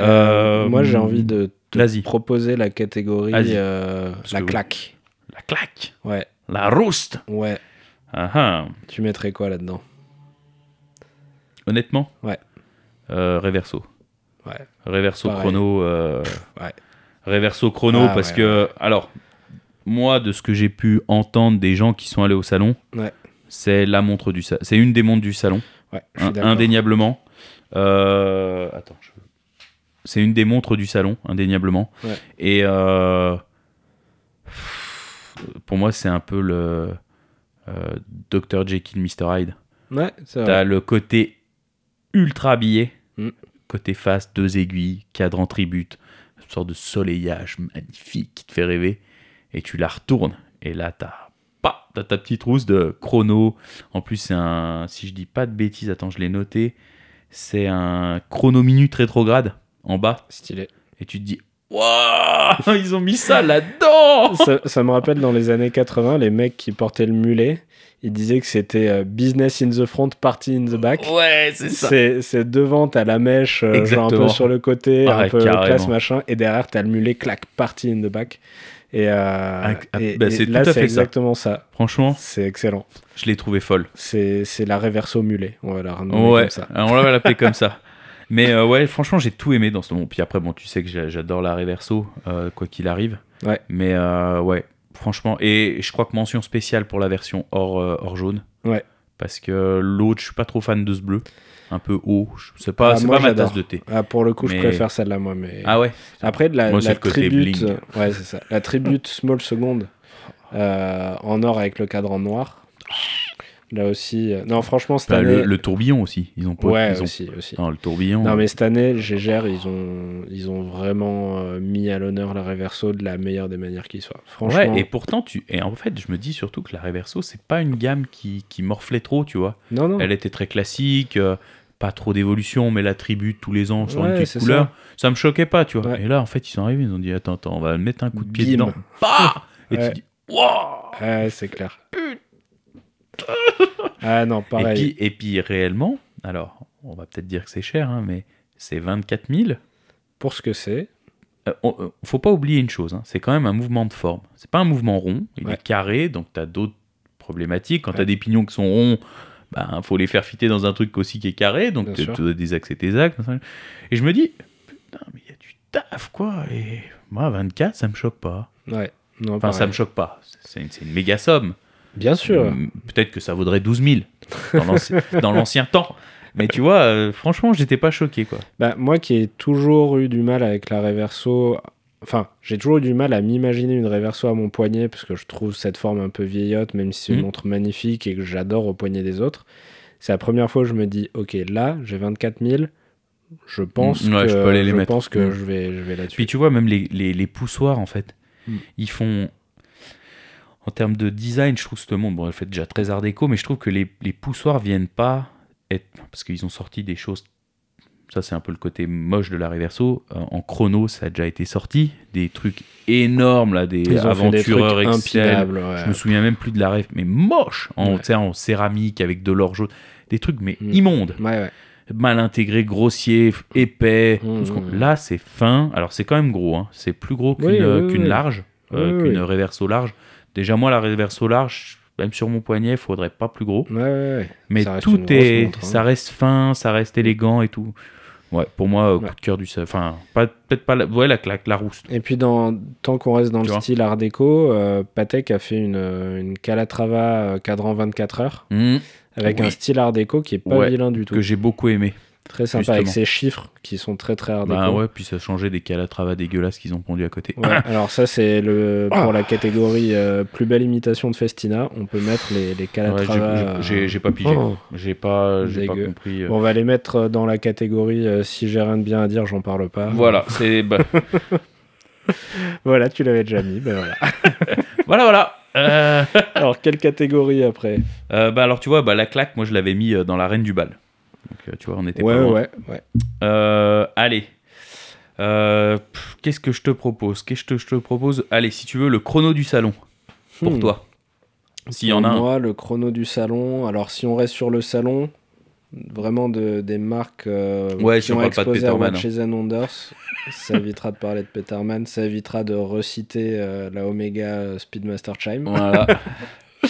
Euh,
moi, j'ai envie de te
vas-y.
proposer la catégorie
Vas-y.
euh,
Parce
la
que-
claque.
La claque
Ouais,
La rouste
ouais.
Ah ah.
Tu mettrais quoi là-dedans
Honnêtement
Ouais.
Euh, Reverso.
Ouais.
Reverso
Pareil.
chrono. euh,
ouais.
Reverso chrono,
Ah,
parce
ouais,
que. Alors, moi, de ce que j'ai pu entendre des gens qui sont allés au salon,
Ouais.
c'est la montre du salon. C'est une des montres du salon,
Ouais, je suis
in-
d'accord.
indéniablement. Euh, Attends, je- C'est une des montres du salon, indéniablement.
Ouais.
Et. euh, Pour moi, c'est un peu le. euh, Dr. Jekyll, Mr. Hyde.
Ouais, c'est vrai.
T'as le côté ultra billet,
Mm.
côté face, deux aiguilles, cadran tribute, une sorte de soleillage magnifique qui te fait rêver. Et tu la retournes. Et là, t'as paf, t'as ta petite rousse de chrono. En plus, c'est un. Si je dis pas de bêtises, attends, je l'ai noté. C'est un chrono minute rétrograde en bas.
Stylé.
Et tu te dis Waouh Ils ont mis ça là-dedans
ça, ça me rappelle dans les années 80, les mecs qui portaient le mulet, ils disaient que c'était euh, business in the front, party in the
Oh,
back.
Ouais, c'est ça.
C'est c'est devant, t'as la mèche, euh, genre un peu
Exactement.
sur le côté,
Ah
un
ouais,
peu
carrément.
classe, machin, et derrière, t'as le mulet, clac, party in the back. Et, euh,
Ah, ah,
et-
bah,
et
c'est tout
là,
à fait
c'est
ça.
exactement ça.
Franchement,
C'est excellent.
je l'ai trouvé folle.
C'est c'est la reverso mulet, on va la renommer
Ouais,
comme ça.
alors on va l'appeler comme ça. Mais euh, ouais, franchement, j'ai tout aimé dans ce moment. Puis après, bon, tu sais que j'a- j'adore la Reverso, euh, quoi qu'il arrive.
Ouais.
Mais euh, ouais, franchement. Et je crois que mention spéciale pour la version hors, euh, hors jaune.
Ouais.
Parce que l'autre, je suis pas trop fan de ce bleu. Un peu haut. Je- C'est pas,
Ah,
c'est
moi,
pas ma
j'adore.
tasse de thé.
Ah, pour le coup, je
Mais-
préfère celle-là, moi. Mais...
Ah ouais
Après, de la,
Moi, c'est
la
le côté
tribute, euh,
bling.
ouais, c'est ça. La tribute small seconde euh, en or avec le cadran noir. Là aussi, euh, non, franchement, cette
Bah,
année,
le, le tourbillon aussi. Ils ont pas.
ouais,
ils ont-
aussi, aussi.
Non, le tourbillon.
Non, mais cette année, GGR, ils ont, ils ont vraiment euh, mis à l'honneur la Reverso de la meilleure des manières qui soit. Franchement,
Ouais, et pourtant, tu. Et en fait, je me dis surtout que la Reverso, c'est pas une gamme qui, qui morflait trop, tu vois.
non, non,
Elle était très classique, euh, pas trop d'évolution, mais la tribu de tous les ans sur
Ouais,
une petite
c'est
couleur. Ça. me choquait pas, tu vois.
Ouais.
Et là, en fait, ils sont arrivés, ils ont dit Attends, attends, on va mettre un coup de pied
Bim.
dedans. Bah Et
Ouais.
tu dis Waouh
Ouais, c'est clair. ah non,
et
pareil.
puis, et puis, réellement, alors, on va peut-être dire que c'est cher, hein, mais c'est 24 000.
Pour ce que c'est,
Euh, on- euh, faut pas oublier une chose, hein, c'est quand même un mouvement de forme. C'est pas un mouvement rond, il
Ouais.
est carré, donc tu as d'autres problématiques. Quand tu as
Ouais.
des pignons qui sont ronds, ben, faut les faire fitter dans un truc aussi qui est carré, donc
Bien
tu
sûr.
as des axes et tes axes. machin. Et je me dis, putain, mais il y a du taf, quoi. Et moi, 24, ça me choque pas.
ouais. Non,
Enfin, ça
pareil.
me choque pas. C'est une, c'est une méga somme.
Bien sûr.
Hum, Peut-être que ça vaudrait 12 000 dans l'anci- dans l'ancien temps. Mais tu vois, euh, franchement, j'étais pas choqué, quoi.
Bah, moi qui ai toujours eu du mal avec la Reverso, enfin, j'ai toujours eu du mal à m'imaginer une Reverso à mon poignet parce que je trouve cette forme un peu vieillotte, même si c'est une
Mhm.
montre magnifique et que j'adore au poignet des autres. C'est la première fois où je me dis, ok, là, j'ai 24 000, je pense
Mhm, ouais,
que,
je peux aller les mettre.
pense que
Mhm.
je vais, je vais là-dessus.
Puis tu vois, même les, les, les poussoirs, en fait,
Mm.
ils font. En termes de design, je trouve cette montre, bon, elle fait déjà très art déco, mais je trouve que les, les poussoirs viennent pas être. Parce qu'ils ont sorti des choses. Ça, c'est un peu le côté moche de la Reverso. Euh, en chrono, ça a déjà été sorti. Des trucs énormes, là, des
Ils ont fait des trucs
aventureurs Excel.
impilables, ouais.
Je me souviens même plus de la rêve, mais moche en,
Ouais.
tu sais, en céramique avec de l'or jaune. Des trucs, mais
Mm.
immondes
Ouais, ouais.
mal intégré, grossier, f- épais.
Mmh,
tout ce qu'on-
mmh.
Là, c'est fin. Alors, c'est quand même gros. hein. C'est plus gros qu'une
Oui, oui,
euh,
oui,
qu'une
oui.
large, euh,
Oui, oui,
qu'une
oui.
reverso large. Déjà, moi, la reverso large, même sur mon poignet, faudrait pas plus gros.
Ouais, ouais, ouais.
Mais
Mmh. Ça reste une
tout
grosse
est.
montre, hein.
Ça reste fin, ça reste élégant et tout. Ouais, pour moi, euh, coup
Ouais.
de cœur du. sa- Enfin, pas- peut-être pas. La... Ouais, la, la, la rousse.
Et puis, dans, tant qu'on reste dans
Tu
le
vois.
style Art déco, euh, Patek a fait une, euh, une Calatrava euh, cadran 24 heures
Mmh,
avec
Oui.
un style Art déco qui est pas
Ouais,
vilain du tout.
que j'ai beaucoup aimé.
Très sympa
Justement.
avec ces chiffres qui sont très très hard
Bah ouais, puis ça changeait des calatravas dégueulasses qu'ils ont pondu à côté.
alors ça c'est le pour la catégorie euh, plus belle imitation de Festina, on peut mettre les, les
Ouais, j'ai-
Calatrava. euh,
j'ai- j'ai j'ai pas pigé.
Oh.
J'ai pas, j'ai pas
Dégueu.
compris. euh,
Bon, on va les mettre euh, dans la catégorie euh, si j'ai rien de bien à dire, j'en parle pas.
Voilà, c'est bah,
Voilà, tu l'avais déjà mis. ben voilà.
voilà voilà. Euh,
alors quelle catégorie après
euh, bah alors tu vois, bah la claque, moi je l'avais mis euh, dans la reine du bal. Donc euh, tu vois, on était
Ouais
pas loin.
ouais ouais.
Euh, allez. Euh, pff, Qu'est-ce que je te propose Qu'est-ce que je te propose Allez, si tu veux, le chrono du salon pour
Hmm.
toi. S'il y en
Pour
a un.
Moi le chrono du salon. Alors si on reste sur le salon, vraiment de, des marques euh,
Ouais, si
qui
on
ont
parle pas de
exposé à
Peterman, hein.
Watches and Wonders. ça évitera de parler de Peterman, ça évitera de reciter euh, la Omega Speedmaster Chime.
Voilà.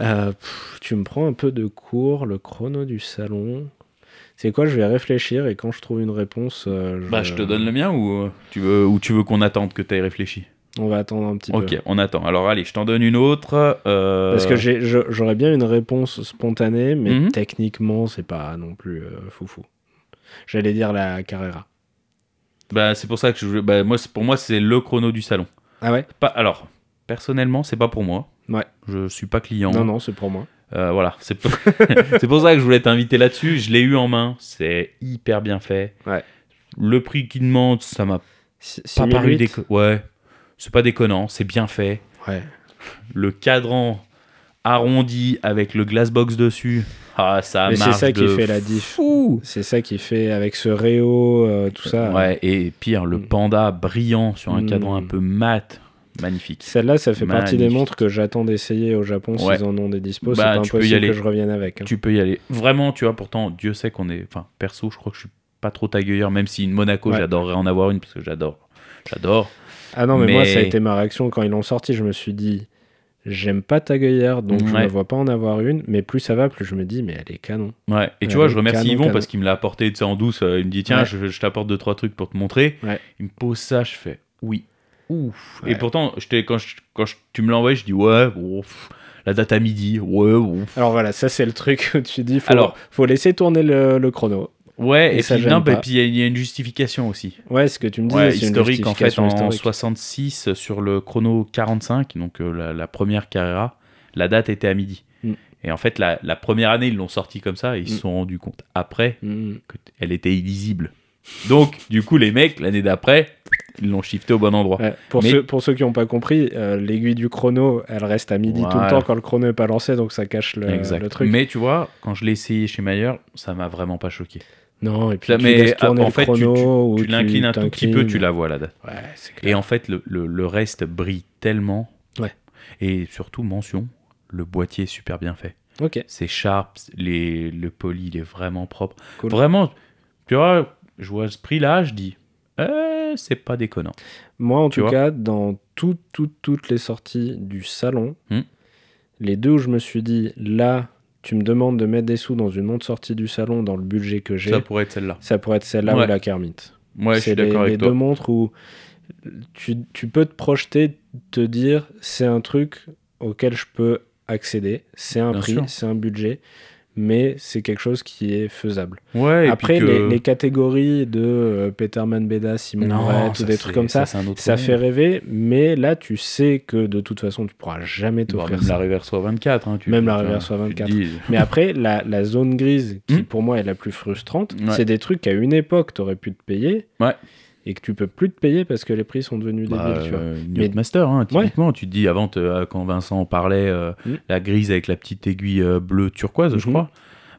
Euh, pff, tu me prends un peu de cours, le chrono du salon. C'est quoi Je vais réfléchir et quand je trouve une réponse, euh, je...
bah je te donne le mien ou euh, tu veux ou tu veux qu'on attende que tu aies réfléchi
on va attendre un petit peu.
Ok, on attend. Alors allez, je t'en donne une autre. euh,
Parce que j'ai- je- j'aurais bien une réponse spontanée, mais
Mhm.
techniquement, c'est pas non plus euh, foufou. J'allais dire la Carrera.
bah c'est pour ça que je bah, moi c'est- pour moi c'est le chrono du salon.
Ah ouais
Pas, alors, personnellement, c'est pas pour moi.
Ouais.
Je suis pas client.
Non, non, c'est pour moi.
Euh, voilà, c'est pour... c'est pour ça que je voulais t'inviter là-dessus. Je l'ai eu en main. C'est hyper bien fait.
Ouais.
Le prix qu'il demande, ça m'a
Si-
pas
6008?
paru déconnant. Ouais, c'est pas déconnant. C'est bien fait.
Ouais.
Le cadran arrondi avec le glassbox dessus. Ah, ça
Mais c'est
marche
ça qui
de
fait la diff.
Fou.
C'est ça qui fait avec ce Réo, euh, tout ça.
Ouais, et pire, le
Mm.
panda brillant sur un
Mm.
cadran un peu mat. Magnifique.
Celle-là, ça fait partie des
Magnifique.
montres que j'attends d'essayer au Japon
Ouais.
s'ils en ont des dispos.
Bah,
c'est pas
tu peux y
impossible
aller.
que je revienne avec. hein.
Tu peux y aller. Vraiment, tu vois, pourtant, Dieu sait qu'on est. Enfin, perso, je crois que je suis pas trop tagueur, même si une Monaco,
Ouais.
j'adorerais en avoir une, parce que j'adore. J'adore.
Ah non, mais, moi, ça a
mais-
été ma réaction quand ils l'ont sorti. Je me suis dit, j'aime pas ta gueillère, donc je
Ouais.
ne vois pas en avoir une. Mais plus ça va, plus je me dis, mais elle est canon.
Ouais. Et
Ouais,
tu vois, je
canon,
remercie
canon,
Yvon
canon.
parce qu'il me l'a apporté, tu sais, en douce. euh, il me dit, tiens,
Ouais.
je, je t'apporte deux, trois trucs pour te montrer.
Ouais.
Il me pose ça, je fais, oui. Ouf. Et
Ouais.
pourtant, je t'ai- quand, je- quand je- tu me l'envoies, je dis, ouais, ouf. La date à midi, ouais, ouf.
Alors voilà, ça c'est le truc où tu dis, faut,
Alors-
faut laisser tourner le, le chrono.
Ouais,
Et
et,
ça
puis
gêne
non, bah,
pas.
puis il y a- il y, a une justification aussi.
Ouais, ce que tu me dis,
Ouais,
c'est une
historique en fait
justification
en
historique.
66 sur le chrono 45 donc euh, la, la première Carrera la date était à midi
Mm.
et en fait la, la première année ils l'ont sorti comme ça et ils se
Mm.
sont rendus compte après
Mm.
qu'elle était illisible donc du coup les mecs l'année d'après Ils l'ont shifté au bon endroit.
Ouais, pour,
Mais-
ceux, pour ceux qui n'ont pas compris, euh, l'aiguille du chrono, elle reste à midi tout le
Voilà.
temps quand le chrono n'est pas lancé, donc ça cache le,
exact.
le truc.
Mais tu vois, quand je l'ai essayé chez Mayer, ça m'a vraiment pas choqué.
Non, et puis
Ça,
tu
mais,
laisses tourner
ah, en
le
fait, tu-
chrono. ou
tu l'inclines un tout petit
Oh,
peu, tu
t'inclines.
la vois la date.
Ouais, c'est clair.
Et en fait, le, le- le reste brille tellement.
Ouais.
Et surtout, mention, le boîtier est super bien fait.
Ok,
C'est sharp, les, le poli, il est vraiment propre.
Cool.
Vraiment, tu vois, je vois ce prix-là, je dis, euh, c'est pas déconnant.
moi en
Tu
tout
vois.
cas, dans tout- tout- toutes les sorties du salon,
Hmm.
les deux où je me suis dit, là, tu me demandes de mettre des sous dans une montre sortie du salon dans le budget que j'ai,
Ça
ça,
pourrait être celle-là.
pourrait être celle-là
Ouais.
ou la Kermit.
Moi, je
c'est
suis
les,
d'accord
les
avec
deux
toi.
montres où tu, tu peux te projeter, te dire c'est un truc auquel je peux accéder, c'est un
Bien
prix,
sûr.
c'est un budget, mais c'est quelque chose qui est faisable.
Ouais, et
Après,
puis que-
les, les catégories de euh, Peterman Beda, Simon
Non,
Brett ou
ça,
des
c'est-
trucs comme ça,
c'est un autre
ça
monde.
fait rêver, mais là tu sais que de toute façon tu pourras jamais
Bon,
t'offrir
Bah, même la
ça.
Reverse 24. hein, tu-
Même la
tu-
Reverse
tu te
24.
dis-
Mais après, la, la zone grise, qui
Hmm.
pour moi est la plus frustrante,
Ouais.
c'est des trucs qu'à une époque t'aurais pu te payer
Ouais.
et que tu peux plus te payer parce que les prix sont devenus
Bah,
débiles. tu vois.
euh,
Mais-
Yachtmaster, hein,
Ouais.
typiquement. Tu te dis, avant, te- euh, quand Vincent en parlait, euh,
Mm.
la grise avec la petite aiguille euh, bleue turquoise, je
Mhm.
crois,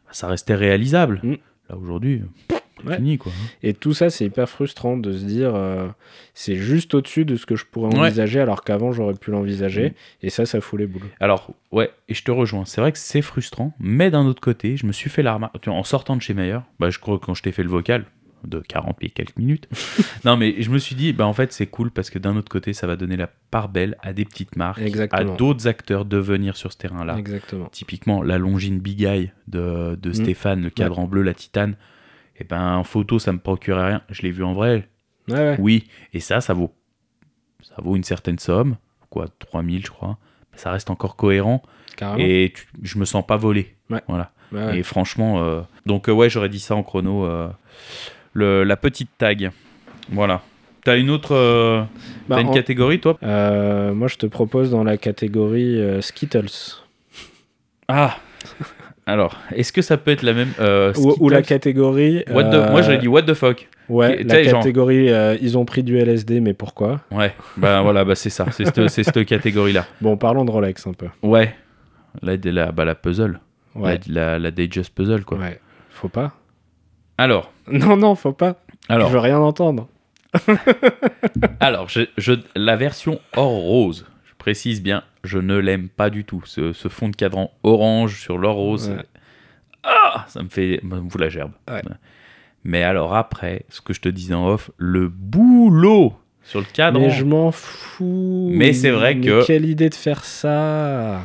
bah, ça restait réalisable.
Mm.
Là, aujourd'hui, c'est
Ouais.
fini, quoi.
Et tout ça, c'est hyper frustrant de se dire, euh, c'est juste au-dessus de ce que je pourrais
Ouais.
envisager, alors qu'avant j'aurais pu l'envisager.
Mm.
Et ça, ça fout les boules.
Alors, ouais, et je te rejoins. C'est vrai que c'est frustrant, mais d'un autre côté, je me suis fait la remarque. tu vois, En sortant de chez Meyer, bah, je crois que quand je t'ai fait le vocal de 40 et quelques minutes, non, mais je me suis dit, bah, en fait, c'est cool parce que d'un autre côté, ça va donner la part belle à des petites marques,
Exactement.
à d'autres acteurs de venir sur ce terrain-là.
Exactement. Mm.
typiquement la Longines Big Eye de, de Stéphane, le cadre en bleu, la titane, et ben en photo ça me procurait rien. Je l'ai vu en vrai,
Ouais, ouais.
oui. Et ça, ça vaut, ça vaut une certaine somme, quoi, 3000 je crois. Mais ça reste encore cohérent
Carrément.
et tu- je me sens pas volé.
Ouais.
Voilà.
Ah Ouais, ouais.
Et franchement, euh, donc euh, ouais, j'aurais dit ça en chrono. euh, le- la petite tag, voilà. T'as une autre, euh,
Bah,
t'as une
en-
catégorie toi
Euh, moi, je te propose dans la catégorie euh, Skittles.
Ah. Alors, est-ce que ça peut être la même euh,
Ou, ou la
Skittles
catégorie.
What the-
euh,
Moi j'aurais dit what the fuck.
Ouais,
tu
la
sais, genre-
catégorie, euh, ils ont pris du LSD, mais pourquoi
Ouais, bah voilà, bah c'est ça, c'est cette, c'est cette catégorie-là.
Bon, parlons de Rolex un peu.
Ouais, la, la, bah, la puzzle,
Ouais.
la, la, la Day Just Puzzle, quoi.
ouais. Faut pas.
Alors,
Non, non, faut pas.
alors,
Je veux rien entendre.
alors je, je- la version hors rose, je précise bien, je ne l'aime pas du tout. Ce, ce fond de cadran orange sur l'or rose,
Ouais.
ah, ça me fait, ça me fout la gerbe.
Ouais.
Mais alors après, ce que je te disais en off, le boulot sur le cadran.
Mais je m'en fous.
Ah Mais c'est vrai
Mais
que-
Quelle idée de faire ça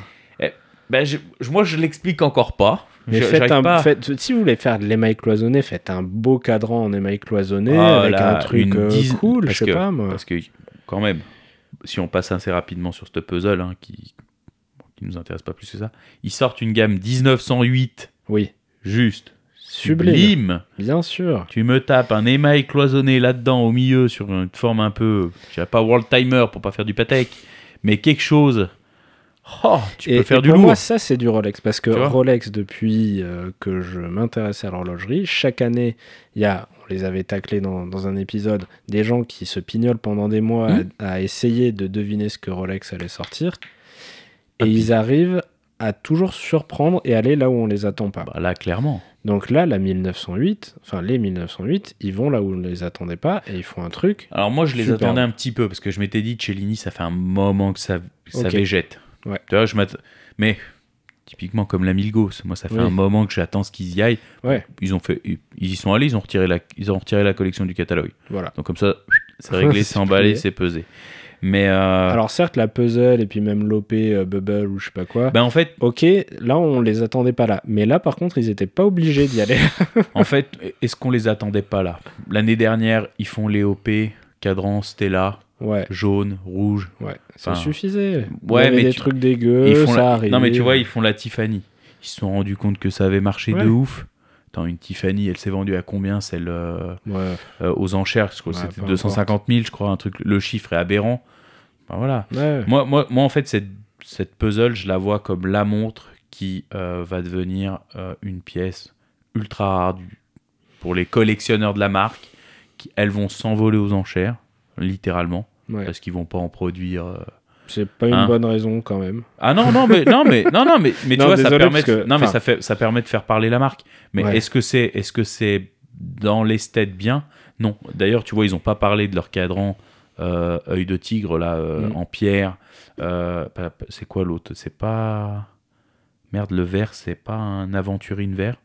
Ben, je- je- moi, je l'explique encore pas.
Mais
Je-
faites
j'arrive
un,
pas.
faites- si vous voulez faire de l'émail cloisonné, faites un beau cadran en émail cloisonné
Ah,
avec
là,
un truc
une
euh,
dizaine-
cool, je
parce
sais
que-
pas moi.
Parce que, quand même, si on passe assez rapidement sur ce puzzle, hein, qui, qui nous intéresse pas plus que ça, ils sortent une gamme 1908,
Oui,
juste
Sublime.
sublime.
bien sûr.
Tu me tapes un émail cloisonné là-dedans, au milieu, sur une forme un peu, je dirais pas world timer pour pas faire du patek, mais quelque chose. Oh, tu
et,
peux faire
et
du
pour
lourd.
moi, ça, c'est du Rolex. Parce que
Tu vois
Rolex, depuis euh, que je m'intéresse à l'horlogerie, chaque année, il y a, on les avait taclés dans, dans un épisode, des gens qui se pignolent pendant des mois
Hmm.
à- à, essayer de deviner ce que Rolex allait sortir. Et
Ah,
ils arrivent à toujours surprendre et aller là où on les attend pas.
Bah là, clairement.
Donc là, la 1908, enfin les 1908, ils vont là où on ne les attendait pas et ils font un truc.
Alors moi, je les
Superbe.
attendais un petit peu parce que je m'étais dit, Cellini, ça fait un moment que ça, ça
Ok.
végète.
Ouais.
Tu vois, je m'att- Mais typiquement comme la Milgos, moi, ça fait
Oui.
un moment que j'attends ce qu'ils y aillent.
Ouais.
Ils ont fait, ils y sont allés, ils ont retiré la, ils ont retiré la collection du catalogue.
Voilà.
Donc comme ça, c'est réglé,
C'est
c'est emballé,
plié.
c'est pesé. Mais euh,
Alors certes, la puzzle et puis même l'OP, euh, Bubble ou je sais pas quoi.
ben en fait,
Ok, là on les attendait pas là. Mais là par contre, ils étaient pas obligés d'y aller.
en fait, est-ce qu'on les attendait pas là L'année dernière, ils font les OP, cadran, Stella,
ouais,
jaune, rouge.
ouais, ça
Enfin,
suffisait. Il y
ouais,
avait
mais
des
tu-
trucs dégueux,
Ils font
Euh, ça
la-
arrive.
Non, mais tu vois, ils font la Tiffany. Ils se sont rendus compte que ça avait marché
Ouais.
de ouf. Attends, une Tiffany, elle s'est vendue à combien celle euh,
Ouais.
euh, aux enchères je crois que
Ouais,
C'était
peu
250 000, je crois, un truc. Le chiffre est aberrant. Ben voilà.
Ouais.
Moi, moi, moi, en fait, cette, cette puzzle, je la vois comme la montre qui euh, va devenir euh, une pièce ultra rare du- pour les collectionneurs de la marque. Qui, elles vont s'envoler aux enchères. littéralement,
Ouais.
parce qu'ils vont pas en produire. euh.
C'est pas une
Hein.
bonne raison quand même.
Ah non, non, mais non, mais non, non, mais, mais tu
Non,
vois, ça
désolé,
permet,
parce que-
non, mais
enfin-
ça fait, ça permet de faire parler la marque. Mais
Ouais.
est-ce que c'est, est-ce que c'est dans l'esthète bien Non. D'ailleurs, tu vois, ils ont pas parlé de leur cadran euh, œil de tigre là euh,
Mm.
en pierre. Euh, pa- pa- c'est quoi l'autre C'est pas merde le vert, c'est pas un aventurine vert.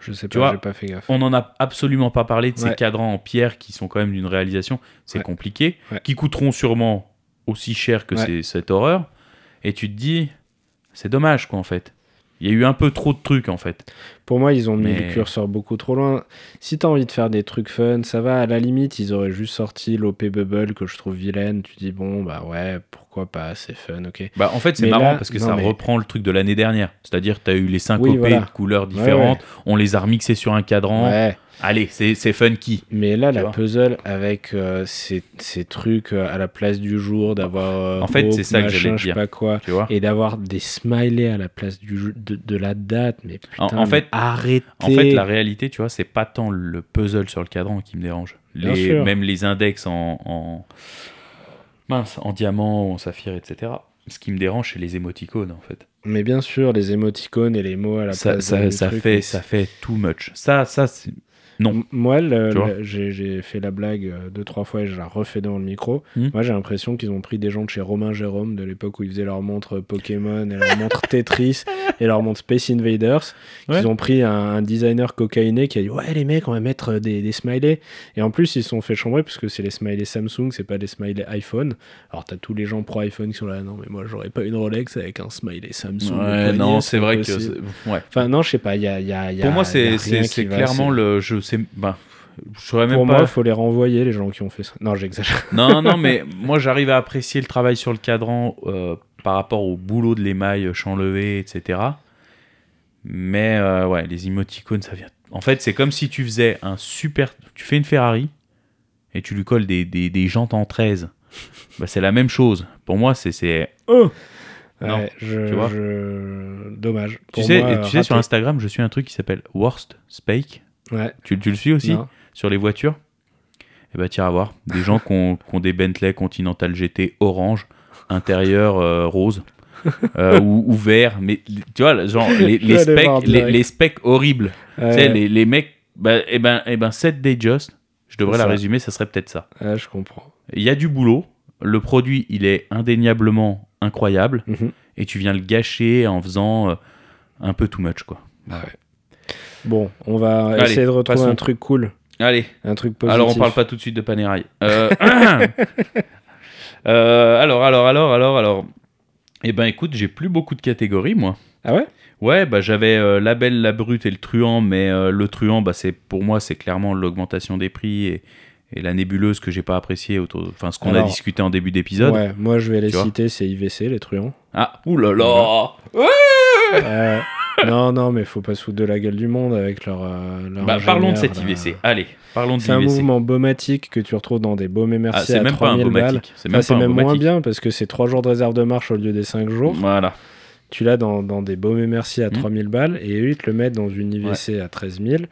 Je sais
Tu
pas,
vois,
j'ai pas fait gaffe.
On n'en a absolument pas parlé de ces
Ouais.
cadrans en pierre qui sont quand même d'une réalisation, c'est
Ouais.
compliqué,
Ouais.
qui coûteront sûrement aussi cher que
Ouais.
ces- cette horreur. Et tu te dis, c'est dommage quoi en fait. Il y a eu un peu trop de trucs en fait.
Pour moi, ils ont mis
Mais-
le curseur beaucoup trop loin. Si t'as envie de faire des trucs fun, ça va. À la limite, ils auraient juste sorti l'OP Bubble que je trouve vilaine. Tu dis, bon, bah ouais, pourquoi pas, c'est fun, ok.
Bah en fait c'est
Mais
marrant
là,
parce que
non,
ça
mais-
reprend le truc de l'année dernière. C'est-à-dire tu as eu les syncopés
Oui, voilà.
de couleurs
Ouais,
différentes, on les a remixés sur un cadran.
Ouais.
Allez, c'est c'est funky.
Mais là, la
vois.
puzzle avec euh, ces, ces trucs euh, à la place du jour, d'avoir. euh,
En fait,
groupe,
c'est ça que
machin,
j'allais te
je
dire.
sais pas quoi.
Tu vois
Et d'avoir des smileys à la place du, jou- de, de la date. Mais putain,
En- en fait-
mais arrêtez.
En fait, la réalité, tu vois, c'est pas tant le puzzle sur le cadran qui me dérange.
Bien
Les-
sûr.
même les index en, en- mince, en diamant, en saphir, etc. Ce qui me dérange, c'est les émoticônes, en fait.
Mais bien sûr, les émoticônes et les mots à la
Ça,
place.
ça,
du
ça
truc,
fait,
mais
ça fait too much. Ça, ça, c'est- non.
M- Moi, le-
Tu vois
le- j'ai j'ai fait la blague euh, deux, trois fois et je la refais dans le micro.
Hmm.
Moi, j'ai l'impression qu'ils ont pris des gens de chez Romain Jérôme, de l'époque où ils faisaient leur montre Pokémon et leur montre Tetris et leur montre Space Invaders.
Ouais.
Ils ont pris un, un designer cocaïné qui a dit Ouais, les mecs, on va mettre des, des smileys. Et en plus, ils se sont fait chambrer parce que c'est les smileys Samsung, c'est pas les smileys iPhone. Alors, t'as tous les gens pro iPhone qui sont là Non, mais moi, j'aurais pas une Rolex avec un smiley Samsung. au
Ouais,
poignet,
non, c'est vrai que.
impossible.
c'est- ouais.
Enfin, non, je sais pas, il y a, il y a- il y a-
Pour moi,
il y
c'est
a rien
c'est-
qui
c'est
va,
clairement
c'est-
le. Je sais. Ben, je saurais même
pour
pas.
moi, il faut les renvoyer, les gens qui ont fait ça. Non, j'exagère.
Non, non, mais moi j'arrive à apprécier le travail sur le cadran euh, par rapport au boulot de l'émail, euh, champ levé, etc. Mais euh, ouais, les émoticônes, ça vient. En fait, c'est comme si tu faisais un super. Tu fais une Ferrari et tu lui colles des, des, des jantes en 13. Bah, c'est la même chose. Pour moi, c'est. c'est... Oh Non,
Ouais, je-
tu vois.
je- Dommage.
Tu,
Pour
sais,
moi,
tu sais, sur
rappeler-
Instagram, je suis un truc qui s'appelle Worst Spake.
Ouais,
Tu, tu le suis aussi
non.
sur les voitures Eh ben, tiens à voir. Des gens qui ont, qui ont des Bentley Continental GT orange, intérieur euh, rose euh, ou, ou vert. Mais tu vois, genre, les, les
Je vais aller voir
specs, les,
direct.
les specs horribles. Tu sais,
Euh,
les, les mecs. Bah, eh ben, eh ben, set day just. Je devrais
C'est
la
ça.
résumer, ça serait peut-être ça.
ouais, je comprends.
Il y a du boulot. Le produit, il est indéniablement incroyable.
Mhm.
Et tu viens le gâcher en faisant euh, un peu too much, quoi.
Bah Bon, on va
Allez,
essayer de retrouver
passons.
un truc cool,
Allez.
un truc positif.
Alors on parle pas tout de suite de Panérail. Euh, euh, alors, alors, alors, alors, alors. Eh ben écoute, j'ai plus beaucoup de catégories moi.
Ah ouais
Ouais, bah j'avais euh, la belle, la brute et le truand, mais euh, le truand, bah c'est pour moi c'est clairement l'augmentation des prix et, et la nébuleuse que j'ai pas appréciée autour. Enfin, ce qu'on a
Alors,
discuté en début d'épisode.
Ouais, moi je vais les
Tu vois.
citer, c'est IVC, les truands.
Ah, oulala.
Euh, non, non, mais faut pas se foutre de la gueule du monde avec leur. euh, leur
Bah, parlons de
ingénieur,
cet
là.
IVC. Allez, parlons de
C'est un
l'IVC.
mouvement baumatique que tu retrouves dans des baumes et
Ah,
merci
c'est
à
même pas un
3000 balles.
baumatique. C'est même
Ah, c'est
pas un
même moins
baumatique.
bien parce que c'est 3 jours de réserve de marche au lieu des 5 jours.
Voilà.
tu l'as dans, dans des baumes et merci à
Mhm.
3000 balles et eux ils te le mettent dans une IVC à 13 000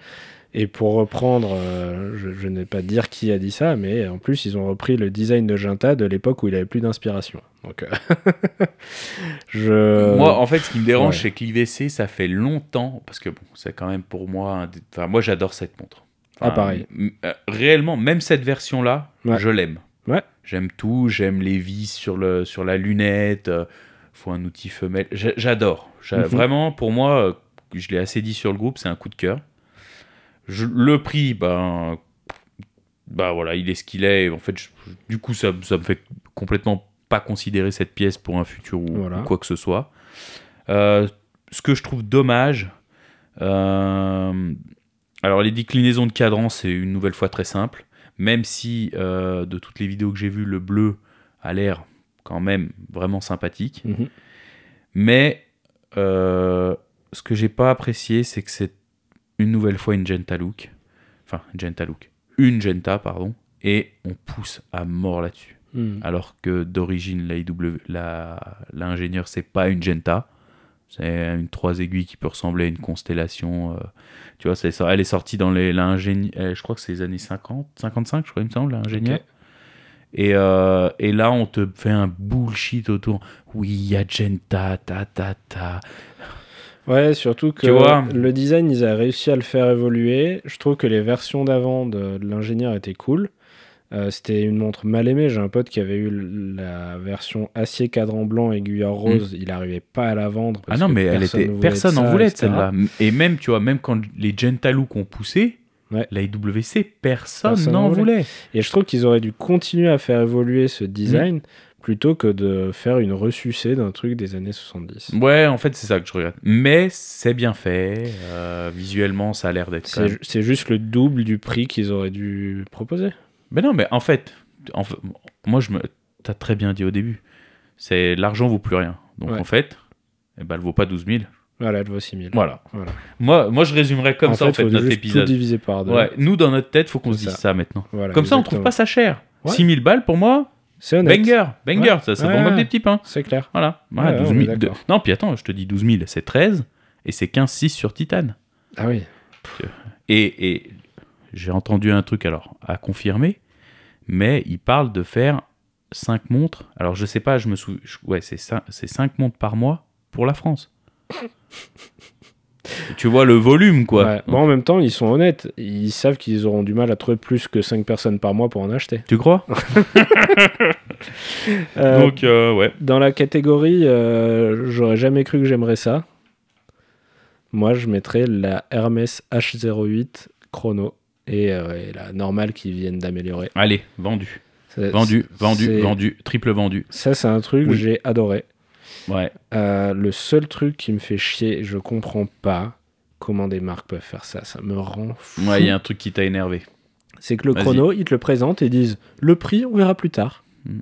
et pour reprendre euh, je, je n'ai pas dire qui a dit ça mais en plus ils ont repris le design de Ginta de l'époque où il avait plus d'inspiration donc euh, je
Moi, en fait, ce qui me dérange,
Euh, ouais.
c'est que l'IVC, ça fait longtemps, parce que bon, c'est quand même pour moi. un des- Enfin, moi, j'adore cette montre. Enfin,
Ah, pareil.
m- euh, réellement, même cette version-là,
Ouais.
je l'aime.
Ouais.
J'aime tout, j'aime les vis sur, le, sur la lunette, euh, faut un outil femelle. J'a- J'adore. J'a-
Mhm.
Vraiment, pour moi, euh, je l'ai assez dit sur le groupe, c'est un coup de cœur. Je- le prix, ben. Bah voilà, il est ce qu'il est. En fait, je- du coup, ça, ça me fait complètement pas considérer cette pièce pour un futur ou,
Voilà.
ou quoi que ce soit. Euh, ce que je trouve dommage, euh, alors les déclinaisons de cadran, c'est une nouvelle fois très simple, même si euh, de toutes les vidéos que j'ai vues, le bleu a l'air quand même vraiment sympathique.
Mhm.
Mais euh, ce que j'ai pas apprécié, c'est que c'est une nouvelle fois une Genta look. Enfin, une Genta look. Une Genta, pardon. Et on pousse à mort là-dessus.
Mhm.
Mm-hmm. Alors que d'origine, la IW, la- l'ingénieur, c'est pas une Genta. C'est une trois aiguilles qui peut ressembler à une constellation. euh, tu eh, vois, c'est ça. elle est sortie dans les. l'ingénie- euh, je crois que c'est les années 50, 55, je crois, il me semble, l'ingénieur.
Ok.
Et, euh, et là, on te fait un bullshit autour. Oui, Agenta, ta ta Ah ta.
Ouais, surtout que
Tu vois
le design, ils ont réussi à le faire évoluer. Je trouve que les versions d'avant de, de l'ingénieur étaient cool. Euh, C'était une montre mal aimée. J'ai un pote qui avait eu la version acier cadran blanc aiguilleur rose. Il n'arrivait pas à la vendre.
Mm. Ah
parce
non,
que
mais elle
personne
était.
ne voulait de
Personne en
ça,
voulait de
etc.
celle-là. Et même, tu vois, même quand les Gentalooks ont poussé,
Ouais.
la IWC, personne
Personne
n'en
n'en
voulait.
Et je trouve qu'ils auraient dû continuer à faire évoluer
Mm.
ce design plutôt que de faire une ressucée d'un truc des années 70.
Ouais, en fait, c'est ça que je regrette. Mais c'est bien fait. euh, visuellement, ça a l'air d'être. quand
C'est
même-
ju- C'est juste le double du prix qu'ils auraient dû proposer.
Mais non, mais en fait, en fait, moi, je me... t'as très bien dit au début. C'est l'argent vaut plus rien. Donc
Ouais.
en fait, eh ben, elle vaut pas 12 000.
Voilà, elle vaut 6000.
Voilà.
Voilà.
Moi, moi, je résumerais comme
En
ça en fait
faut
notre
juste Tout
épisode.
divisé par deux.
Ouais, nous, dans notre tête, faut qu'on se
C'est
dise ça,
ça.
maintenant.
Voilà,
comme ça, on trouve
exactement.
pas ça cher.
Ouais.
6 000 balles pour moi,
C'est honnête.
banger, banger,
Ouais.
ça, ça
Ouais,
vaut même
ouais.
des petits pains.
C'est clair.
Voilà. Ouais,
Ouais,
12
on
000
est
de-
d'accord.
Non, puis attends, je te dis 12 000, c'est 13 et c'est 15 6 sur Titan.
Ah oui.
Et, et j'ai entendu un truc, alors, à confirmer, mais il parle de faire 5 montres. Alors, je sais pas, je me souviens. Ouais, c'est 5, montres par mois pour la France. tu vois le volume, quoi.
Ouais. Bon, en même temps, ils sont honnêtes. Ils savent qu'ils auront du mal à trouver plus que 5 personnes par mois pour en acheter.
Tu crois
Euh,
Donc, euh, ouais.
dans la catégorie, euh, j'aurais jamais cru que j'aimerais ça. Moi, je mettrais la Hermès H08 Chrono et, euh, et la normale qu'ils viennent d'améliorer.
Allez, vendu.
C'est-
Vendu,
euh, c'est-
vendu,
c'est-
vendu, triple vendu.
Ça, c'est un truc que
Oui.
j'ai adoré.
Ouais.
Euh, le seul truc qui me fait chier, je comprends pas comment des marques peuvent faire ça. Ça me rend fou.
Ouais, il y a un truc qui t'a énervé.
C'est que le
Vas-y.
chrono, ils te le présentent et disent le prix, on verra plus tard.
Mm.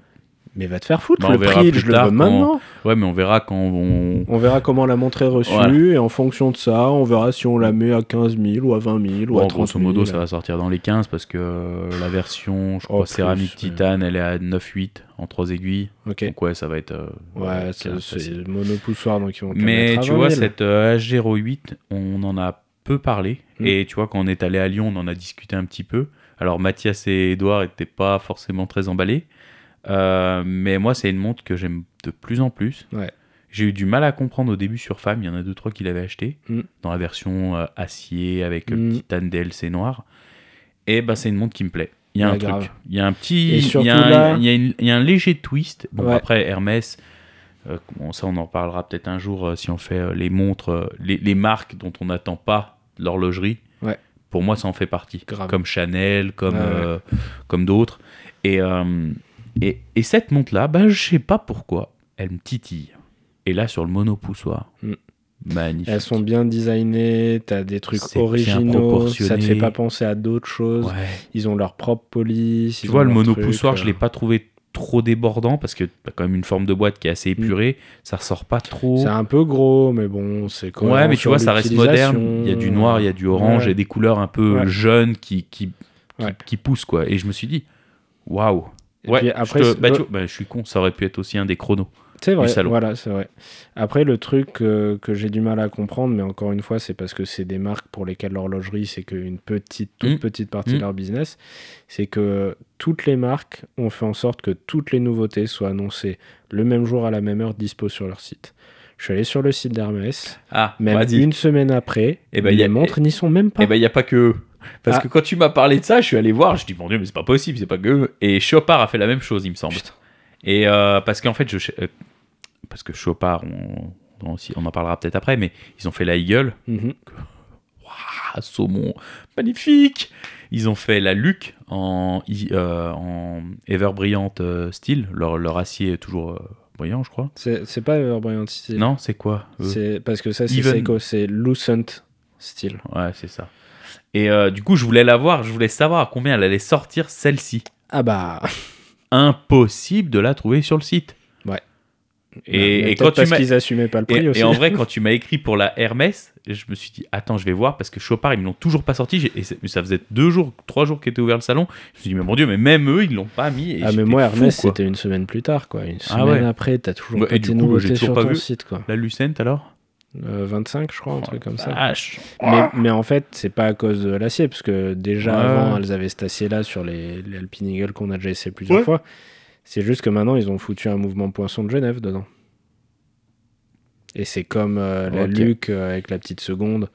Mais va te faire foutre,
Bah, on
le
verra
prix,
plus
je le
tard
veux
quand-
maintenant.
Ouais, mais on verra quand on.
On verra comment la montre est reçue
Voilà.
et en fonction de ça, on verra si on la met à 15 000 ou à 20 000 ou
Bon,
à 30
grosso
000.
modo, ça va sortir dans les 15 parce que euh, la version, je
Oh,
crois,
plus,
céramique
ouais.
titane, elle est à 9,8 en 3 aiguilles.
Ok.
Donc, ouais, ça va être. euh,
Ouais, ça,
15,
c'est
facile.
le monopoussoir, donc ils vont te le
Mais
mettre à
tu
20
vois,
000.
cette euh, H08, on en a peu parlé.
Mm.
Et tu vois, quand on est allé à Lyon, on en a discuté un petit peu. Alors, Mathias et Edouard n'étaient pas forcément très emballés. Euh, mais moi, c'est une montre que j'aime de plus en plus.
Ouais.
J'ai eu du mal à comprendre au début sur femme. Il y en a deux, trois qui l'avaient acheté
Mm.
dans la version euh, acier avec
Mm.
le titane DLC noir. Et ben, c'est une montre qui me plaît. Il y a
Ouais,
un truc.
grave.
Il y a un
Et
petit. Il
surtout
y, a un-
là-
il y a une- il y a un léger twist. Bon,
Ouais.
après, Hermès, euh, bon, ça, on en parlera peut-être un jour euh, si on fait euh, les montres, euh, les, les marques dont on n'attend pas l'horlogerie.
Ouais.
Pour moi, ça en fait partie.
Grave.
Comme Chanel, comme,
Ouais, ouais.
euh, comme d'autres. Et, euh, et, et cette montre-là, bah, je sais pas pourquoi, elle me titille. Et là, sur le monopoussoir,
Mm.
magnifique.
Elles sont bien designées, t'as des trucs
C'est bien
originaux, ça te
proportionné.
fait pas penser à d'autres choses.
Ouais.
Ils ont leur propre police.
Tu
ils
vois,
ont
le
leur truc,
monopoussoir,
euh.
je l'ai pas trouvé trop débordant parce que t'as quand même une forme de boîte qui est
Mm.
assez épurée. Ça ressort pas trop.
C'est un peu gros, mais bon, c'est cohérent
Ouais, mais tu
sur
vois, ça reste
l'utilisation.
moderne. Il y a du noir, il y a du orange, il y a
Ouais.
des couleurs un peu
Ouais.
jeunes qui, qui, qui,
Ouais.
qui poussent, quoi. Et je me suis dit, waouh.
Et
Ouais,
puis
je
après,
te-
c'est-
bah, tu
le-
vois, bah, je suis con, ça aurait pu être aussi un des chronos.
C'est vrai,
salon.
voilà, c'est vrai. Après, le truc euh, que j'ai du mal à comprendre, mais encore une fois, c'est parce que c'est des marques pour lesquelles l'horlogerie, c'est qu'une petite, toute
Mm.
petite partie
Mm.
de leur business, c'est que toutes les marques ont fait en sorte que toutes les nouveautés soient annoncées le même jour à la même heure, dispo sur leur site. Je suis allé sur le site d'Hermès,
Ah,
même
vas-y.
une semaine après,
Eh ben, il y
les
a-
montres n'y sont même pas.
Eh ben, il n'y a pas que eux. Parce
Ah.
que quand tu m'as parlé de ça, je suis allé voir, je dis, mon Dieu, mais c'est pas possible, c'est pas que eux. Et Chopard a fait la même chose, il me semble.
Putain.
Et euh, parce qu'en fait, je, euh, parce que Chopard, on, on, aussi- on en parlera peut-être après, mais ils ont fait la Eagle,
Mhm.
Waouh, saumon, magnifique Ils ont fait la Luc en, i- euh, en Everbrillante euh, style, leur, leur acier est toujours euh, brillant, je crois.
C'est c'est pas Everbrand Style.
Non, c'est quoi eux
C'est parce que ça c'est
Even.
Seiko, c'est Lucent Style.
Ouais, c'est ça. Et euh, du coup, je voulais la voir, je voulais savoir à combien elle allait sortir celle-ci.
Ah bah.
Impossible de la trouver sur le site.
Ouais.
Et,
Bah, Mais
et
peut-être
quand tu
parce
m'as
qu'ils assumaient pas le prix
et,
aussi.
et en vrai, quand tu m'as écrit pour la Hermès, je me suis dit, attends, je vais voir parce que Chopard, ils ne l'ont toujours pas sorti. J'ai- Et c'est- ça faisait deux jours, trois jours qu'était ouvert le salon. Je me suis dit, mais mon Dieu, mais même eux, ils l'ont pas mis. Et
ah
j'étais
mais moi
fou,
Hermès
quoi.
c'était une semaine plus tard quoi, une
Ah
semaine
ouais.
après t'as toujours
Bah, et
pas
du
tes
coup, j'ai
nouveautés
toujours
sur
pas
ton
vu.
site quoi.
La Lucent alors
euh, 25, je crois, un truc comme ça.
Vache.
Mais, mais en fait, c'est pas à cause de l'acier, parce que déjà
Ouais.
avant, elles avaient cet acier-là sur les, les Alpine Eagle qu'on a déjà essayé plusieurs
Ouais.
fois. C'est juste que maintenant, ils ont foutu un mouvement poisson de Genève dedans. Et c'est comme euh, la
Ok.
Luc euh, avec la petite seconde.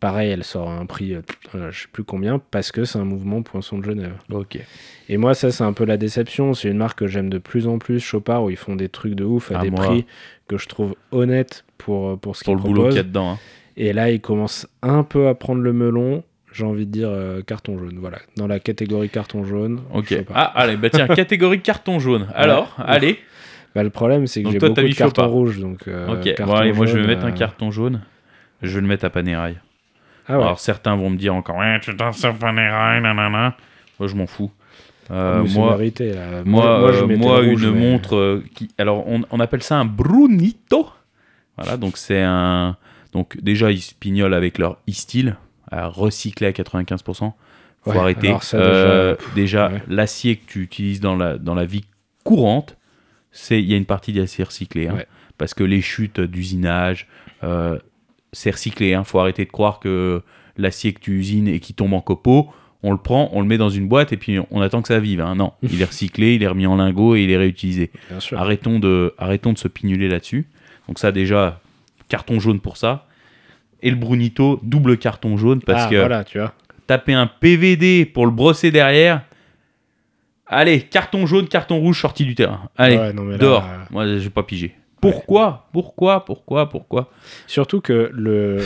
Pareil, elle sort à un prix, euh, euh, je sais plus combien, parce que c'est un mouvement poisson de Genève.
Ok.
Et moi, ça, c'est un peu la déception. C'est une marque que j'aime de plus en plus, Chopard, où ils font des trucs de ouf à
Ah,
des
moi.
prix que je trouve honnêtes pour, euh, pour ce
Pour
qu'ils
le boulot
proposent.
qu'il y a dedans. hein.
Et là, ils commencent un peu à prendre le melon. J'ai envie de dire euh, carton jaune. Voilà, dans la catégorie carton jaune.
Ok.
je sais pas.
Ah, allez, bah tiens, catégorie carton jaune. Alors,
Ouais.
allez.
Bah, le problème, c'est que
Donc
j'ai
toi,
beaucoup
t'as mis
de cartons
Chopard.
rouges. Donc, euh,
Ok. Bon,
carton
allez, moi, je vais
jaune,
mettre un
euh,
carton jaune. Je vais le mettre à Panerai.
Ah ouais.
Alors, certains vont me dire encore, ouais, tu danses sur Panerai, nanana. Moi, je m'en fous. Euh,
Mais Ah c'est
moi,
mérité, là.
Moi, euh,
mettais
moi,
le rouge,
une
mais-
montre euh, qui. Alors, on, on appelle ça un Brunito. Voilà, donc c'est un. Donc, déjà, ils se pignolent avec leur e-style à recycler à 95%. Faut
Ouais,
arrêter.
alors ça,
Euh,
déjà,
déjà,
ouais.
l'acier que tu utilises dans la, dans la vie courante, c'est il y a une partie d'acier recyclé. hein.
Ouais.
Parce que les chutes d'usinage, euh, c'est recyclé. hein. Faut arrêter de croire que l'acier que tu usines et qui tombe en copeaux, on le prend, on le met dans une boîte et puis on attend que ça vive. hein. Non, il est recyclé, il est remis en lingot et il est réutilisé.
Bien sûr.
Arrêtons de, arrêtons de se pignoler là-dessus. Donc ça déjà, carton jaune pour ça. Et le Brunito, double carton jaune parce
Ah,
que
voilà, tu vois.
taper un PVD pour le brosser derrière. Allez, carton jaune, carton rouge, sorti du terrain. Allez,
Ouais, non, mais là,
dehors.
euh,
Moi, j'ai pas pigé. Pourquoi Pourquoi Pourquoi Pourquoi
Surtout que le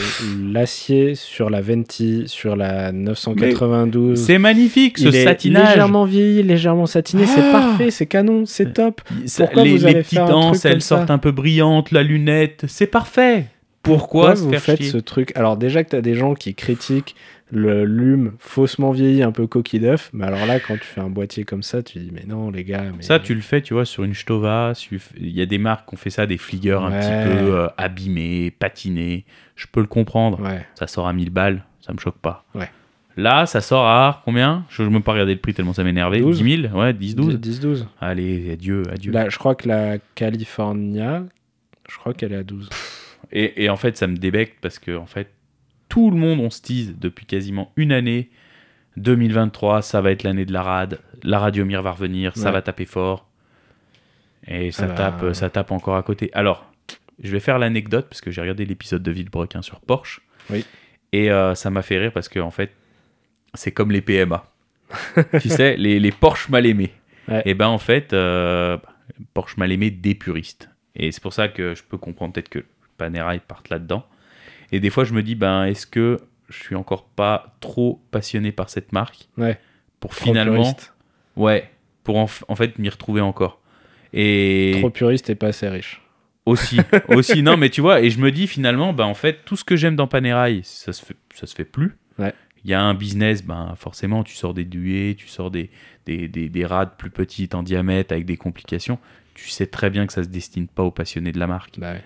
l'acier sur la Venti, sur la 992.
C'est magnifique ce
Euh, il est
satinage.
légèrement vieilli, légèrement satiné, c'est
Ah
parfait, c'est canon, c'est top.
Ça,
Pourquoi
les,
vous
les
allez
petites
faire un truc
anses,
comme
elles
ça
sortent un peu brillantes, la lunette, c'est parfait. Pourquoi,
Pourquoi
se
vous
faire
faites
chier
ce truc Alors déjà que t'as des gens qui critiquent le lume faussement vieilli, un peu coquille d'œuf, mais alors là, quand tu fais un boîtier comme ça, tu dis mais non les gars. Mais...
Ça, tu le fais, tu vois, sur une Stova. tu f- Il y a des marques qui ont fait ça, des fliggers un
Ouais.
petit peu euh, abîmés, patinés. Je peux le comprendre.
Ouais.
Ça sort à 1000 balles, ça me choque pas.
Ouais.
Là, ça sort à combien Je ne me pas regarder le prix tellement ça m'énervait.
12?
10 000 Ouais, 10, 12
10, 12.
Allez, adieu, adieu.
Là, je crois que la California, je crois qu'elle est à 12.
Et, et en fait, ça me débecte parce que en fait, tout le monde, on se tease depuis quasiment une année. 2023, ça va être l'année de la rade. La radiomire va revenir, ça
Ouais.
va taper fort. Et ça,
Ah bah.
tape, ça tape encore à côté. Alors, je vais faire l'anecdote parce que j'ai regardé l'épisode de Villebrequin sur Porsche.
Oui.
Et euh, ça m'a fait rire parce que, en fait, c'est comme les PMA. tu sais, les, les Porsche mal aimés.
Ouais.
Et ben, en fait, euh, Porsche mal aimé des puristes. Et c'est pour ça que je peux comprendre peut-être que Panerai parte là-dedans. Et des fois, je me dis, ben, est-ce que je suis encore pas trop passionné par cette marque
Ouais.
Pour
Trop
finalement,
puriste.
ouais, pour en, f- en fait m'y retrouver encore. Et
Trop puriste et pas assez riche.
aussi, aussi, non, mais tu vois, et je me dis finalement, ben, en fait, tout ce que j'aime dans Panerai, ça se fait, ça se fait plus.
Ouais.
Il y a un business, ben, forcément, tu sors des duets, tu sors des, des, des, des rades plus petites en diamètre avec des complications. Tu sais très bien que ça se destine pas aux passionnés de la marque
Bah ouais.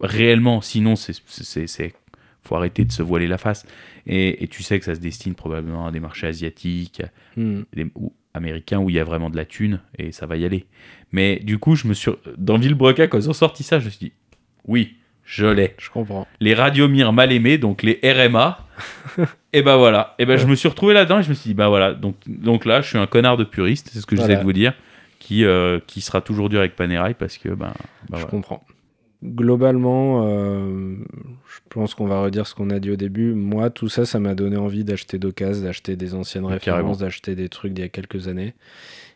réellement. Sinon, c'est, c'est, c'est- faut arrêter de se voiler la face. Et, et tu sais que ça se destine probablement à des marchés asiatiques, à
Hmm.
des- ou américains où il y a vraiment de la thune et ça va y aller. Mais du coup, je me suis dans Villebrequin quand ils ont sorti ça, je me suis dit oui, je l'ai.
Je comprends.
Les radiomires mal aimés, donc les RMA. et ben voilà. Et ben je me suis retrouvé là-dedans et je me suis dit bah voilà. Donc donc là, je suis un connard de puriste, c'est ce que j'essaie
Voilà.
de vous dire. Qui, euh, qui sera toujours dur avec Panerai parce que ben, ben
je
voilà.
comprends. Globalement, euh, je pense qu'on va redire ce qu'on a dit au début. Moi, tout ça, ça m'a donné envie d'acheter d'occasion, d'acheter des anciennes
Mais carrément.
références, d'acheter des trucs d'il y a quelques années.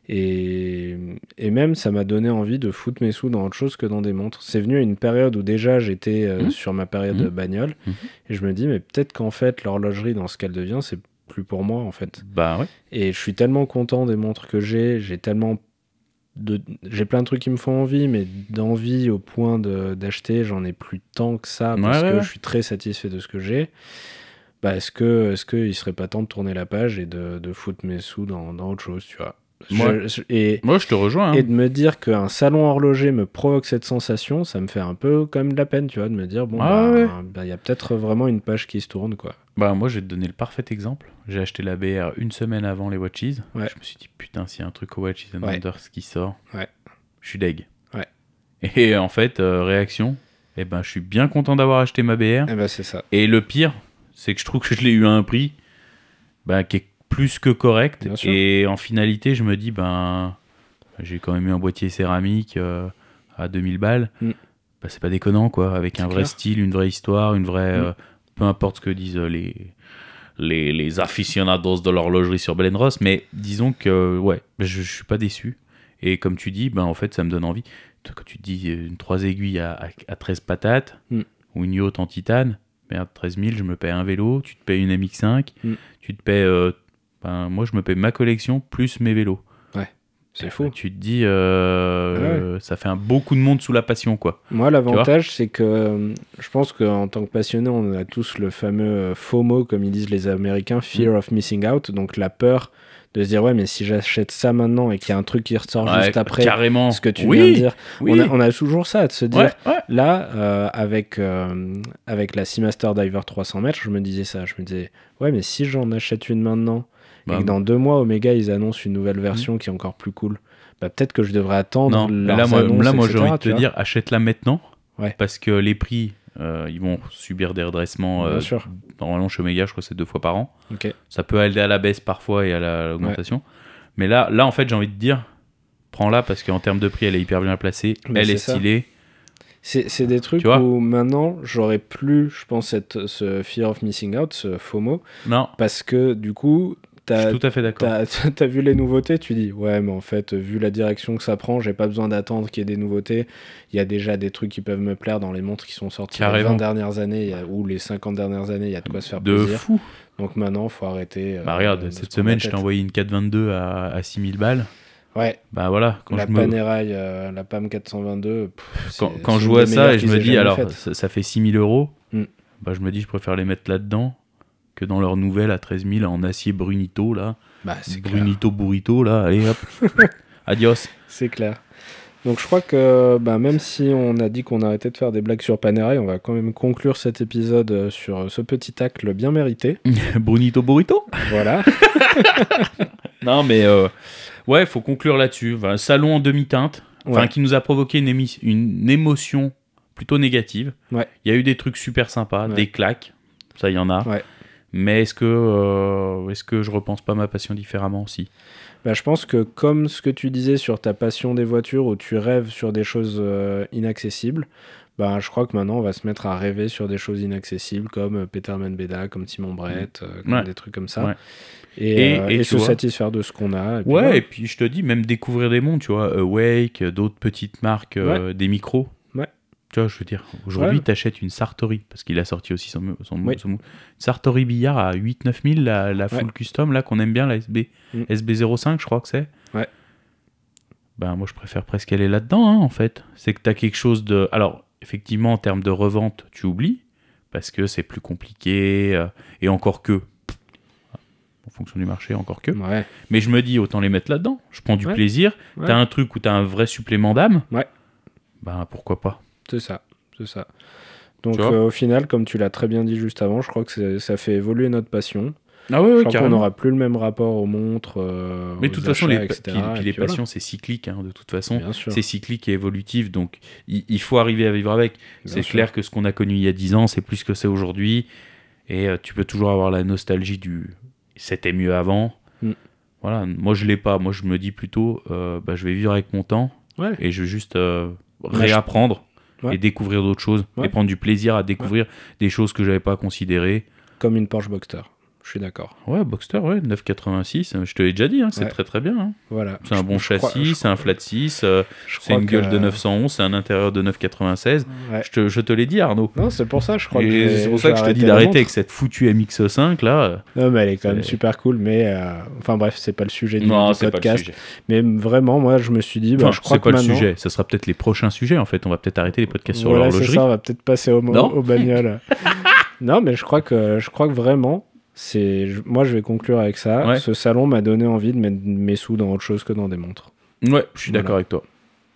Et, et même, ça m'a donné envie de foutre mes sous dans autre chose que dans des montres. C'est venu à une période où déjà j'étais euh,
Mhm.
sur ma période
Mhm.
de bagnole.
Mhm.
Et je me dis, mais peut-être qu'en fait, l'horlogerie, dans ce qu'elle devient, c'est plus pour moi, en fait.
Bah ouais.
Et je suis tellement content des montres que j'ai. J'ai tellement de, j'ai plein de trucs qui me font envie, mais d'envie au point de- d'acheter, j'en ai plus tant que ça parce
Ouais, ouais,
que
ouais.
je suis très satisfait de ce que j'ai. Bah, est-ce que, est-ce que il serait pas temps de tourner la page et de, de foutre mes sous dans, dans autre chose, tu vois Je-
Ouais.
je- et,
Moi, je te rejoins. hein.
et de me dire qu'un salon horloger me provoque cette sensation, ça me fait un peu quand même de la peine, tu vois, de me dire bon,
Ouais,
bah,
ouais.
bah, il y a peut-être vraiment une page qui se tourne, quoi.
Bah moi je vais te donner le parfait exemple. J'ai acheté la BR une semaine avant les Watches.
Ouais.
Je me suis dit putain s'il y a un truc aux Watches and
Ouais.
Wonders qui sort,
Ouais.
je suis deg.
Ouais.
Et en fait euh, réaction, eh ben, je suis bien content d'avoir acheté ma BR.
Eh ben, c'est ça.
Et le pire, c'est que je trouve que je l'ai eu à un prix bah, qui est plus que correct.
Bien sûr.
Et en finalité, je me dis, ben, j'ai quand même eu un boîtier céramique euh, à 2000 balles.
Mm.
Bah, c'est pas déconnant, quoi. Avec un vrai
clair. Mm.
style, une vraie histoire, une vraie. euh, peu importe ce que disent euh, les. Les, les aficionados de l'horlogerie sur Belen Ross, mais disons que euh, ouais, je, je suis pas déçu. Et comme tu dis, ben en fait, ça me donne envie. Quand tu te dis euh, une 3 aiguilles à, à, à 13 patates
Mm.
ou une yacht en titane, merde, 13 000, je me paie un vélo, tu te payes une MX5,
Mm.
tu te payes. euh, ben, moi, je me paie ma collection plus mes vélos.
C'est
Ben,
fou.
Tu te dis, euh,
Ah ouais.
euh, ça fait un beaucoup de monde sous la passion, quoi.
Moi, l'avantage, c'est que euh, je pense qu'en tant que passionné, on a tous le fameux euh, FOMO, comme ils disent les Américains,
Mm.
Fear of Missing Out, donc la peur de se dire, ouais, mais si j'achète ça maintenant et qu'il y a un truc qui ressort juste
Ouais,
après
carrément.
ce que tu
oui,
viens de dire,
oui.
on, a, on a toujours ça, de se dire,
Ouais, ouais.
Là, euh, avec, euh, avec la Seamaster Diver 300 mètres, je me disais ça. Je me disais, ouais, mais si j'en achète une maintenant,
Bah, Mm.
et que dans deux mois, Omega, ils annoncent une nouvelle version qui est encore plus cool, bah, peut-être que je devrais attendre.
non,
leurs
là, moi,
annonces,
là, moi,
etc.,
j'ai envie de
tu
te
vois.
dire, achète-la maintenant.
Ouais.
Parce que les prix, euh, ils vont subir des redressements.
Bien
euh,
sûr.
Normalement, chez Omega, je crois que c'est deux fois par an.
Ok.
Ça peut aller à la baisse parfois et à la- à l'augmentation. Mais là, là, en fait, j'ai envie de dire, prends-la parce qu'en termes de prix, elle est hyper bien placée.
Mais
elle
c'est
est
ça.
stylée.
C'est c'est des trucs
Tu vois
où maintenant, j'aurais plus, je pense, cette, ce Fear of Missing Out, ce FOMO,
Non,
parce que du coup,
je
t'as
suis tout à fait d'accord.
T'as t'as vu les nouveautés, tu dis ouais, mais en fait, vu la direction que ça prend, j'ai pas besoin d'attendre qu'il y ait des nouveautés. Il y a déjà des trucs qui peuvent me plaire dans les montres qui sont sorties les
Carrément.
20 dernières années il y a- ou les 50 dernières années. Il y a de quoi se faire
De
plaisir.
fou.
Donc maintenant, faut arrêter. euh,
bah regarde,
de se
cette
prendre la
semaine, je t'ai
tête.
envoyé une 422 à, à 6000 balles.
Ouais,
Bah voilà, quand
la
je me...
Panerai, euh, la PAM 422. pff,
quand,
c'est-
quand
c'est
je
une
vois
des meilleures
ça et je
qu'ils
me
aient
dis,
jamais
alors
faites.
ça, ça fait 6000 euros,
Mm.
bah, je me dis, je préfère les mettre là-dedans que dans leur nouvelle à 13 000 en acier Brunito, là.
Bah, c'est clair.
Brunito Burrito, là, allez hop. Adios.
C'est clair. Donc je crois que bah, même si on a dit qu'on arrêtait de faire des blagues sur Panerai, on va quand même conclure cet épisode euh, sur ce petit tacle bien mérité.
Brunito Burrito
Voilà.
Non, mais euh, ouais, faut conclure là-dessus. Enfin, salon en demi-teinte, enfin,
Ouais.
qui nous a provoqué une, émi- une émotion plutôt négative.
Ouais.
Il y a eu des trucs super sympas,
Ouais.
des claques, ça il y en a.
Ouais.
Mais est-ce que, euh, est-ce que je repense pas ma passion différemment aussi
Bah, je pense que comme ce que tu disais sur ta passion des voitures où tu rêves sur des choses euh, inaccessibles, bah, je crois que maintenant on va se mettre à rêver sur des choses inaccessibles comme euh, Peterman Beda, comme Timon Brett, euh, comme
Ouais.
des trucs comme ça.
Ouais.
Et,
Et-
euh,
et
et
tu
se
vois.
satisfaire de ce qu'on a. et puis
Ouais,
voilà.
et puis je te dis, même découvrir des mondes, tu vois, Awake, euh, d'autres petites marques, euh, des micros.
Ouais.
Tu vois, je veux dire, aujourd'hui,
Ouais.
t'achètes une Sartori, parce qu'il a sorti aussi son, son,
Oui.
son- Sartori Billard à 8-9 000, la, la full custom, là, qu'on aime bien, la SB.
Mm.
SB05, je crois que c'est.
Ouais.
Ben, moi, je préfère presque aller là-dedans, hein, en fait. C'est que t'as quelque chose de. Alors, effectivement, en termes de revente, tu oublies, parce que c'est plus compliqué, euh, et encore que. En fonction du marché, encore que.
Ouais.
Mais je me dis, autant les mettre là-dedans. Je prends du
Ouais.
plaisir.
Ouais.
T'as un truc où t'as un vrai supplément d'âme.
Ouais.
Bah pourquoi pas.
C'est ça, c'est ça. Donc
Tu vois
euh, au final, comme tu l'as très bien dit juste avant, je crois que c'est- ça fait évoluer notre passion.
Ah oui,
je crois qu'on n'aura plus le même rapport aux montres. euh,
Mais
aux
de toute façon, les,
achats, etc.,
puis- puis
et
les
puis voilà.
passions, c'est cyclique. hein, de toute façon,
Bien sûr.
c'est cyclique et évolutif. Donc il, il faut arriver à vivre avec.
bien
C'est
sûr.
clair que ce qu'on a connu il y a 10 ans, c'est plus ce que c'est aujourd'hui. Et euh, tu peux toujours avoir la nostalgie du c'était mieux avant.
Mm.
Voilà, moi je l'ai pas. Moi je me dis plutôt, euh, bah, je vais vivre avec mon temps
Ouais. Bah,
et je vais juste euh,
je-
réapprendre
Ouais.
et découvrir d'autres choses
Ouais.
et prendre du plaisir à découvrir des choses que j'avais pas considérées.
Comme une Porsche Boxster. Je suis d'accord.
Ouais, Boxster, ouais, 9,86. euh, Je te l'ai déjà dit, hein, c'est
Ouais.
très très bien. hein.
Voilà.
C'est un bon
je crois-
châssis,
je
c'est un flat 6, euh,
Je
c'est
crois
une gueule
que-
de 911, c'est un intérieur de 9,96.
Ouais.
Je te, je te l'ai dit, Arnaud.
Non, c'est pour ça, je crois
Et
que.
c'est pour ça que je te dis d'arrêter avec cette foutue MX5 là. euh,
Non, mais elle est quand même
C'est-
super cool, mais. euh, Enfin, bref, c'est pas le sujet du,
non,
du
c'est pas le
podcast.
sujet.
mais vraiment, moi, je me suis dit, bah,
Enfin,
je crois
c'est
que
pas le
maintenant-
sujet. Ça sera peut-être les prochains sujets en fait. On va peut-être arrêter les podcasts sur
Voilà, c'est
l'horlogerie.
ça, on va peut-être passer au,
Non
au bagnole. non, mais je crois que, je crois que vraiment. C'est, je- moi, je vais conclure avec ça.
Ouais.
Ce salon m'a donné envie de mettre mes sous dans autre chose que dans des montres.
Ouais, je suis
Voilà.
d'accord avec toi.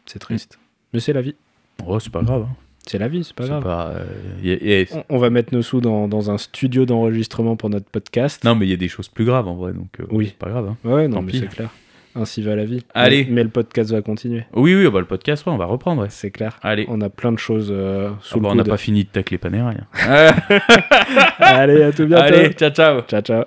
C'est triste. Mais c'est la vie.
Oh, c'est pas grave. hein.
C'est la vie, c'est pas
Mm. C'est
grave.
pas, euh, y a- y a-
On, on va mettre nos sous dans, dans un studio d'enregistrement pour notre podcast.
Non, mais il y a des choses plus graves en vrai, donc euh,
Oui.
c'est pas grave. hein.
Ouais, non,
Tant
mais
pis.
c'est clair. Ainsi va la vie.
Allez.
Mais, mais le podcast va continuer.
Oui, oui, bah, le podcast, ouais, on va reprendre. ouais.
C'est clair.
Allez,
On a plein de choses euh,
Ah
sous
bah, on
le
n'a
coude.
pas fini de tacler Panera. hein.
Allez, à tout bientôt.
Allez, ciao, ciao.
Ciao, ciao.